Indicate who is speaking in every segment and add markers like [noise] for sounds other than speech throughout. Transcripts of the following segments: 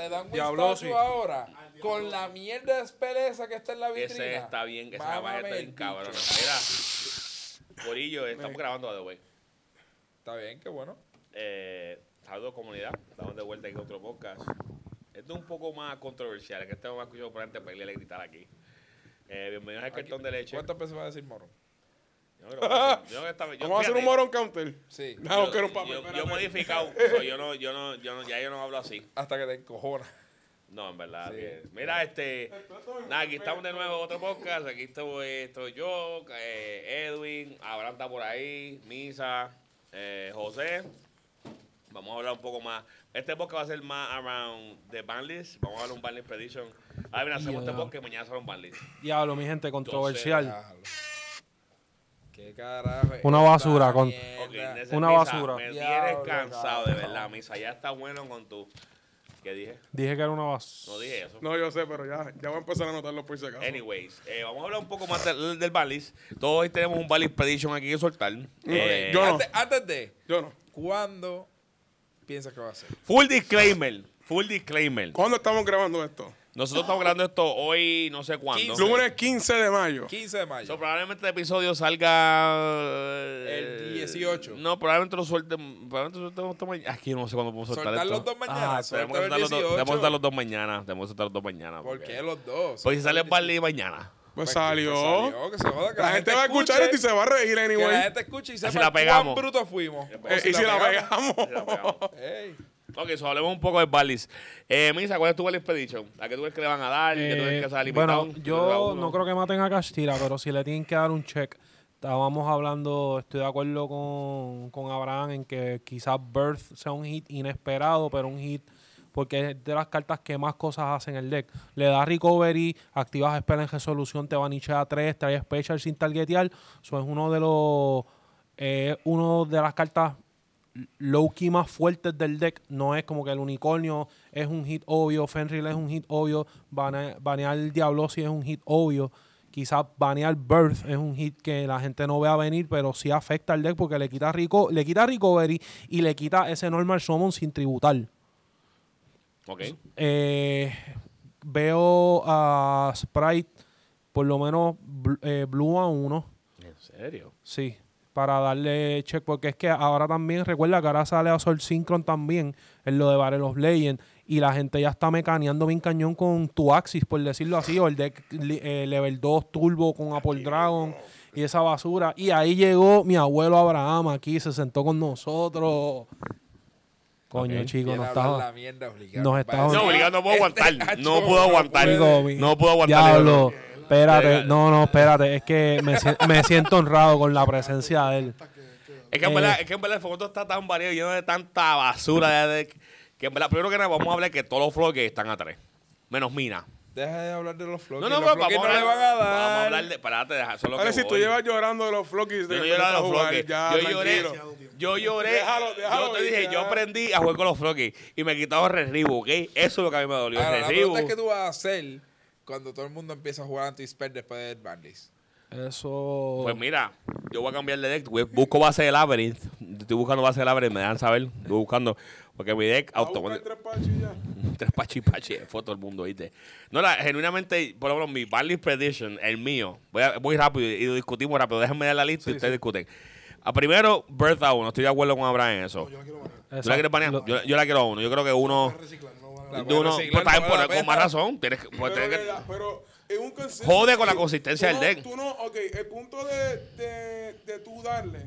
Speaker 1: le dan un
Speaker 2: Diablo,
Speaker 1: estatus
Speaker 2: sí.
Speaker 1: ahora, con la mierda de espereza que está en la vitrina.
Speaker 3: Ese está bien, esa
Speaker 1: Mamá
Speaker 3: navaja está
Speaker 1: me
Speaker 3: bien
Speaker 1: el
Speaker 3: cabrón.
Speaker 1: bicho.
Speaker 3: Mira, Corillo, estamos grabando a The Way.
Speaker 1: Está bien, qué bueno.
Speaker 3: Eh, saludos, comunidad. Estamos de vuelta aquí en otro podcast. Esto es un poco más controversial, que este más escuchado por antes para irle a gritar aquí. Eh, bienvenidos al cartón de leche.
Speaker 1: ¿Cuántas veces va a decir morón?
Speaker 3: Yo creo que vamos a hacer- yo creo que esta vez- yo-
Speaker 2: Vamos a hacer un
Speaker 3: fíjate,
Speaker 2: moron counter. [laughs]
Speaker 1: Sí.
Speaker 2: No,
Speaker 3: yo-
Speaker 2: quiero un papel.
Speaker 3: Yo, yo
Speaker 2: espérate.
Speaker 3: modificado. so, yo no, yo no, yo no, ya yo no hablo así.
Speaker 1: Hasta que te encojona.
Speaker 3: No, en verdad.
Speaker 1: Sí.
Speaker 3: que- mira, este.
Speaker 2: Esto es
Speaker 3: Nada, aquí estamos de nuevo en otro podcast. Aquí estoy, estoy yo, eh, Edwin, Abraham está por ahí, Misa, eh, José. Vamos a hablar un poco más. Este podcast va a ser más around the bandlist. Vamos a hablar un bandlist prediction. Ah, mira, hacemos este
Speaker 4: Diablo.
Speaker 3: podcast y mañana será un bandlist.
Speaker 4: Diablo, mi gente, controversial.
Speaker 1: Déjalo. Qué carajo. es
Speaker 4: Una
Speaker 1: esta
Speaker 4: basura, con-
Speaker 1: mierda?
Speaker 3: Ok, Nessa,
Speaker 4: Una
Speaker 3: Misa,
Speaker 4: basura.
Speaker 3: Me
Speaker 1: Diablo,
Speaker 3: tienes cansado, de
Speaker 1: cabrón.
Speaker 3: verdad, Misa. Ya está bueno con tu. ¿Qué dije?
Speaker 4: Dije que era una basura.
Speaker 3: No dije eso.
Speaker 2: No, yo sé, pero ya, ya voy a empezar a anotarlo por si acaso.
Speaker 3: Anyways, eh, vamos a hablar un poco más del, del Balis. Todos hoy tenemos un Balis Prediction aquí que soltar. Eh,
Speaker 2: yo no.
Speaker 1: Antes, antes de,
Speaker 2: Yo no.
Speaker 1: ¿cuándo piensas que va a ser?
Speaker 3: Full disclaimer. Full disclaimer.
Speaker 2: ¿Cuándo estamos grabando esto?
Speaker 3: Nosotros estamos grabando esto hoy, no sé cuándo.
Speaker 1: Quince.
Speaker 2: Lunes 15 de mayo.
Speaker 1: 15 de mayo.
Speaker 3: So, probablemente el episodio salga. eh,
Speaker 1: El 18.
Speaker 3: No, probablemente lo suelten. Probablemente lo suelten esta maña- Aquí no sé cuándo podemos soltar,
Speaker 1: Soltar
Speaker 3: esto.
Speaker 1: los dos mañana.
Speaker 4: Ah,
Speaker 3: Tenemos que
Speaker 1: Suéltalo
Speaker 3: soltar
Speaker 1: el
Speaker 3: los dos, tenemos que
Speaker 1: 18.
Speaker 3: soltar los dos mañana. Tenemos que soltar los dos mañana.
Speaker 1: ¿Por qué
Speaker 3: porque-
Speaker 1: los dos?
Speaker 3: Porque si sale el Barley mañana.
Speaker 2: Pues salió.
Speaker 1: que se joda, que
Speaker 2: La, gente, va a escuchar
Speaker 1: escuche,
Speaker 2: esto y se va a
Speaker 1: Que
Speaker 2: reír
Speaker 1: la
Speaker 2: anyway.
Speaker 1: gente pues, escuche y
Speaker 3: si
Speaker 1: sepa
Speaker 3: la pegamos.
Speaker 1: cuán brutos fuimos.
Speaker 3: Eh,
Speaker 1: O
Speaker 2: Eh, y si la pegamos.
Speaker 3: Ya pegamos.
Speaker 1: Ey.
Speaker 3: ok, so, hablemos un poco del Barley's. Eh, Misa, ¿cuál es tu Barley's Prediction? ¿A qué tú crees que le van a dar? ¿Qué tú crees
Speaker 4: Eh,
Speaker 3: que sale limitado?
Speaker 4: bueno, yo no creo que maten a Castilla, pero si le tienen que dar un check. Estábamos hablando, estoy de acuerdo con, con Abraham en que quizás Birth sea un hit inesperado, pero un hit porque es de las cartas que más cosas hacen el deck. Le da recovery, activas spell en resolución, te banichea 3, trae special sin targetear. Eso es uno de los eh, uno de las cartas low-key más fuertes del deck no es como que el unicornio es un hit obvio, Fenrir es un hit obvio, bane- banear el Diablosi es un hit obvio, quizás banear Birth es un hit que la gente no vea venir, pero sí afecta al deck porque le quita rico, le quita recovery y le quita ese normal summon sin tributar.
Speaker 3: Ok.
Speaker 4: Eh, veo a Sprite por lo menos bl- eh, blue a uno.
Speaker 3: ¿En serio?
Speaker 4: Sí, para darle check, porque es que ahora también, recuerda que ahora sale a Sol Synchron también en lo de Battle of Legends y la gente ya está mecaneando bien cañón con tu Axis, por decirlo así, o el deck li- eh, Level 2 Turbo con Apple Dragon y esa basura. Y ahí llegó mi abuelo Abraham aquí, se sentó con nosotros. Coño,
Speaker 3: Ok.
Speaker 4: chico,
Speaker 1: Viene
Speaker 4: no
Speaker 1: a
Speaker 4: estaba...
Speaker 1: hablar la mierda obligado.
Speaker 4: nos
Speaker 1: Va a
Speaker 4: estaba-
Speaker 1: decir,
Speaker 3: No, obligado, no puedo
Speaker 1: este
Speaker 3: aguantar. No
Speaker 1: hacho
Speaker 3: puedo aguantar.
Speaker 4: Digo, mi-
Speaker 3: No puedo aguantar.
Speaker 4: Diablo, espérate,
Speaker 3: Espérate.
Speaker 4: no, no, espérate, es que me, si- me siento honrado con la presencia de él.
Speaker 3: Es que, en
Speaker 4: Eh.
Speaker 3: verdad, es que en verdad el fondo está tan variado, lleno de tanta basura. de- de- que en verdad, primero que nada, vamos a hablar que todos los floques están a tres. Menos Mina.
Speaker 1: Deja de hablar de los floques.
Speaker 3: No, no,
Speaker 1: los
Speaker 3: pero vamos,
Speaker 1: floques no
Speaker 3: a
Speaker 1: le van a
Speaker 3: hablar-
Speaker 1: dar.
Speaker 3: vamos a hablar de. Espérate, deja, eso es lo que
Speaker 2: Ahora, si tú
Speaker 3: voy.
Speaker 2: llevas llorando de los flockies,
Speaker 3: Yo no
Speaker 2: que
Speaker 3: lloré a
Speaker 2: vas a
Speaker 3: los
Speaker 2: jugar,
Speaker 3: floques.
Speaker 2: ya,
Speaker 3: Yo lloré.
Speaker 2: tranquilo.
Speaker 3: Yo lloré.
Speaker 2: Déjalo, déjalo
Speaker 3: yo te
Speaker 2: ir,
Speaker 3: dije,
Speaker 2: ya.
Speaker 3: yo aprendí a jugar con los floques y me quitaba el recibo, ¿ok? Eso es lo que a mí me dolió.
Speaker 1: Ahora,
Speaker 3: el
Speaker 1: la
Speaker 3: recibo.
Speaker 1: pregunta es que tú vas a hacer cuando todo el mundo empieza a jugar anti-spell después del Bandits.
Speaker 4: Eso...
Speaker 3: Pues mira, yo voy a cambiar de deck. güey. Busco base de Labyrinth. Estoy buscando base de Labyrinth, me dejan saber. Estoy buscando. Porque mi deck
Speaker 2: Va a buscar
Speaker 3: automáticamente.
Speaker 2: tres pachis ya.
Speaker 3: [laughs] Tres pachi pachi de foto el mundo, ¿viste? No, la, genuinamente, por ejemplo, mi Barley Prediction, el mío, voy, a- voy rápido y lo discutimos rápido. Déjenme dar la lista y ustedes discuten. A primero, Birth a uno. Estoy de acuerdo con Abraham en eso.
Speaker 5: Yo la quiero banear.
Speaker 3: ¿Tú la quieres banear?
Speaker 4: Lo-
Speaker 3: Yo, yo la quiero a uno. Yo creo que uno.
Speaker 2: Ah, pues,
Speaker 5: Voy a reciclar, no voy a-
Speaker 1: La voy a
Speaker 3: uno pues,
Speaker 1: reciclar,
Speaker 3: también
Speaker 1: no vale
Speaker 3: por-
Speaker 1: la
Speaker 3: con más
Speaker 1: pena.
Speaker 3: razón. Tienes que, pues,
Speaker 2: Pero,
Speaker 3: tienes que-
Speaker 2: mira, pero es un consenso.
Speaker 3: Jode con la
Speaker 2: Tú-
Speaker 3: consistencia
Speaker 2: tú
Speaker 3: del
Speaker 2: no-
Speaker 3: deck.
Speaker 2: Tú no, ok, el punto de, de, de tú darle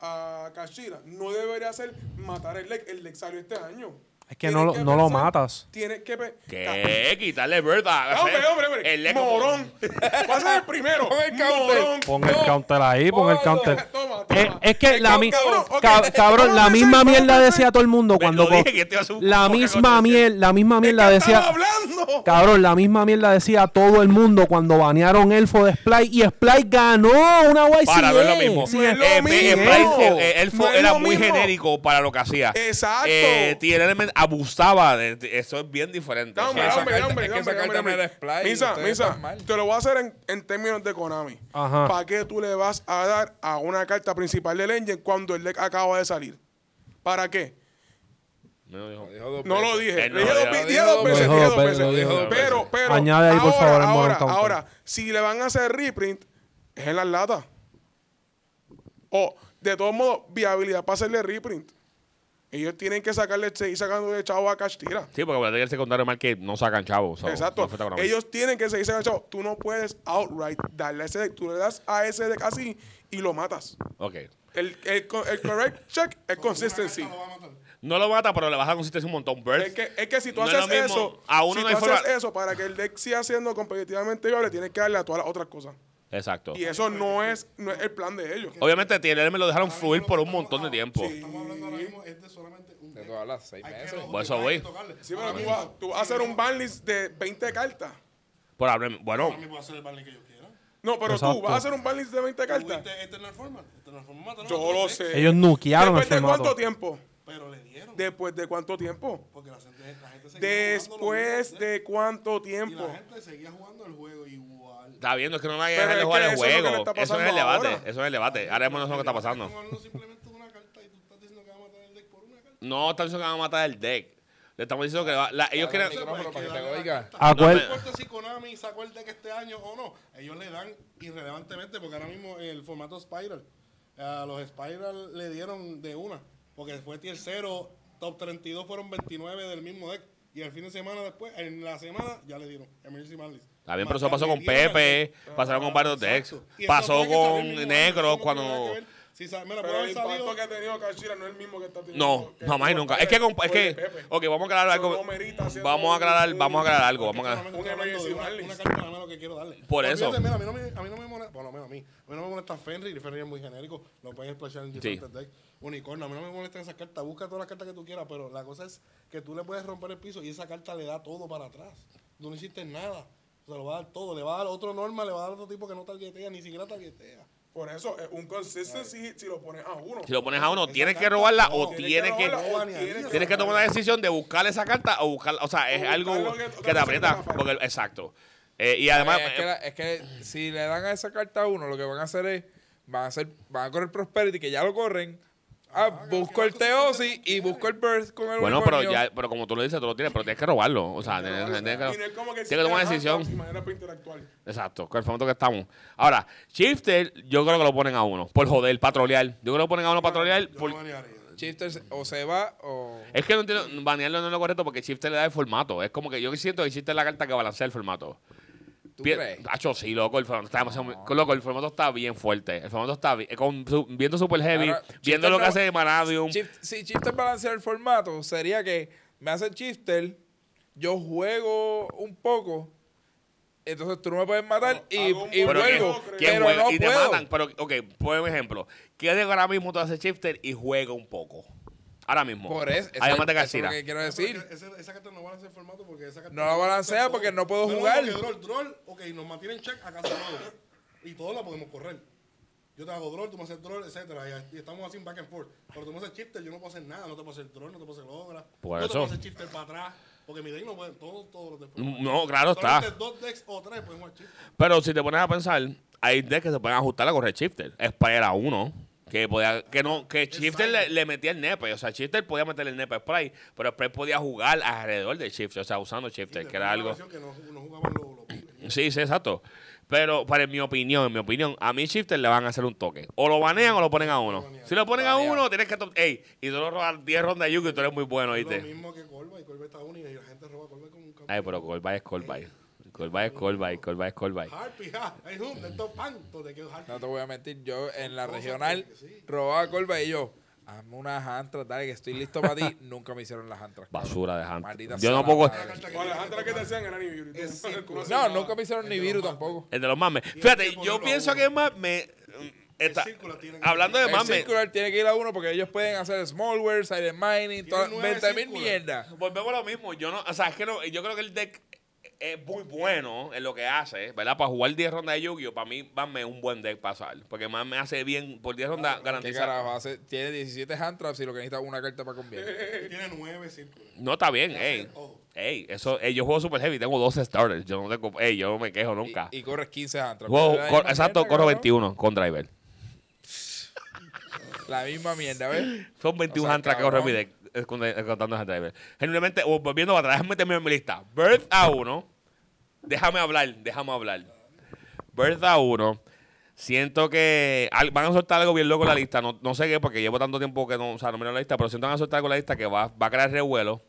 Speaker 2: a Kashira no debería ser matar el deck. El deck salió este año.
Speaker 4: Es que
Speaker 2: Tienes
Speaker 4: no lo- no lo
Speaker 2: pensar-
Speaker 4: matas.
Speaker 2: Tienes que. pe-
Speaker 3: ¿Qué? Quitarle Birth a.
Speaker 2: Ah, Hombre, hombre, hombre.
Speaker 3: El deck- [laughs]
Speaker 2: Morón. Va a ser el primero.
Speaker 1: Pon el counter.
Speaker 2: Morón.
Speaker 4: Pon el counter ahí, pon el
Speaker 1: Ponlo.
Speaker 4: counter.
Speaker 2: Toma,
Speaker 4: Eh,
Speaker 2: toma.
Speaker 4: es que
Speaker 2: Eh,
Speaker 4: la
Speaker 2: cab-
Speaker 4: mi-
Speaker 2: cabrón, ok,
Speaker 4: cab-
Speaker 2: te-
Speaker 4: cabrón, la
Speaker 2: vamos a
Speaker 4: misma
Speaker 2: hacer-
Speaker 4: mierda
Speaker 2: vamos a
Speaker 4: decía todo el mundo
Speaker 3: Me
Speaker 4: cuando
Speaker 3: lo dije que este iba a ser un
Speaker 4: la
Speaker 3: poca
Speaker 4: misma
Speaker 3: controversia.
Speaker 4: mierda, la misma mierda
Speaker 2: hacer-
Speaker 4: decía
Speaker 2: ¡Estamos hablando!
Speaker 4: Cabrón, la misma mierda decía todo el mundo cuando banearon Elfo de Splite y Splite ganó una YCA.
Speaker 3: Para, no es lo mismo.
Speaker 4: Sí,
Speaker 2: No es lo
Speaker 3: Eh,
Speaker 2: mismo.
Speaker 3: en Price, el- el Elfo
Speaker 2: No es
Speaker 3: era
Speaker 2: lo
Speaker 3: muy
Speaker 2: mismo.
Speaker 3: genérico para lo que hacía.
Speaker 2: Exacto.
Speaker 3: Eh, Tier Element abusaba. de- de- eso es bien diferente.
Speaker 2: No,
Speaker 3: O sea,
Speaker 2: hombre,
Speaker 3: esa-
Speaker 2: hombre,
Speaker 1: carta-
Speaker 2: hombre,
Speaker 1: es que esa
Speaker 2: hombre,
Speaker 1: carta
Speaker 2: hombre.
Speaker 1: no era splash,
Speaker 2: Misa,
Speaker 1: ustedes
Speaker 2: misa,
Speaker 1: están mal.
Speaker 2: te lo voy a hacer en, en términos de Konami.
Speaker 4: Ajá.
Speaker 2: ¿Para qué tú le vas a dar a una carta principal del engine cuando el deck acaba de salir? ¿Para qué?
Speaker 3: No lo dijo.
Speaker 1: Lo dijo dos
Speaker 2: No lo
Speaker 1: veces.
Speaker 2: dije.
Speaker 3: Él no lo
Speaker 2: Dije dos-
Speaker 3: dijo.
Speaker 2: dije dos
Speaker 1: Pues, Lo
Speaker 2: veces,
Speaker 4: dijo
Speaker 2: dije
Speaker 4: dos
Speaker 2: dos
Speaker 4: veces,
Speaker 2: veces.
Speaker 1: lo dijo dos
Speaker 2: Pero,
Speaker 1: veces.
Speaker 2: pero.
Speaker 4: Añade ahí, por
Speaker 2: ahora,
Speaker 4: favor, el mono
Speaker 2: Ahora,
Speaker 4: counter.
Speaker 2: ahora, si le van a hacer reprint, es en las latas. O, de todos modos, viabilidad para hacerle reprint. Ellos tienen que sacarle, seguir sacándole chavo a Cash Tira.
Speaker 3: Sí, porque ayer se contaron mal que no sacan chavos. so, no
Speaker 2: Exacto.
Speaker 3: afecta con la-
Speaker 2: Ellos tienen que seguir sacando chavo. Tú no puedes outright darle a ese. Tú le das a ese de casi y lo matas.
Speaker 3: Ok.
Speaker 2: El, el, co- el
Speaker 5: [laughs]
Speaker 2: correct check es consistency.
Speaker 3: No lo mata, pero le baja consistencia un montón. Birth.
Speaker 2: Es que, es que si tú
Speaker 3: No es lo
Speaker 2: haces
Speaker 3: mismo.
Speaker 2: eso,
Speaker 3: A uno
Speaker 2: si
Speaker 3: no
Speaker 2: tú
Speaker 3: hay forma-
Speaker 2: haces eso para que el deck siga siendo competitivamente viable, tienes que darle a todas las otras cosas.
Speaker 3: Exacto.
Speaker 2: Y eso no es, no es el plan de ellos.
Speaker 3: Obviamente, TLL me lo dejaron fluir por un montón de tiempo.
Speaker 5: Estamos hablando ahora mismo es de solamente un.
Speaker 1: De todas las seis
Speaker 5: Hay que
Speaker 1: meses.
Speaker 5: los
Speaker 3: Por eso
Speaker 5: jugadores
Speaker 3: voy.
Speaker 5: tocarle.
Speaker 2: Sí, pero
Speaker 5: Ahora
Speaker 2: tú
Speaker 5: mismo-
Speaker 2: vas, tú vas a hacer un ban list de 20 cartas.
Speaker 3: Por hablar- bueno,
Speaker 5: Ahora mismo voy a hacer el baile que yo quiera.
Speaker 2: No, pero tú
Speaker 4: Exacto.
Speaker 2: vas a hacer un ban list de 20 cartas.
Speaker 5: Tuviste este en el format. Este en el format. ¿no?
Speaker 2: Ah. Yo lo sé.
Speaker 4: Ellos nuquearon el
Speaker 2: ¿Después de cuánto
Speaker 4: formato.
Speaker 2: tiempo?
Speaker 5: Pero le dieron.
Speaker 2: ¿Después de cuánto tiempo?
Speaker 5: porque la gente, la gente seguía
Speaker 2: ¿Después
Speaker 5: jugando los
Speaker 2: de cuánto
Speaker 5: mismos decks, Y
Speaker 2: tiempo?
Speaker 5: la gente seguía jugando el juego igual.
Speaker 3: está viendo, es que no me
Speaker 2: Pero
Speaker 3: dejan de
Speaker 2: es
Speaker 3: jugar
Speaker 2: que
Speaker 3: el
Speaker 2: eso es lo que le
Speaker 3: juego.
Speaker 2: está
Speaker 3: Eso es el
Speaker 2: pasando
Speaker 3: debate.
Speaker 2: ahora.
Speaker 3: Eso es el debate. Ahora mismo no sé lo que está pasando.
Speaker 5: Estamos hablando simplemente de una carta y tú estás diciendo que vas a matar el deck por una carta.
Speaker 3: No están diciendo que van a matar el deck. Le estamos diciendo que le va- la- ellos
Speaker 1: Dale el
Speaker 3: quieren.
Speaker 1: micrófono para que te
Speaker 5: Dale la
Speaker 1: oiga.
Speaker 5: carta.
Speaker 4: Acuer-
Speaker 5: No importa si Konami sacó el deck este año o no, ellos le dan irrelevantemente, porque ahora mismo el formato Spiral, eh, a los Spiral le dieron de una, porque fue tier 0, top 32 fueron 29 del mismo deck, y al fin de semana después, en la semana, ya le dieron Emergency Man List.
Speaker 3: Está bien, pero eso
Speaker 5: Más
Speaker 3: pasó
Speaker 5: tarde
Speaker 3: con
Speaker 5: dieron
Speaker 3: Pepe,
Speaker 5: el-
Speaker 3: pasaron con varios decks,
Speaker 5: Exacto. Y eso
Speaker 3: pasó
Speaker 5: fue que salió el
Speaker 3: con
Speaker 5: mismo
Speaker 3: Negro
Speaker 5: año, eso no
Speaker 3: cuando-
Speaker 5: tiene nada que ver. Si sa- mira, puede
Speaker 2: Pero el
Speaker 5: haber salido-
Speaker 2: impacto que ha tenido Kashira no es el mismo que está teniendo.
Speaker 3: No, jamás y nunca. Es que, compa- es que, ok, vamos a aclarar
Speaker 2: Eso
Speaker 3: algo.
Speaker 2: no merita hacer
Speaker 3: Vamos a
Speaker 2: un-
Speaker 3: aclarar,
Speaker 2: un-
Speaker 3: vamos a aclarar algo. Vamos a
Speaker 5: Porque
Speaker 3: aclarar.
Speaker 5: solamente
Speaker 2: aclarar.
Speaker 5: estoy
Speaker 2: Un
Speaker 5: hablando de
Speaker 2: emergency
Speaker 5: una-
Speaker 2: list.
Speaker 5: una carta a la mano que quiero darle.
Speaker 3: Por eso.
Speaker 5: Olvídate, mira, a mí no me, a mí no me molesta, bueno, menos a mí, a mí no me molesta Fenrir, Fenrir es muy genérico, lo puedes expresar en diferentes decks. Unicornio, a mí no me molesta esas cartas, busca todas las cartas que tú quieras, pero la cosa es que tú le puedes romper el piso y esa carta le da todo para atrás. Tú no hiciste nada, se lo va a dar todo, le va a dar otro norma, le va a dar otro tipo que no targetea, ni siquiera targetea.
Speaker 2: Por eso, es un consistency hit si lo pones a uno.
Speaker 3: Si lo pones a uno,
Speaker 5: Esa
Speaker 3: tienes que
Speaker 5: carta,
Speaker 3: robarla
Speaker 5: no,
Speaker 3: o
Speaker 5: tienes
Speaker 3: tienes que.
Speaker 2: robarla o
Speaker 5: tienes
Speaker 2: tienes
Speaker 3: Tienes que tomar una decisión de buscar esa carta o buscarla. O sea, es
Speaker 2: O
Speaker 3: algo
Speaker 2: buscar lo que-
Speaker 3: que te
Speaker 2: otra cosa que
Speaker 3: aprieta.
Speaker 2: te haga falta.
Speaker 3: Porque, exacto. Eh, y además,
Speaker 1: es, que la- es que si le dan a esa carta a uno, lo que van a hacer es, van a hacer, van a correr Prosperity, que ya lo corren. Ah, busco el Teosis y busco el Birth con el
Speaker 3: bueno, pero
Speaker 1: unicornio.
Speaker 3: ya, pero como tú lo dices, tú lo tienes, pero tienes que robarlo. O sea, tienes, tienes que,
Speaker 2: Y no es como que
Speaker 3: tienes que tomar una
Speaker 2: ah,
Speaker 3: decisión.
Speaker 2: no, si manera para interactuar.
Speaker 3: Exacto, con el formato que estamos. Ahora, Shifter, yo creo que lo ponen a uno. Por joder, patrolear. Yo creo que lo ponen a uno patrolear.
Speaker 5: Yo
Speaker 3: por-
Speaker 5: no banearía.
Speaker 1: Shifter se- o se va o...
Speaker 3: Es que no entiendo, banearlo no es lo correcto porque Shifter le da el formato. Es como que yo siento que Shifter es la carta que balancea el formato.
Speaker 1: ¿Tú
Speaker 3: Pie-
Speaker 1: crees?
Speaker 3: Acho, sí, loco, el formato está demasiado- loco, el formato está bien fuerte. El formato está bien, con, su- viendo super heavy,
Speaker 1: Ahora,
Speaker 3: viendo
Speaker 1: Shifter
Speaker 3: lo que
Speaker 1: no-
Speaker 3: hace Manadium.
Speaker 1: Shift- si Shifter balancea el formato, sería que me hace Shifter, yo juego un poco, entonces tú no me puedes matar y,
Speaker 2: hago un
Speaker 1: y
Speaker 2: buen
Speaker 3: Pero que-
Speaker 1: vuelvo.
Speaker 2: juego, creo.
Speaker 3: ¿quién
Speaker 1: Pero
Speaker 3: juega?
Speaker 1: no
Speaker 3: y te
Speaker 1: puedo.
Speaker 3: matan. pues. Pero, ok, por un ejemplo. ¿Qué de ahora mismo tú haces Shifter y juega un poco? Ahora mismo.
Speaker 1: Por eso, eso
Speaker 3: Además de
Speaker 1: es- eso es
Speaker 3: García.
Speaker 1: lo que quiero
Speaker 5: No,
Speaker 1: decir.
Speaker 5: porque ese- esa carta no balancea el formato porque esa carta
Speaker 1: No la balancea porque no puedo
Speaker 5: es
Speaker 1: jugar.
Speaker 5: como que Droll, droll, ok, nos mantienen check a casa todos. Y todos la podemos correr. Yo te hago droll, tú me haces droll, etcétera. Y, y estamos así en back and forth. Pero tú me haces shifter, yo no puedo hacer nada. No te puedo hacer droll, no te puedo hacer logra.
Speaker 3: Por
Speaker 5: no
Speaker 3: eso.
Speaker 5: te puedo hacer shifter para atrás. Porque mi deck no puede, todos, todos los decks. pueden
Speaker 3: No,
Speaker 5: jugar.
Speaker 3: claro está.
Speaker 5: Solamente dos decks o tres pueden jugar shifter.
Speaker 3: Pero si te pones a pensar, hay decks que se pueden ajustar a correr Shifter. Spire era uno. Que podía, que no, que Shifter le, le metía el nepe. O sea, Shifter podía meterle el nepe a Spray, pero Spray podía jugar alrededor de Shifter, o sea, usando Shifter, que era
Speaker 5: Una
Speaker 3: algo.
Speaker 5: versión Que no, no jugaban los, los pibes.
Speaker 3: Sí, sí, exacto. Pero, para en mi opinión, en mi opinión, a mi Shifter le van a hacer un toque. O lo banean o lo ponen a uno. Si lo ponen a uno, tienes que. to- Ey, y tú lo robas 10 rondas de Yuki y tú eres muy bueno,
Speaker 5: Lo
Speaker 3: ¿viste?
Speaker 5: mismo que Colba. Y Colba está única y la gente roba a Colba como un campeón.
Speaker 3: Ay, pero Colby es Colby. Colby es Colby, Colby es Colby.
Speaker 5: Harpy, ja. Hay un de estos pantos de que Harpy.
Speaker 1: No te voy a mentir, yo en la
Speaker 5: Cosas
Speaker 1: regional
Speaker 5: que sí.
Speaker 1: robaba a Corva y yo, hazme unas antras, dale que estoy listo para ti. [laughs] Nunca me hicieron las antras. cabrón.
Speaker 3: Basura de Hunter.
Speaker 1: Maldita
Speaker 3: Yo
Speaker 1: sea
Speaker 3: no
Speaker 1: la
Speaker 3: puedo-
Speaker 1: madre.
Speaker 2: O Alejandra que te decían era ni virus.
Speaker 5: Es círculo.
Speaker 1: No, nunca me hicieron ni
Speaker 5: El de
Speaker 1: virus
Speaker 5: los
Speaker 1: tampoco.
Speaker 3: El de los mames.
Speaker 5: el
Speaker 3: Fíjate,
Speaker 5: tipo
Speaker 3: yo
Speaker 5: número
Speaker 3: pienso
Speaker 5: uno.
Speaker 3: que mames. mm, está-
Speaker 5: círculo tiene que-
Speaker 3: hablando [laughs] de
Speaker 1: El
Speaker 3: mames.
Speaker 1: circular tiene que ir a uno porque ellos pueden hacer smallware, silent mining, todas-
Speaker 5: nueve
Speaker 1: 20 mil
Speaker 5: circular.
Speaker 1: mierdas.
Speaker 3: Volvemos a lo mismo. Yo no, o sea, es que no, yo creo que el deck es muy bueno en lo que hace, ¿verdad? Para jugar 10 rondas de Yu-Gi-Oh! Para mí, mames, es un buen deck pasar. Porque más me hace bien por 10 rondas
Speaker 1: ¿Qué
Speaker 3: garantizar.
Speaker 1: carajo hace? Tiene 17 hand traps y lo que necesita es una carta para
Speaker 3: [laughs]
Speaker 1: convivir.
Speaker 5: Tiene nueve círculos.
Speaker 3: No está bien, ey.
Speaker 5: hace todo.
Speaker 3: Ey, eso, ey, yo juego super heavy, tengo 12 starters. Yo no tengo, ey, yo no me quejo nunca.
Speaker 1: Y, y corres 15 hand traps.
Speaker 3: Juego-
Speaker 1: Es la
Speaker 3: cor-
Speaker 1: misma
Speaker 3: exacto,
Speaker 1: mierda,
Speaker 3: corro
Speaker 1: cabrón.
Speaker 3: 21 con driver.
Speaker 1: La misma mierda, ¿ves?
Speaker 3: Son
Speaker 1: O
Speaker 3: 21
Speaker 1: sea,
Speaker 3: [laughs] hand traps que corre mi
Speaker 1: cabrón.
Speaker 3: deck. eh, contando ese driver. Genuinamente, o volviendo para atrás, déjame terminar mi lista. Birth a 1. Déjame hablar, déjame hablar. Birth a 1. Siento que al- van a soltar algo bien loco en la lista. No, no sé qué, porque llevo tanto tiempo que no, o sea, no miro la lista, pero siento que van a soltar algo en la lista que va, va a crear revuelo.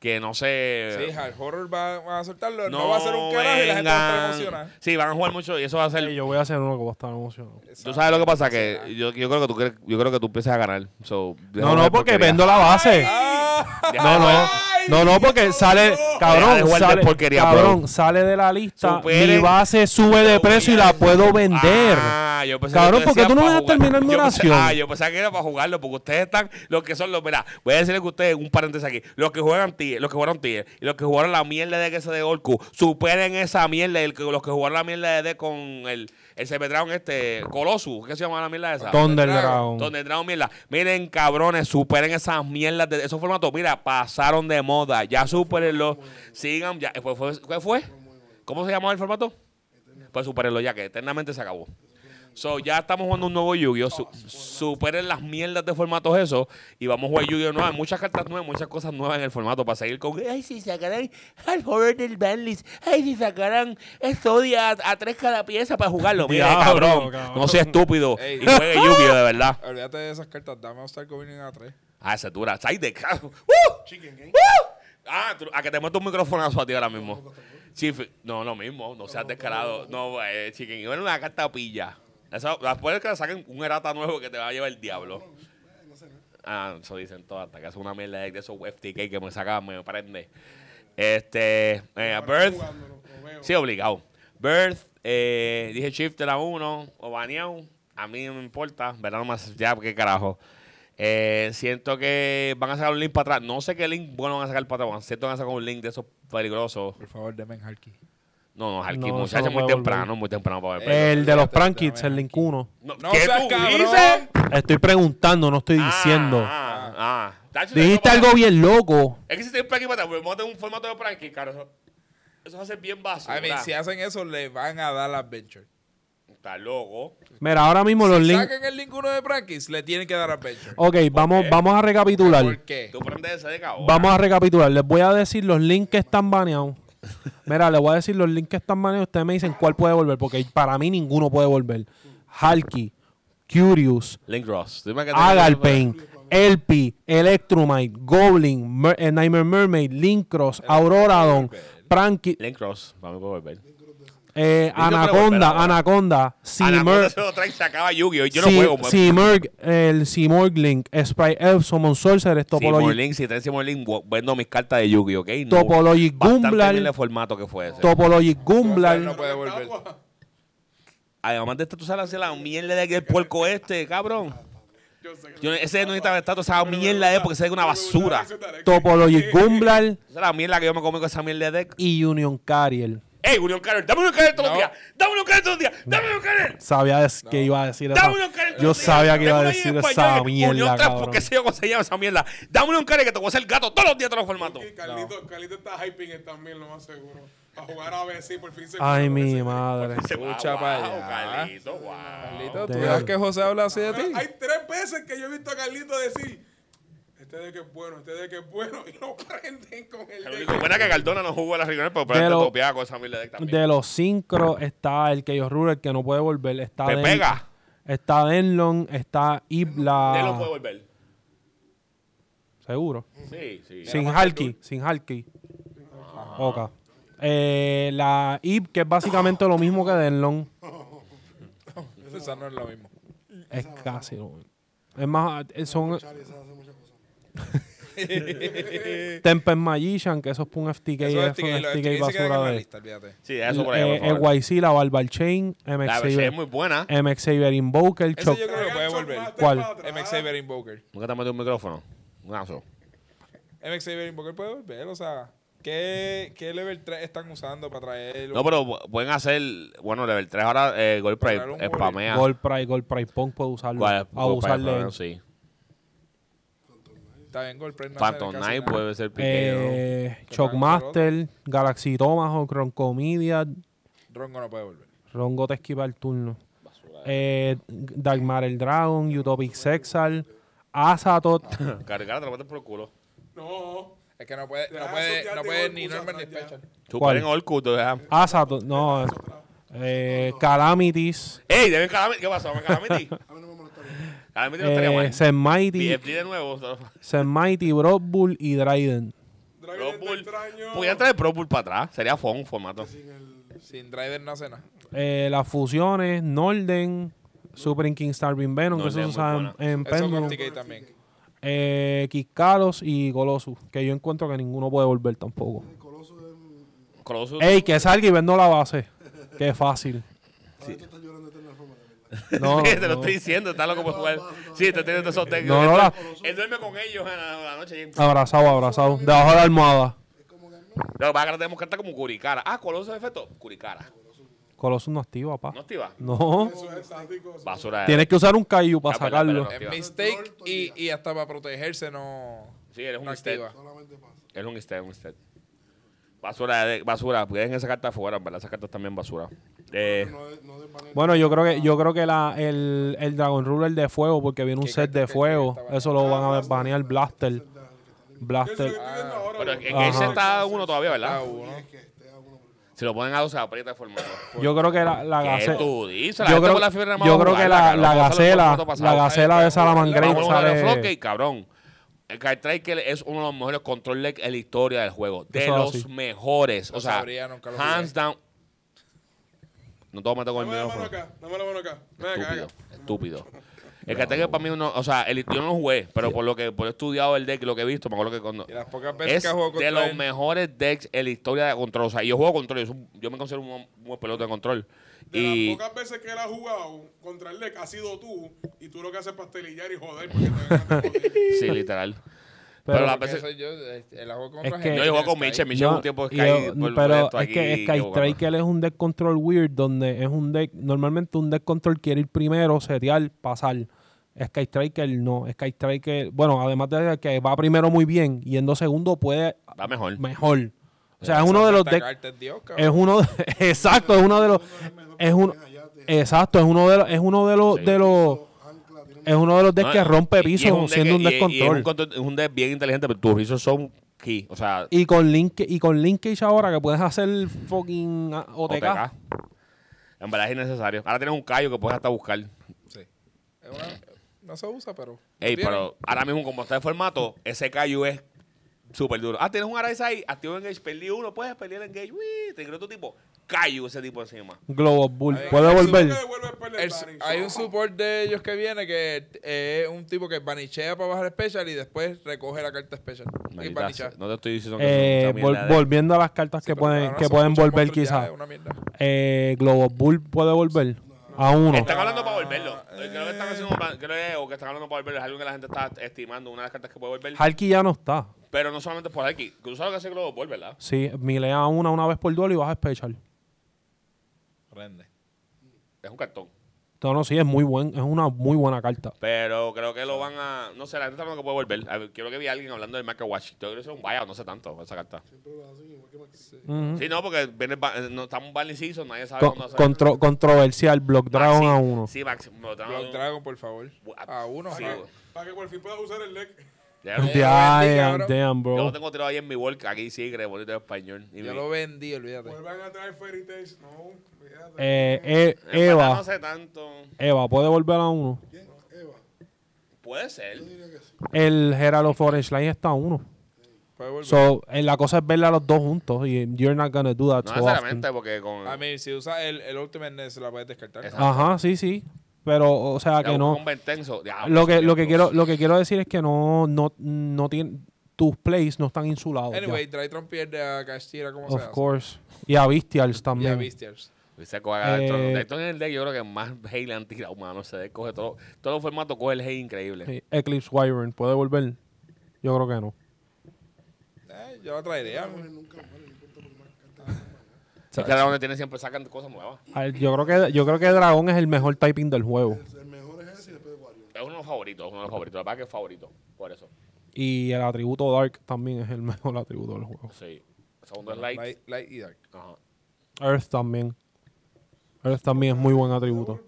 Speaker 3: Que no sé.
Speaker 1: Sí, Hard Horror va, va a soltarlo. No, va a ser un carajo y la gente va a estar
Speaker 3: vengan.
Speaker 1: emocionada.
Speaker 3: Sí, van a jugar mucho y eso va a ser.
Speaker 4: Sí, yo voy a hacer uno que voy a estar emocionado.
Speaker 3: Tú sabes lo que pasa, que yo, yo creo que tú cre- yo creo que tú empiezas a ganar. So,
Speaker 4: No,
Speaker 3: deja de
Speaker 4: no,
Speaker 3: jugar
Speaker 4: porque
Speaker 3: porquería.
Speaker 4: vendo la base.
Speaker 1: Ah,
Speaker 3: Deja
Speaker 4: No,
Speaker 3: de
Speaker 4: no.
Speaker 3: jugar.
Speaker 4: No, no, porque sale,
Speaker 3: Deja de
Speaker 4: cabrón,
Speaker 3: jugar de
Speaker 4: sale,
Speaker 3: porquería,
Speaker 4: cabrón,
Speaker 3: bro.
Speaker 4: sale de la lista,
Speaker 3: Superen-
Speaker 4: mi base sube de precio y la puedo vender.
Speaker 3: Ah, yo pensé
Speaker 4: Cabrón,
Speaker 3: que
Speaker 4: ¿por qué
Speaker 3: decías
Speaker 4: tú no
Speaker 3: pa'
Speaker 4: me dejas
Speaker 3: jugar.
Speaker 4: terminar mi
Speaker 3: Yo pensé-
Speaker 4: oración?
Speaker 3: Ah, yo pensaba que era para jugarlo, porque ustedes están, los que son los, mira, voy a decirles que ustedes, un paréntesis aquí, los que juegan Tier, los que jugaron Tier, y los que jugaron la mierda de que se de Orku, superen esa mierda, el que- los que jugaron la mierda de D con el, el CP Dragon este, Colossus, ¿qué se llama la mierda esa?
Speaker 4: Thunder
Speaker 1: Dragon,
Speaker 4: Dragon.
Speaker 3: Donde entraron mierda. Miren, cabrones, superen esas mierdas de esos formatos. Mira, pasaron de moda. Ya supérenlo. Sigan. Ya. ¿Fue, fue, ¿Qué fue? ¿Cómo se llamaba el formato? Pues supérenlo ya, que eternamente se acabó. So, ya estamos jugando un nuevo Yu-Gi-Oh! Su- superen las mierdas de formatos eso y vamos a jugar Yu-Gi-Oh! nueva. Hay muchas cartas nuevas, muchas cosas nuevas en el formato para seguir con. Ay, si sacarán al poder del banlist. Ay, si sacarán Estodia a, a tres cada pieza para jugarlo. Mira,
Speaker 4: Diablo,
Speaker 3: cabrón,
Speaker 4: cabrón.
Speaker 3: No sea estúpido.
Speaker 1: Ey.
Speaker 3: Y juegue Yu-Gi-Oh! de verdad.
Speaker 1: Olvídate de esas cartas. Dame a Star Covenant a 3.
Speaker 3: Ah, esa es dura. Side deck. [laughs] ¡Uh!
Speaker 5: Chicken game.
Speaker 3: ¡Uh! Ah, tú- a que te meto un micrófono a ti ahora mismo. Chief, no, lo mismo. No seas descarado. No, eh, chicken. Iba una carta pilla. Eso, después de que le saquen un erata nuevo que te va a llevar el diablo. Ah, eso dicen todas. Hasta que es una mierda de de esos FTK que me saca, me prende. Este, eh, Birth.
Speaker 5: Jugándolo, lo veo.
Speaker 3: Sí, obligado. Birth, eh, dije Shift de la 1, o baneado. A mí no me importa, ¿verdad? Nomás ya, qué carajo. Eh, siento que van a sacar un link para atrás. No sé qué link bueno van a sacar para atrás. Siento que van a sacar un link de esos peligrosos.
Speaker 1: Por favor, deme en Harky.
Speaker 3: No, no, Jalki,
Speaker 4: No,
Speaker 3: muchachos,
Speaker 4: eso no
Speaker 3: muy
Speaker 4: puede
Speaker 3: temprano,
Speaker 4: volver.
Speaker 3: muy temprano para ver.
Speaker 4: El de los
Speaker 1: Olvídate,
Speaker 4: Prank
Speaker 1: dame
Speaker 4: Kids, el
Speaker 1: aquí.
Speaker 4: link 1.
Speaker 3: No,
Speaker 1: No
Speaker 3: ¿Qué
Speaker 1: seas
Speaker 3: tú
Speaker 1: cabrón.
Speaker 3: dices?
Speaker 4: Estoy preguntando, no estoy diciendo.
Speaker 3: Ah, ah, ah.
Speaker 4: Dijiste algo bien loco.
Speaker 3: Es que si te un pranky para atrás, vamos a tener un formato de pranky, caro. Eso, eso va a ser bien básico.
Speaker 1: A mí, si hacen eso, le van a dar la Adventure.
Speaker 3: Está loco.
Speaker 4: Mira, ahora mismo los
Speaker 1: si
Speaker 4: links.
Speaker 1: saquen el link uno de Prankis, le tienen que dar Adventure.
Speaker 4: Ok, vamos, vamos a recapitular.
Speaker 1: ¿Por qué?
Speaker 3: Tú prendes ese de cabrón.
Speaker 4: Vamos a recapitular. Les voy a decir los links que están baneados. Mira, les voy a decir los links que están baneados. Ustedes me dicen cuál puede volver, porque para mí ninguno puede volver. Halky, Curious,
Speaker 3: Link Ross. Dime que te-
Speaker 4: Agalpain, Elpi, Electromite, Goblin, Mer- eh, Nightmare Mermaid, Linkross, Auroradon, Pranky,
Speaker 3: Link Ross. Vamos a volver.
Speaker 4: eh,
Speaker 3: Link no puede volver
Speaker 4: Anaconda,
Speaker 3: ahora.
Speaker 4: Anaconda,
Speaker 3: Anaconda
Speaker 4: Seamer,
Speaker 3: se lo trae y se acaba Yu-Gi-Oh! Yo no juego. pues.
Speaker 4: Seamurg, el Seamurg Link, Sprite Elf, Summon Sorcerer,
Speaker 3: Simon
Speaker 4: Topologic,
Speaker 3: Link, si traes Simon Link, vo- vendo mis cartas de Yu-Gi-Oh! ¿ok? No.
Speaker 4: Topologic
Speaker 3: Bastante
Speaker 4: Gumblar,
Speaker 3: bien el formato que fue ese.
Speaker 4: Topologic Gumblar.
Speaker 1: No puede volver.
Speaker 3: Además de esto, tú sabes hacer la mierda de que el puerco este, cabrón.
Speaker 2: Yo sé que
Speaker 3: Yo, ese no necesitaba estatua, esa mierda de porque ese es una basura. Esa
Speaker 4: Topologic Gumblar
Speaker 3: es la mierda que yo me comí con esa mierda de deck.
Speaker 4: y Union Carrier.
Speaker 3: ¡Ey, Union Carrel! ¡Dame un Carrel todos los
Speaker 1: No.
Speaker 3: días! ¡Dame un Carrel todos los días! ¡Dame un Carrel!
Speaker 4: Sabía des- que iba a decir
Speaker 3: Dame un
Speaker 4: eso.
Speaker 3: Carrel
Speaker 4: Yo
Speaker 3: todos los días.
Speaker 4: sabía que iba a
Speaker 3: Tengo ahí
Speaker 4: decir
Speaker 3: en
Speaker 4: esa
Speaker 3: español,
Speaker 4: mierda,
Speaker 3: Union Carrel, porque
Speaker 4: cabrón.
Speaker 3: sé yo cómo se llama esa mierda. Dame un Carrel que te voy a hacer el gato todos los días, todos los formatos.
Speaker 2: Carlito, Carlito está hyping él también, lo más seguro. A jugar a ver si por fin se
Speaker 4: Ay,
Speaker 2: cumple
Speaker 4: mi
Speaker 2: ese-
Speaker 4: madre.
Speaker 1: Escucha para allá.
Speaker 3: Ah, Carlito, wow.
Speaker 1: Carlito, ¿tú
Speaker 4: Damn.
Speaker 1: sabes que José habla así de ti?
Speaker 2: Hay tres veces que yo he visto a Carlito decir: Este de que es bueno, este de que es bueno, [laughs] y no prenden con el
Speaker 3: Lo
Speaker 2: de
Speaker 3: único bueno es que Cardona no jugó a las regiones, pero
Speaker 4: Pero-
Speaker 3: probablemente topeaba con esa mierda de también.
Speaker 4: De los sincros está el Chaos Ruler que no puede volver. Está
Speaker 3: Te
Speaker 4: Den-
Speaker 3: pega.
Speaker 4: Está Denlon, está
Speaker 3: Él no puede
Speaker 4: Ibla.
Speaker 3: volver.
Speaker 4: Seguro.
Speaker 3: Sí, sí.
Speaker 4: Sin Halki. Sin Halki.
Speaker 1: Ah.
Speaker 4: Ok. Eh, la Ib, que es básicamente lo mismo que Denlon.
Speaker 1: Eso no es lo
Speaker 4: [laughs]
Speaker 1: mismo.
Speaker 4: Es casi lo mismo. Es más, eh, son
Speaker 5: Charlie, esa hace muchas cosas.
Speaker 4: Temper Magician, que eso es un FTK,
Speaker 1: Eso
Speaker 4: es
Speaker 1: es que
Speaker 4: un
Speaker 1: lo
Speaker 4: FTK
Speaker 1: se queda en
Speaker 4: basura
Speaker 1: la
Speaker 4: de.
Speaker 1: lista, olvídate.
Speaker 3: Sí, deja eso por ahí,
Speaker 4: Eh,
Speaker 3: por favor.
Speaker 4: NYC, la Barbar Chain, MX
Speaker 3: La versión es muy
Speaker 4: Xavier,
Speaker 3: buena.
Speaker 4: MX Xavier Invoker,
Speaker 1: Ese
Speaker 4: Choc.
Speaker 1: yo creo que puede volver.
Speaker 4: ¿Cuál?
Speaker 1: MX Saber Invoker.
Speaker 3: Nunca te has metido un micrófono. Un aso.
Speaker 1: MX Saber Invoker puede volver, o sea, ¿qué, qué level 3 están usando para traerlo?
Speaker 3: No, pero pu- pueden hacer. Bueno, level 3 ahora, eh, Gold Prime,
Speaker 1: Pegar un gol.
Speaker 3: spamea.
Speaker 4: Gold Price, Gold Price Punk puede usarlo. Ah,
Speaker 3: Cuál- Gold Prime,
Speaker 4: abusarle.
Speaker 3: pero sí.
Speaker 1: Está bien, Golpress no
Speaker 3: Phantom
Speaker 1: hace casi
Speaker 3: Knight
Speaker 1: nada.
Speaker 3: puede ser piqueo.
Speaker 4: Eh,
Speaker 1: Que pagan
Speaker 4: Shockmaster, Galaxy Tomahawk, Ron Comedia,
Speaker 1: Rongo no puede volver.
Speaker 4: Rongo te esquiva el turno. Eh, Dark Matter Dragon, Utopic Sexal, Azatot. [laughs]
Speaker 3: Cargara, te lo metes por el culo.
Speaker 2: No.
Speaker 1: Es que no puede,
Speaker 2: Ya,
Speaker 1: no puede,
Speaker 2: eso ya
Speaker 1: no
Speaker 2: te
Speaker 1: puede
Speaker 2: voy
Speaker 1: ni
Speaker 2: a
Speaker 1: normal ni
Speaker 2: acusar, ya.
Speaker 1: special.
Speaker 3: Super en Orkut, te dejan.
Speaker 4: Azatot, no. Eh, Calamities.
Speaker 3: ¡Ey, deben Calamity! ¿Qué pasó?
Speaker 4: [laughs]
Speaker 3: ¿Calamity?
Speaker 5: A mí no me molesta. nada.
Speaker 3: Calamity no estaría
Speaker 4: Eh,
Speaker 3: mal.
Speaker 4: Senmighty,
Speaker 3: BFD de nuevo.
Speaker 4: Senmighty, Broadbull y Dryden.
Speaker 2: Dragon
Speaker 3: Pro
Speaker 2: está
Speaker 3: Bowl.
Speaker 2: extraño.
Speaker 3: Pudieran traer Pro Bowl para atrás. Sería fun, formato.
Speaker 1: Sin driver no hace nada.
Speaker 4: Eh, las fusiones, Norden, Super King Star Beam Venom, que
Speaker 3: Norden
Speaker 4: eso se
Speaker 3: es muy
Speaker 4: usa
Speaker 3: buena.
Speaker 4: en, en
Speaker 1: Eso
Speaker 4: Pendulum.
Speaker 1: con TK también.
Speaker 4: Eh, Kiskalos y Colossus, que yo encuentro que ninguno puede volver tampoco.
Speaker 3: Colossus. [laughs]
Speaker 4: Ey, que salga y vendo la base. Qué fácil.
Speaker 5: Ahora tú estás llorando de tener forma, de verdad.
Speaker 4: No,
Speaker 3: [laughs] te lo
Speaker 4: no.
Speaker 3: estoy diciendo, está loco por jugar. Sí, te tienes esos técnicos.
Speaker 4: No, no,
Speaker 3: él,
Speaker 4: la-
Speaker 3: él duerme con ellos a la, a la noche. No,
Speaker 4: Abrazado, abrazado. Debajo de la almohada.
Speaker 3: Lo que pasa es que ahora tenemos cartas como Curicara. Ah, Colossus de efecto. Curicara.
Speaker 4: Colossus no activa, pa.
Speaker 3: ¿No activa?
Speaker 4: No.
Speaker 2: Eso es estático. eso.
Speaker 3: Basura de.
Speaker 4: Tienes que usar un Kaiju para
Speaker 3: Ah, verdad,
Speaker 4: sacarlo.
Speaker 3: verdad,
Speaker 1: Es
Speaker 3: Activa.
Speaker 1: mistake y, y hasta para protegerse no,
Speaker 3: Sí, eres un
Speaker 1: no
Speaker 3: instead.
Speaker 1: activa.
Speaker 5: Solamente pasa.
Speaker 3: Es un instead, un instead. Basura, de, basura. Dejen esa carta fuera, ¿verdad? Esas cartas también basura. Eh,
Speaker 5: No, de- no desvanen.
Speaker 4: Bueno, yo creo que yo creo que la, el, el Dragon Ruler de fuego, porque viene un
Speaker 1: ¿Qué
Speaker 4: set
Speaker 1: carta
Speaker 4: de
Speaker 1: que-
Speaker 4: fuego,
Speaker 1: que está
Speaker 4: eso lo
Speaker 5: Ah,
Speaker 4: van a banear Blaster.
Speaker 2: Eso es lo que
Speaker 4: Blaster.
Speaker 3: Ah,
Speaker 2: estoy viendo ahora,
Speaker 3: pero
Speaker 2: bro.
Speaker 3: en que ese está a uno todavía,
Speaker 1: Ah,
Speaker 3: ¿verdad?
Speaker 1: uno.
Speaker 5: Que este, esté a uno por uno.
Speaker 3: Si lo ponen a dos, se aprieta el formato.
Speaker 4: Yo creo que la, la
Speaker 3: ¿Qué
Speaker 4: gacela.
Speaker 3: tú dices? La
Speaker 4: Yo
Speaker 3: gente
Speaker 4: creo,
Speaker 3: con la fiebre nada más
Speaker 4: yo
Speaker 3: va a
Speaker 4: creo que la,
Speaker 3: jugarla,
Speaker 4: la
Speaker 3: cabrón. Eso fue el
Speaker 4: gacela,
Speaker 3: formato pasado.
Speaker 4: la gacela de Salamangreat
Speaker 3: Vamos a jugar el
Speaker 4: sale.
Speaker 3: Flockgate, cabrón. El Card Striker es uno de los mejores control leg en la historia del juego. De
Speaker 4: Eso es
Speaker 3: los
Speaker 4: así.
Speaker 3: mejores. O
Speaker 1: Lo
Speaker 3: sea,
Speaker 1: sabría, nunca lo
Speaker 3: hands down. No te voy a meter con el
Speaker 2: Dame la mano
Speaker 3: micrófono.
Speaker 2: acá. Dame la mano acá. Ven acá,
Speaker 3: Estúpido.
Speaker 2: acá.
Speaker 3: Estúpido. El Card Striker para mí, uno, o sea, el- yo no lo jugué, pero por lo que por he estudiado el deck y lo que he visto, me acuerdo que cuando.
Speaker 1: Y las pocas veces
Speaker 3: Es
Speaker 1: que juego
Speaker 3: de
Speaker 1: contra
Speaker 3: los
Speaker 1: él,
Speaker 3: mejores decks en la historia de control. O sea, yo juego control. Yo, soy un- yo me considero un, buen- un buen pelota de control.
Speaker 2: De
Speaker 3: y
Speaker 2: las pocas veces que él ha jugado contra el deck, ha sido tú. Y tú lo que haces es pastelillar y joder. Porque te ganaste, joder.
Speaker 3: Sí, literal. Pero,
Speaker 4: Pero
Speaker 3: la
Speaker 1: porque
Speaker 3: veces.
Speaker 1: soy yo, eh, la juego contra
Speaker 4: que-
Speaker 1: gente.
Speaker 3: No, yo juego con
Speaker 1: Sky.
Speaker 3: Michel. Michel
Speaker 4: No,
Speaker 3: un tiempo
Speaker 4: y
Speaker 3: Sky.
Speaker 4: yo-
Speaker 3: por
Speaker 4: pero
Speaker 3: esto
Speaker 4: es que
Speaker 3: aquí,
Speaker 4: Sky
Speaker 3: yo, bueno.
Speaker 4: Striker es un deck control weird donde es un deck normalmente un deck control quiere ir primero setear pasar Sky Striker no Sky Striker bueno además de que va primero muy bien yendo segundo puede
Speaker 3: Va mejor.
Speaker 4: mejor o sea es uno de los
Speaker 1: Esta
Speaker 4: decks
Speaker 1: carta es Dios, cabrón.
Speaker 4: es uno de- [laughs] exacto es uno de los es uno exacto es uno de los es uno de los
Speaker 3: Sí.
Speaker 4: de los es uno de los decks
Speaker 3: No,
Speaker 4: que rompe
Speaker 3: y- y es
Speaker 4: piso
Speaker 3: deck
Speaker 4: siendo
Speaker 3: que-
Speaker 4: un deck
Speaker 3: y- y es un
Speaker 4: control
Speaker 3: control- es un deck bien inteligente, pero tus risos son key. O sea,
Speaker 4: y con link y con linkage ahora que puedes hacer fucking ah, OTK.
Speaker 3: OTK. En verdad es innecesario. Ahora tienes un callo que puedes hasta buscar.
Speaker 1: Sí. Es una- [laughs] no se usa, pero.
Speaker 3: Ey,
Speaker 1: ¿Tienen?
Speaker 3: pero ahora mismo, como está el formato, ese callo es súper duro. Ah, tienes un Arise ahí, activo Engage, perdí uno, puedes pelear el Engage. Uy, te creo tu tipo. Callo ese tipo encima.
Speaker 4: Globo Bull.
Speaker 1: Ahí.
Speaker 4: Puede
Speaker 2: Eso es lo que
Speaker 4: volver.
Speaker 2: devuelve después del
Speaker 1: El-
Speaker 2: banning.
Speaker 1: hay un support de ellos que viene que eh, es un tipo que banichea para bajar special y después recoge la carta special. y
Speaker 3: Maldita
Speaker 1: banichea.
Speaker 3: sea, no te estoy diciendo que
Speaker 4: Eh,
Speaker 3: son mucha
Speaker 4: vol-
Speaker 3: mierda de-
Speaker 4: volviendo a las cartas
Speaker 1: Sí,
Speaker 4: que
Speaker 1: pero
Speaker 4: pueden,
Speaker 1: cabrón,
Speaker 4: que
Speaker 1: son
Speaker 4: pueden
Speaker 1: muchos
Speaker 4: volver
Speaker 1: monstruos ya,
Speaker 4: quizás.
Speaker 1: es una mierda.
Speaker 4: Eh, Globo Bull puede volver a uno.
Speaker 3: Están hablando para volverlo.
Speaker 4: Ah,
Speaker 3: Creo que están haciendo un ban- creo o que están hablando para volverlo. Es algo que la gente está estimando, una de las cartas que puede volver.
Speaker 4: Halki ya no está.
Speaker 3: Pero no solamente por aquí. Tú sabes lo que hace Globo Ball, ¿verdad?
Speaker 4: Sí, milea una una vez por duelo y vas a special.
Speaker 1: Prende.
Speaker 3: Es un cartón.
Speaker 4: No, no, sí, es muy buen, es una muy buena carta.
Speaker 3: Pero creo que lo van a. No sé, la gente está hablando que puede volver. A ver, quiero que vi a alguien hablando del Macawash. Yo creo que es un buyout, no sé tanto esa carta.
Speaker 4: Ujú.
Speaker 3: Sí, no, porque viene el ba- eh, no, estamos en Barley Season, nadie sabe
Speaker 4: Con-
Speaker 3: cuándo hacer.
Speaker 4: contro- controversial, Block Dragon a uno.
Speaker 3: Ah,
Speaker 4: [laughs]
Speaker 3: Sí, Max, me lo trajo.
Speaker 1: Block Dragon, por favor. A uno.
Speaker 3: Sí,
Speaker 1: ah.
Speaker 3: güey.
Speaker 2: Para que por fin puedas usar el deck.
Speaker 3: Ya lo-
Speaker 1: Eh,
Speaker 4: Damn,
Speaker 1: cabrón.
Speaker 4: damn,
Speaker 3: Yo lo
Speaker 4: bro.
Speaker 3: tengo tirado ahí en mi walk, aquí sí, que bonito de español. Y
Speaker 1: Yo
Speaker 3: mi-
Speaker 1: lo vendí, olvídate.
Speaker 2: Vuelvan a traer Fairy Tales. No, fíjate.
Speaker 4: Eh, eh,
Speaker 3: En verdad
Speaker 4: Eva,
Speaker 3: No sé tanto.
Speaker 4: Eva, puede volver a uno.
Speaker 5: ¿Quién? Eva.
Speaker 3: Puede ser.
Speaker 4: El Herald of Orange Line está a uno.
Speaker 1: Puede volver.
Speaker 4: So, eh, la cosa es verla a los dos juntos y you're not gonna do that
Speaker 3: No
Speaker 4: so often.
Speaker 3: necesariamente, porque con.
Speaker 1: a mí, si usa el, el Ultimate Ness, la puedes descartar.
Speaker 3: Exacto.
Speaker 4: Ajá, sí, sí. Pero, o sea,
Speaker 3: Ya,
Speaker 4: que no.
Speaker 3: Con Bentenso. ya,
Speaker 4: Lo que,
Speaker 3: Dios.
Speaker 4: lo que quiero, lo que quiero decir es que no, no, no tiene, tus plays no están insulados. Oh, ya.
Speaker 1: Anyway, Drytron pierde a Castira como
Speaker 4: of
Speaker 1: sea.
Speaker 4: course. Y a Bestials
Speaker 1: Y
Speaker 4: también.
Speaker 1: a Beastials.
Speaker 3: Dice, coja-
Speaker 4: Eh,
Speaker 3: esto- esto en el deck yo creo que más Hale le han tirado, mano. Se de- coge todo, todos los formatos, coge el Hale increíble.
Speaker 4: Sí, Eclipse Wyvern, ¿puede volver? Yo creo que no.
Speaker 1: Eh, yo la traería.
Speaker 3: Es que ahora donde tiene siempre sacan cosas nuevas.
Speaker 4: Al- Yo creo que, yo creo que Dragón es el mejor typing del juego.
Speaker 5: El mejor es ese y después Wario.
Speaker 3: Es uno de los favoritos, es uno de los favoritos. La verdad que es favorito, por eso.
Speaker 4: Y el atributo Dark también es el [laughs] mejor atributo del juego.
Speaker 3: Sí. Segundo es Light.
Speaker 1: Light, Light y Dark.
Speaker 3: Ajá.
Speaker 4: Earth también. Earth también es muy buen atributo.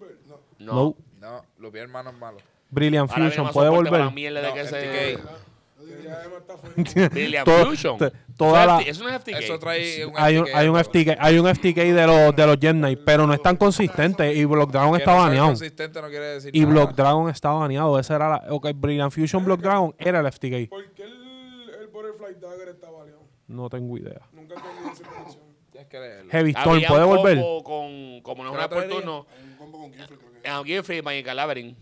Speaker 3: No.
Speaker 4: No.
Speaker 1: No, los pies hermanos malos.
Speaker 4: Brilliant
Speaker 3: Ahora
Speaker 4: Fusion
Speaker 3: mismo
Speaker 4: puede
Speaker 3: soporte para
Speaker 4: volver.
Speaker 3: la mierda de que se...
Speaker 1: FTK.
Speaker 4: [laughs]
Speaker 3: Brilliant
Speaker 4: Todo-
Speaker 3: Fusion.
Speaker 4: te- toda
Speaker 3: Eso
Speaker 4: la-
Speaker 3: es FT- eso no es FTK.
Speaker 1: Eso trae un
Speaker 4: Hay un,
Speaker 1: FTK,
Speaker 4: hay un
Speaker 1: cabrón.
Speaker 4: FTK, hay un FTK de los de los Jet Knight, pero no es tan consistente y Block Dragon
Speaker 1: Que
Speaker 4: está
Speaker 1: no sea
Speaker 4: baneado.
Speaker 1: consistente no quiere decir
Speaker 4: Y
Speaker 1: nada.
Speaker 4: Block Dragon está baneado, esa era la ok, Brilliant Fusion Block Dragon era el FTK.
Speaker 2: ¿Por qué el, el Butterfly Dagger está baleado?
Speaker 4: No tengo idea.
Speaker 2: Nunca entendí esa conexión.
Speaker 1: Tienes que leerlo.
Speaker 4: Heavy Storm
Speaker 3: Había
Speaker 4: puede
Speaker 3: un
Speaker 4: volver.
Speaker 3: combo con, como no
Speaker 1: Pero
Speaker 3: es una
Speaker 1: otro
Speaker 3: por
Speaker 1: día.
Speaker 3: turno,
Speaker 5: [laughs] Un combo con Gifle, creo que.
Speaker 3: a Giffy, Magic Labyrinth.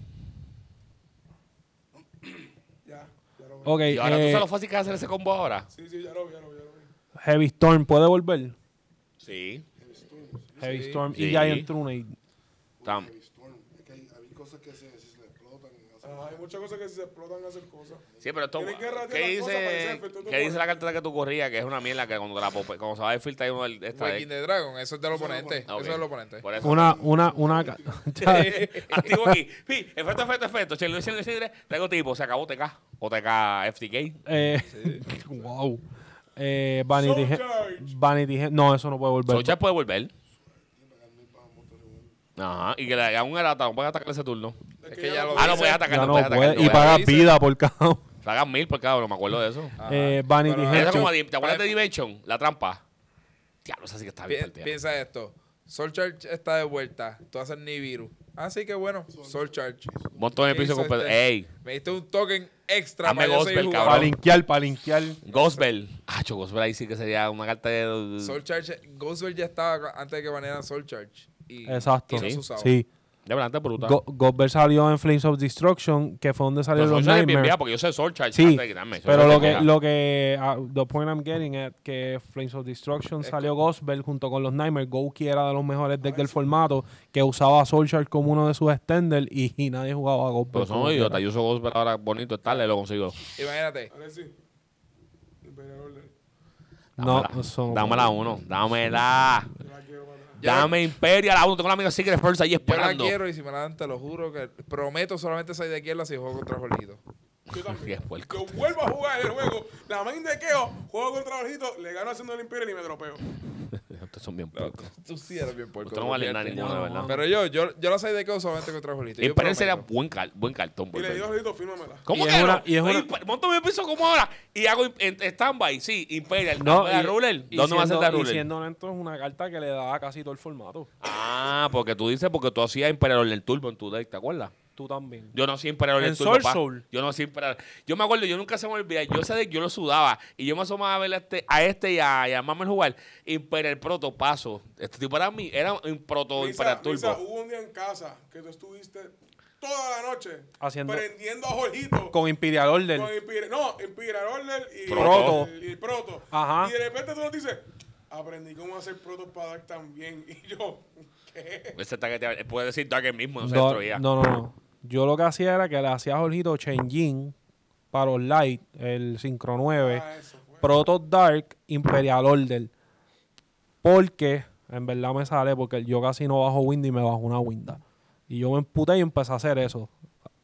Speaker 2: Ya, ya lo vi.
Speaker 4: Ok,
Speaker 3: Y ahora tú
Speaker 4: eh,
Speaker 3: sabes lo fácil que es hacer ese combo ahora.
Speaker 2: Sí, sí, ya lo vi, ya lo vi, ya lo vi.
Speaker 4: Heavy Storm puede volver.
Speaker 3: Sí.
Speaker 4: Heavy Storm y
Speaker 3: Sí.
Speaker 4: Giant Trunade.
Speaker 3: Tam.
Speaker 5: Heavy Storm. Es que hay, hay cosas que se, se le explotan. y hacen-
Speaker 2: Ajá, hay muchas cosas que si se explotan hacen cosas.
Speaker 3: Sí, pero esto,
Speaker 2: Tienes que ratear
Speaker 3: ¿qué
Speaker 2: las cosas para que sea
Speaker 3: dice,
Speaker 2: efecto
Speaker 3: ¿qué dice
Speaker 2: tubo.
Speaker 3: la carta que tú corrías? Que es una mierda que cuando, la, pope- cuando se va a filtrar hay uno del esta
Speaker 1: Waking
Speaker 3: de...
Speaker 1: the Dragon, eso es del oponente.
Speaker 3: Ah, ok.
Speaker 1: Eso es del oponente.
Speaker 3: Por eso.
Speaker 4: Una, una, una. ca-
Speaker 3: [laughs]
Speaker 4: [laughs]
Speaker 3: Activo aquí. Pi, efecto, efecto, efecto. Chile, chile, chile. Tengo tipo, se acabó TK. O TK FTK.
Speaker 4: eh, [laughs] wow. Eh, Vanity, He-
Speaker 2: Soulcharge.
Speaker 4: Vanity He- No, eso no puede volver.
Speaker 3: Socha puede volver. Ajá. Y que le haga un erata. No puede atacar ese turno.
Speaker 1: Es que ya lo
Speaker 3: Ah, no
Speaker 1: dice.
Speaker 3: puede atacar.
Speaker 4: Ya no
Speaker 3: puede atacar.
Speaker 4: puede. Y
Speaker 1: ya
Speaker 4: paga
Speaker 1: lo hice.
Speaker 4: vida por cada uno.
Speaker 3: Se hagan mil por cada uno. Me acuerdo de eso.
Speaker 1: Ajá.
Speaker 4: Eh, Vanity
Speaker 1: Pero
Speaker 4: Head.
Speaker 1: ahora
Speaker 3: Era como,
Speaker 1: tú-
Speaker 3: a- ¿Te acuerdas de Dimension? La trampa. Diablo, esa sí que está bien
Speaker 1: pi-
Speaker 3: partida.
Speaker 1: Piensa esto. Soul Charge está de vuelta. Tú haces Nibiru. Así que bueno, Soul Charge.
Speaker 3: Un montón de piso
Speaker 1: Piensa
Speaker 3: con pedro.
Speaker 1: este-
Speaker 3: ¡Ey!
Speaker 1: Me diste un token extra
Speaker 3: Hazme
Speaker 1: para yo
Speaker 3: gospel,
Speaker 1: seguir
Speaker 3: cabrón.
Speaker 4: Para
Speaker 1: jugando.
Speaker 4: linkear, para linkear.
Speaker 3: Gospel. Ah, cho, Gospel ahí sí que sería una carta de.
Speaker 1: Soul Charge, Ghostbell ya estaba antes de que banearan Soul Charge. Y,
Speaker 4: Exacto.
Speaker 1: y no se
Speaker 4: Sí.
Speaker 1: usaba.
Speaker 3: De verdad, bruta.
Speaker 4: Go- Gobert salió en Flames of Destruction, que fue donde
Speaker 3: Pero
Speaker 4: salieron los
Speaker 3: Soul Charge es bien
Speaker 4: Nightmares.
Speaker 3: vieja porque yo sé Soul Charge.
Speaker 4: Sí,
Speaker 3: antes de quitarme, eso
Speaker 4: pero
Speaker 3: es
Speaker 4: lo que,
Speaker 3: vieja.
Speaker 4: lo que ah, the point I'm getting at que Flames of Destruction salió Gospel junto con los Nightmares. Gouki era de los mejores decks del formato, que usaba Soulshard como uno de sus extenders y, y nadie jugaba a Gospel.
Speaker 3: Pero son
Speaker 4: como
Speaker 3: idiotas.
Speaker 4: quiera.
Speaker 3: Yo uso Gospel ahora bonito. Tal, le lo consigo.
Speaker 1: Imagínate.
Speaker 2: Alexi. Imperial Order.
Speaker 4: No, eso no
Speaker 3: Dámela uno. Dámela.
Speaker 2: Yo la quiero para atrás.
Speaker 1: Yo la-
Speaker 3: Dame Imperial a uno. Tengo la amiga Secret First ahí
Speaker 1: Yo la
Speaker 3: esperando.
Speaker 1: quiero y si me la dan, te lo juro que prometo solamente salir de aquí en la si juego contra Jorgito.
Speaker 2: Yo
Speaker 3: Qué
Speaker 4: [laughs]
Speaker 2: también.
Speaker 3: puerco.
Speaker 2: Yo vuelvo a jugar el juego. La main de Keo, juego contra Ojito, le gano haciendo el Imperial y me dropeo.
Speaker 3: Ustedes son bien puercos.
Speaker 1: [laughs] Tú sí eres bien puerco.
Speaker 3: Usted no vale nada
Speaker 1: olvídate.
Speaker 3: ninguno, de
Speaker 4: no,
Speaker 3: verdad.
Speaker 1: Pero yo, yo, yo la salí de que solamente contra Jorgito. Yo
Speaker 3: Imperial sería
Speaker 1: prometo.
Speaker 3: buen, cal- buen cartón.
Speaker 2: Y
Speaker 3: por
Speaker 2: le digo a
Speaker 3: ver.
Speaker 2: Ojito, fírmamela.
Speaker 3: ¿Cómo
Speaker 4: Y
Speaker 3: que
Speaker 4: es una-
Speaker 3: no?
Speaker 4: y es una-
Speaker 3: Imp- monto mi piso como ahora y hago imp- en- stand-by. Sí, Imperial.
Speaker 4: No,
Speaker 3: ¿La
Speaker 4: y-
Speaker 3: ruler?
Speaker 4: y
Speaker 3: ¿Dónde va a ser
Speaker 4: siendo-
Speaker 3: la
Speaker 4: Y
Speaker 3: ruler?
Speaker 4: siendo honesto, es una carta que le da casi todo el formato.
Speaker 3: Ah, porque tú dices porque tú hacías Imperial el Turbo en tu deck, ¿te acuerdas?
Speaker 4: Tú también.
Speaker 3: Yo no hacía Imperial
Speaker 4: En
Speaker 3: el Turbo.
Speaker 4: Soul
Speaker 3: pa.
Speaker 4: Soul.
Speaker 3: Yo no hacía Imperial. Yo me acuerdo, yo nunca se me olvidaba. Yo ese deck yo lo sudaba y yo me asomaba a ver a este, a este y a, y a Mamel jugar. Imperial Proto Paso. Este tipo era mi, era un Proto Imperial
Speaker 2: Misa, Misa,
Speaker 3: Turbo.
Speaker 2: hubo un día en casa que tú estuviste toda la noche
Speaker 4: Haciendo-
Speaker 2: prendiendo a Jorgito
Speaker 4: Con Imperial Order.
Speaker 2: con Imperial, no, Imperial Order y
Speaker 4: Proto.
Speaker 2: Y, el Proto.
Speaker 4: Ajá.
Speaker 2: Y de repente tú nos dices, aprendí cómo hacer Proto para dar también. [laughs] Y yo,
Speaker 1: uh.
Speaker 2: ¿qué?
Speaker 3: Ese está que te puede decir Dark mismo, no se
Speaker 4: No,
Speaker 3: destruía.
Speaker 4: no, no, no. Yo lo que hacía era que le hacía a Jorgito Chengin para los Light, el Sincro 9,
Speaker 2: Ah, eso fue.
Speaker 4: Proto Dark, Imperial Order. Porque, en verdad me sale, porque yo casi no bajo Windy y me bajo una Winda. Y yo me emputé y empecé a hacer eso.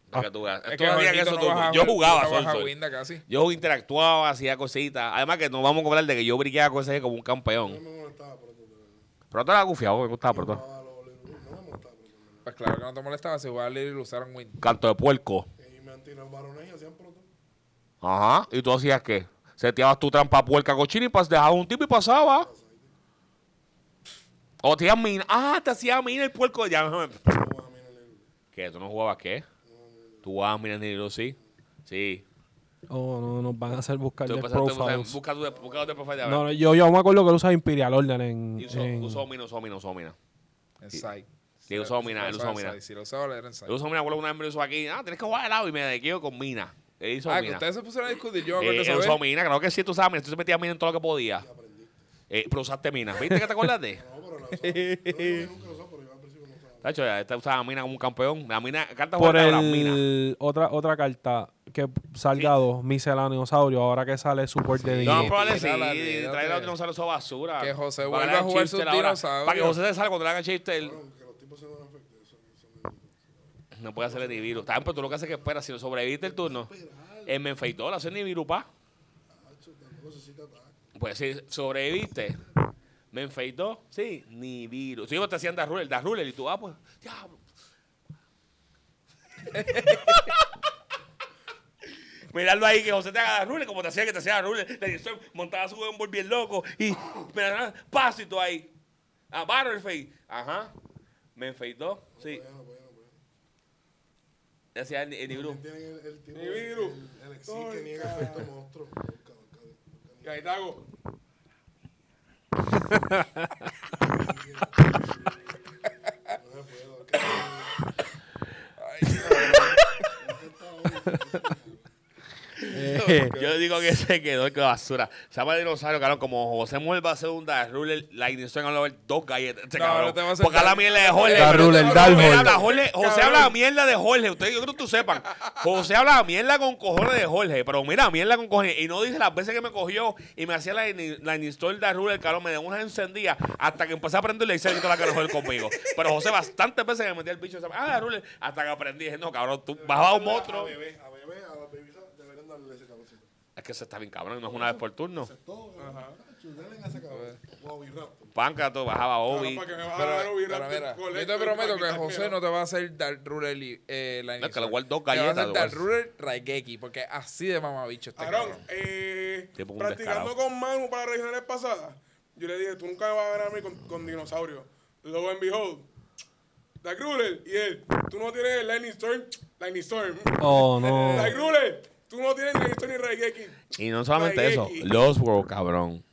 Speaker 3: Para que tú veas.
Speaker 1: Es
Speaker 3: Tú no hacías
Speaker 1: Jorgito
Speaker 3: eso
Speaker 1: no
Speaker 3: tú.
Speaker 1: baja-
Speaker 3: Yo jugaba
Speaker 1: no
Speaker 3: Soul
Speaker 1: baja
Speaker 3: Soul.
Speaker 1: Winda casi.
Speaker 3: Yo interactuaba, hacía cositas. Además que no vamos a hablar de que yo brillaba con ese como un campeón.
Speaker 5: No me molestaba, pero tú- tú-
Speaker 3: Proto era gufiado, me gustaba Proto.
Speaker 5: ah, lo- lo- no me molestaba, pero tú-
Speaker 1: Pues claro que no te molestaba si jugaba Lily y lo usaron Winda.
Speaker 3: Canto de puerco.
Speaker 5: Y me han tirado varones y hacían proto.
Speaker 3: Ajá. ¿Y tú hacías qué? Seteabas tu trampa puerca cochina y pas- dejabas un tipo y pasaba. O te hacías mina. Ah, te hacía mina el puerco. Ya, no me-
Speaker 5: No, a mí no le-
Speaker 3: ¿Qué? ¿Tú no jugabas qué? ¿Tú jugabas mina en el sí? Sí.
Speaker 4: Oh, no, nos van a hacer buscar
Speaker 3: Tú
Speaker 4: de
Speaker 3: empezaste a
Speaker 4: profiles.
Speaker 3: buscar tu buscador de profile. a ver.
Speaker 4: No, eh. no, yo, yo me acuerdo que él usaba Imperial Order en...
Speaker 3: Y usó-
Speaker 4: en-
Speaker 3: Usó mina, usó mina, usó mina.
Speaker 1: Inside.
Speaker 3: Sí, lo usaba Mina, él usaba Mina.
Speaker 1: Si lo usaba, le era Ah, Inside.
Speaker 3: Yo uso mina, abuelo una vez me lo hizo aquí. Ah, tienes que jugar de lado y me dediqué con mina. Él hizo
Speaker 1: Ah, que
Speaker 3: mina.
Speaker 1: ustedes se pusieron a discutir. Yo me
Speaker 3: Eh,
Speaker 1: acuerdo
Speaker 3: él
Speaker 1: de
Speaker 3: usó
Speaker 1: saber.
Speaker 3: mina, creo que sí, tú sabes, mina, tú te metías mina en todo lo que podías. Eh, pero usaste mina, ¿viste que te acordaste?
Speaker 5: [laughs] No, pero la usaba. Yo nunca la usaba, pero yo al principio no usaba.
Speaker 3: Tacho, ya, esta usaba mina como un campeón. La mina, carta
Speaker 4: por
Speaker 3: fuerte de las minas.
Speaker 4: el, otra, otra carta que salga dos, Miscelaniosaurio, ahora que sale el support de
Speaker 3: No,
Speaker 4: Digimon.
Speaker 3: probable sí,
Speaker 1: tira la vida,
Speaker 3: traer
Speaker 1: tira.
Speaker 3: a los dinosaurios eso es basura.
Speaker 1: Que José
Speaker 3: Para
Speaker 1: vuelva
Speaker 3: que hagan
Speaker 1: a jugar
Speaker 3: chiste
Speaker 1: sus
Speaker 3: ahora.
Speaker 1: dinosaurios.
Speaker 3: Para que José se salga cuando le hagan chiste, él
Speaker 5: Que los tipos se van a afectar. Eso, eso me-
Speaker 3: no puede hacerle ni virus. Está bien, pero tú lo que haces es que esperas, si no sobreviviste el turno, él me enfeitó, le haces ni virus, pa.
Speaker 5: Hacho, tampoco se cita ataque.
Speaker 3: Pues si sobreviviste, me enfeitó, sí, ni virus. Si yo te hacían Darruler, Darruler, y tú, ah, pues, diablo. Mirarlo ahí, que José te haga rule, como te hacía que te hacía rule. La dirección montaba su buen bien loco. Y me da paso y tú ahí. A Battlefield. Ajá. Me enfeitó. Sí.
Speaker 5: Bueno, bueno, bueno.
Speaker 3: Decía el, el Nibiru.
Speaker 5: Tienen el, el tipo.
Speaker 1: Nibiru.
Speaker 5: El, el exil que niega efecto [laughs] monstruo. Nunca, nunca, nunca niega.
Speaker 1: Gaitago.
Speaker 5: No se puede, nunca niega.
Speaker 3: Yo digo que se quedó, que basura. Se llama dinosaurio, cabrón. Como José Muel va a hacer un Ruler, la dirección van a haber dos galletas. Este
Speaker 1: No,
Speaker 3: cabrón.
Speaker 1: no te va a hacer
Speaker 3: Porque habla
Speaker 1: daño.
Speaker 3: mierda de Jorge.
Speaker 4: Da
Speaker 3: pero-
Speaker 4: Ruler,
Speaker 3: Jorge
Speaker 4: da el Jorge.
Speaker 3: habla- Jorge- José
Speaker 1: Cabrón.
Speaker 3: habla mierda de Jorge. Ustedes, yo creo que ustedes sepan. José habla mierda con cojones de Jorge. Pero mira, mierda con cojones. Y no dije las veces que me cogió y me hacía la, ini- la Inistor de Ruler, cabrón. Me dio una encendida hasta que empecé a aprender y le hice el grito a la cara de Jorge conmigo. Pero José, bastantes veces que me metía el bicho. Ah, da Ruler. Hasta que aprendí. Dije, no, cabrón, tú bajabas un
Speaker 5: A
Speaker 3: monstruo.
Speaker 5: bebé, a bebé, a las bebidas deberían darle ese cabroncito.
Speaker 3: Es que se está bien cabrón, no es una vez por turno.
Speaker 5: Todo, muchachos, denle a ese cabrón. Wow, y rato.
Speaker 3: Panca, todo bajaba Obi.
Speaker 2: Para que me bajaran
Speaker 1: Pero,
Speaker 2: los virus
Speaker 1: pero mira, yo te
Speaker 2: colectos,
Speaker 1: prometo
Speaker 2: para
Speaker 1: que
Speaker 2: quitarme
Speaker 1: José
Speaker 2: la-
Speaker 1: no te va a hacer Dark Ruler li- eh, la
Speaker 3: No, que
Speaker 1: inicio.
Speaker 3: le voy a dar dos
Speaker 1: Te va
Speaker 3: galletas,
Speaker 1: a hacer Dark
Speaker 3: lo voy
Speaker 1: Ruler Raigeki, porque así de mamabicho este
Speaker 2: Cabrón,
Speaker 1: cabrón.
Speaker 2: eh,
Speaker 3: Tipo un
Speaker 2: practicando
Speaker 3: descarado.
Speaker 2: con Manu para las regionales pasadas, yo le dije, tú nunca me vas a ganar a mí con, con dinosaurio. Lo and behold, Dark Ruler, y él, tú no tienes el Lightning Storm, Lightning Storm.
Speaker 4: Oh, no.
Speaker 2: Dark Ruler, tú no tienes Lightning Storm ni Raigeki.
Speaker 3: Y no solamente eso,
Speaker 2: Raigeki.
Speaker 3: Los World, cabrón.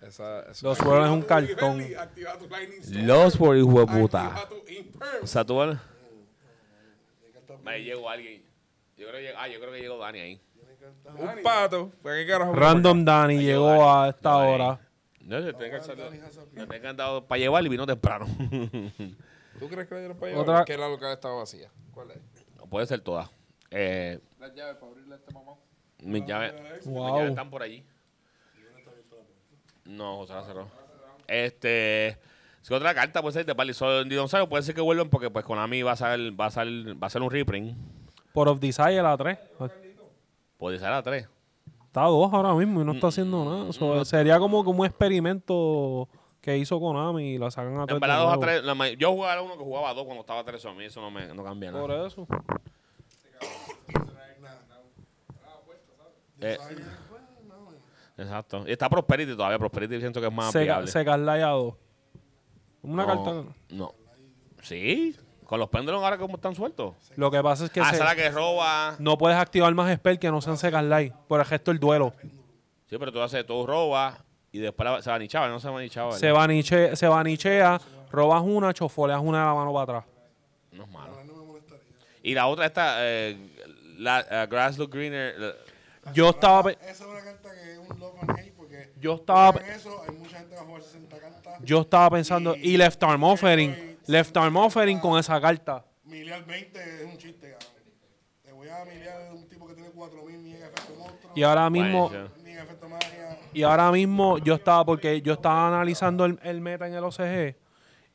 Speaker 1: Esa, esa-
Speaker 4: Los fueron es un
Speaker 2: Activa tu
Speaker 4: cartón.
Speaker 2: Iberly, activa tu Lightning Storm,
Speaker 3: Los World, hijo de
Speaker 2: activa
Speaker 3: puta.
Speaker 2: tu Imperm.
Speaker 3: O sea, tú vas- Me llegó alguien. Yo creo que llegó, ah, yo creo que llegó Dani ahí.
Speaker 1: un pato. ¿Para qué carajo?
Speaker 4: Random Danny llegó a esta
Speaker 3: Dani.
Speaker 4: hora.
Speaker 3: No, se te ha encantado para llevar y vino temprano. [laughs]
Speaker 1: ¿Tú crees que la dieron para allá?
Speaker 4: Otra-
Speaker 1: Que la local estaba vacía. ¿Cuál es?
Speaker 3: No puede ser toda. Eh,
Speaker 1: Las llaves para abrirle a este mamón.
Speaker 3: mis llaves, mis llaves
Speaker 4: Wow.
Speaker 3: están por allí. No, José la cerró. Este. Si otra carta puede ser de Pali Sol Dinosaurio, puede ser que vuelvan porque pues Konami va a ser, va a ser, va a ser un reprint.
Speaker 4: Por of Desire a 3.
Speaker 3: Puede ser a tres.
Speaker 4: Está a 2 ahora mismo y no está
Speaker 3: Mm.
Speaker 4: haciendo nada. So, Sería como que un experimento que hizo Konami y la sacan a 3.
Speaker 3: En verdad, dos a tres, la may- yo jugaba a uno que jugaba a dos cuando estaba a tres, eso a mí eso no, me, no cambia
Speaker 4: Por
Speaker 3: nada.
Speaker 4: eso.
Speaker 3: Eh, exacto. Y está Prosperity todavía, Prosperity siento que es más
Speaker 4: Sega,
Speaker 3: ampliable.
Speaker 4: Segarlaya 2. Una
Speaker 3: Ah, No,
Speaker 4: carta.
Speaker 3: No. Sí, con los péndulos ahora como están sueltos.
Speaker 4: Lo que pasa es que
Speaker 3: Ah,
Speaker 4: se-
Speaker 3: esa es la que roba.
Speaker 4: no puedes activar más spell que no sean Segarlay. Por el gesto el duelo.
Speaker 3: Sí, pero tú haces, tú robas y después la- se banichaba, no se banichaba.
Speaker 4: Se, baniche, se banichea, robas una, chofoleas una de la mano para atrás.
Speaker 3: No es malo.
Speaker 5: No me molestaría.
Speaker 3: Y la otra está, eh, la, eh, Grass Look Greener. la-
Speaker 4: Yo estaba. pe-
Speaker 5: Esa es una carta que es un love and hate porque
Speaker 4: Yo estaba-
Speaker 5: juegan eso, hay mucha gente que va a jugar 60 cartas.
Speaker 4: Yo estaba pensando, y, Left Arm Offering, Left Arm Offering con esa carta.
Speaker 5: Miliar 20 es un chiste, cabrón. Te voy a miliar un tipo que tiene 4000 ni en efecto monstruo,
Speaker 4: Y ahora mismo,
Speaker 3: Bueno,
Speaker 5: ni en efecto magia.
Speaker 4: y ahora mismo yo estaba, porque yo estaba analizando el, el meta en el OCG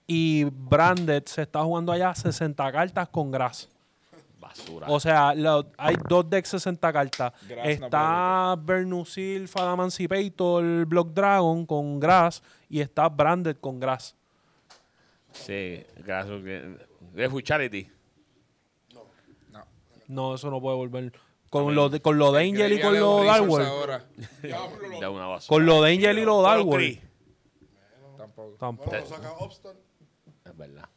Speaker 4: y Branded se está jugando allá 60 cartas con Grass.
Speaker 3: basura.
Speaker 4: O sea, la- hay dos decks 60 cartas.
Speaker 1: Grass no
Speaker 4: está Bernusil, Fadamancipator, Block Dragon con Grass y está Branded con Grass.
Speaker 3: sí, Grass Look Greener. Refuge Charity.
Speaker 1: No.
Speaker 4: No, eso no puede volver. Con lo, de- con lo Danger y con lo
Speaker 1: Resource
Speaker 4: Darwell.
Speaker 1: ahora.
Speaker 3: Da una basura.
Speaker 4: Con lo Danger y lo
Speaker 3: Con los
Speaker 4: Darwell.
Speaker 3: Cree.
Speaker 1: Tampoco.
Speaker 4: Tampoco.
Speaker 5: Bueno, lo saca Obstar.
Speaker 3: Es verdad.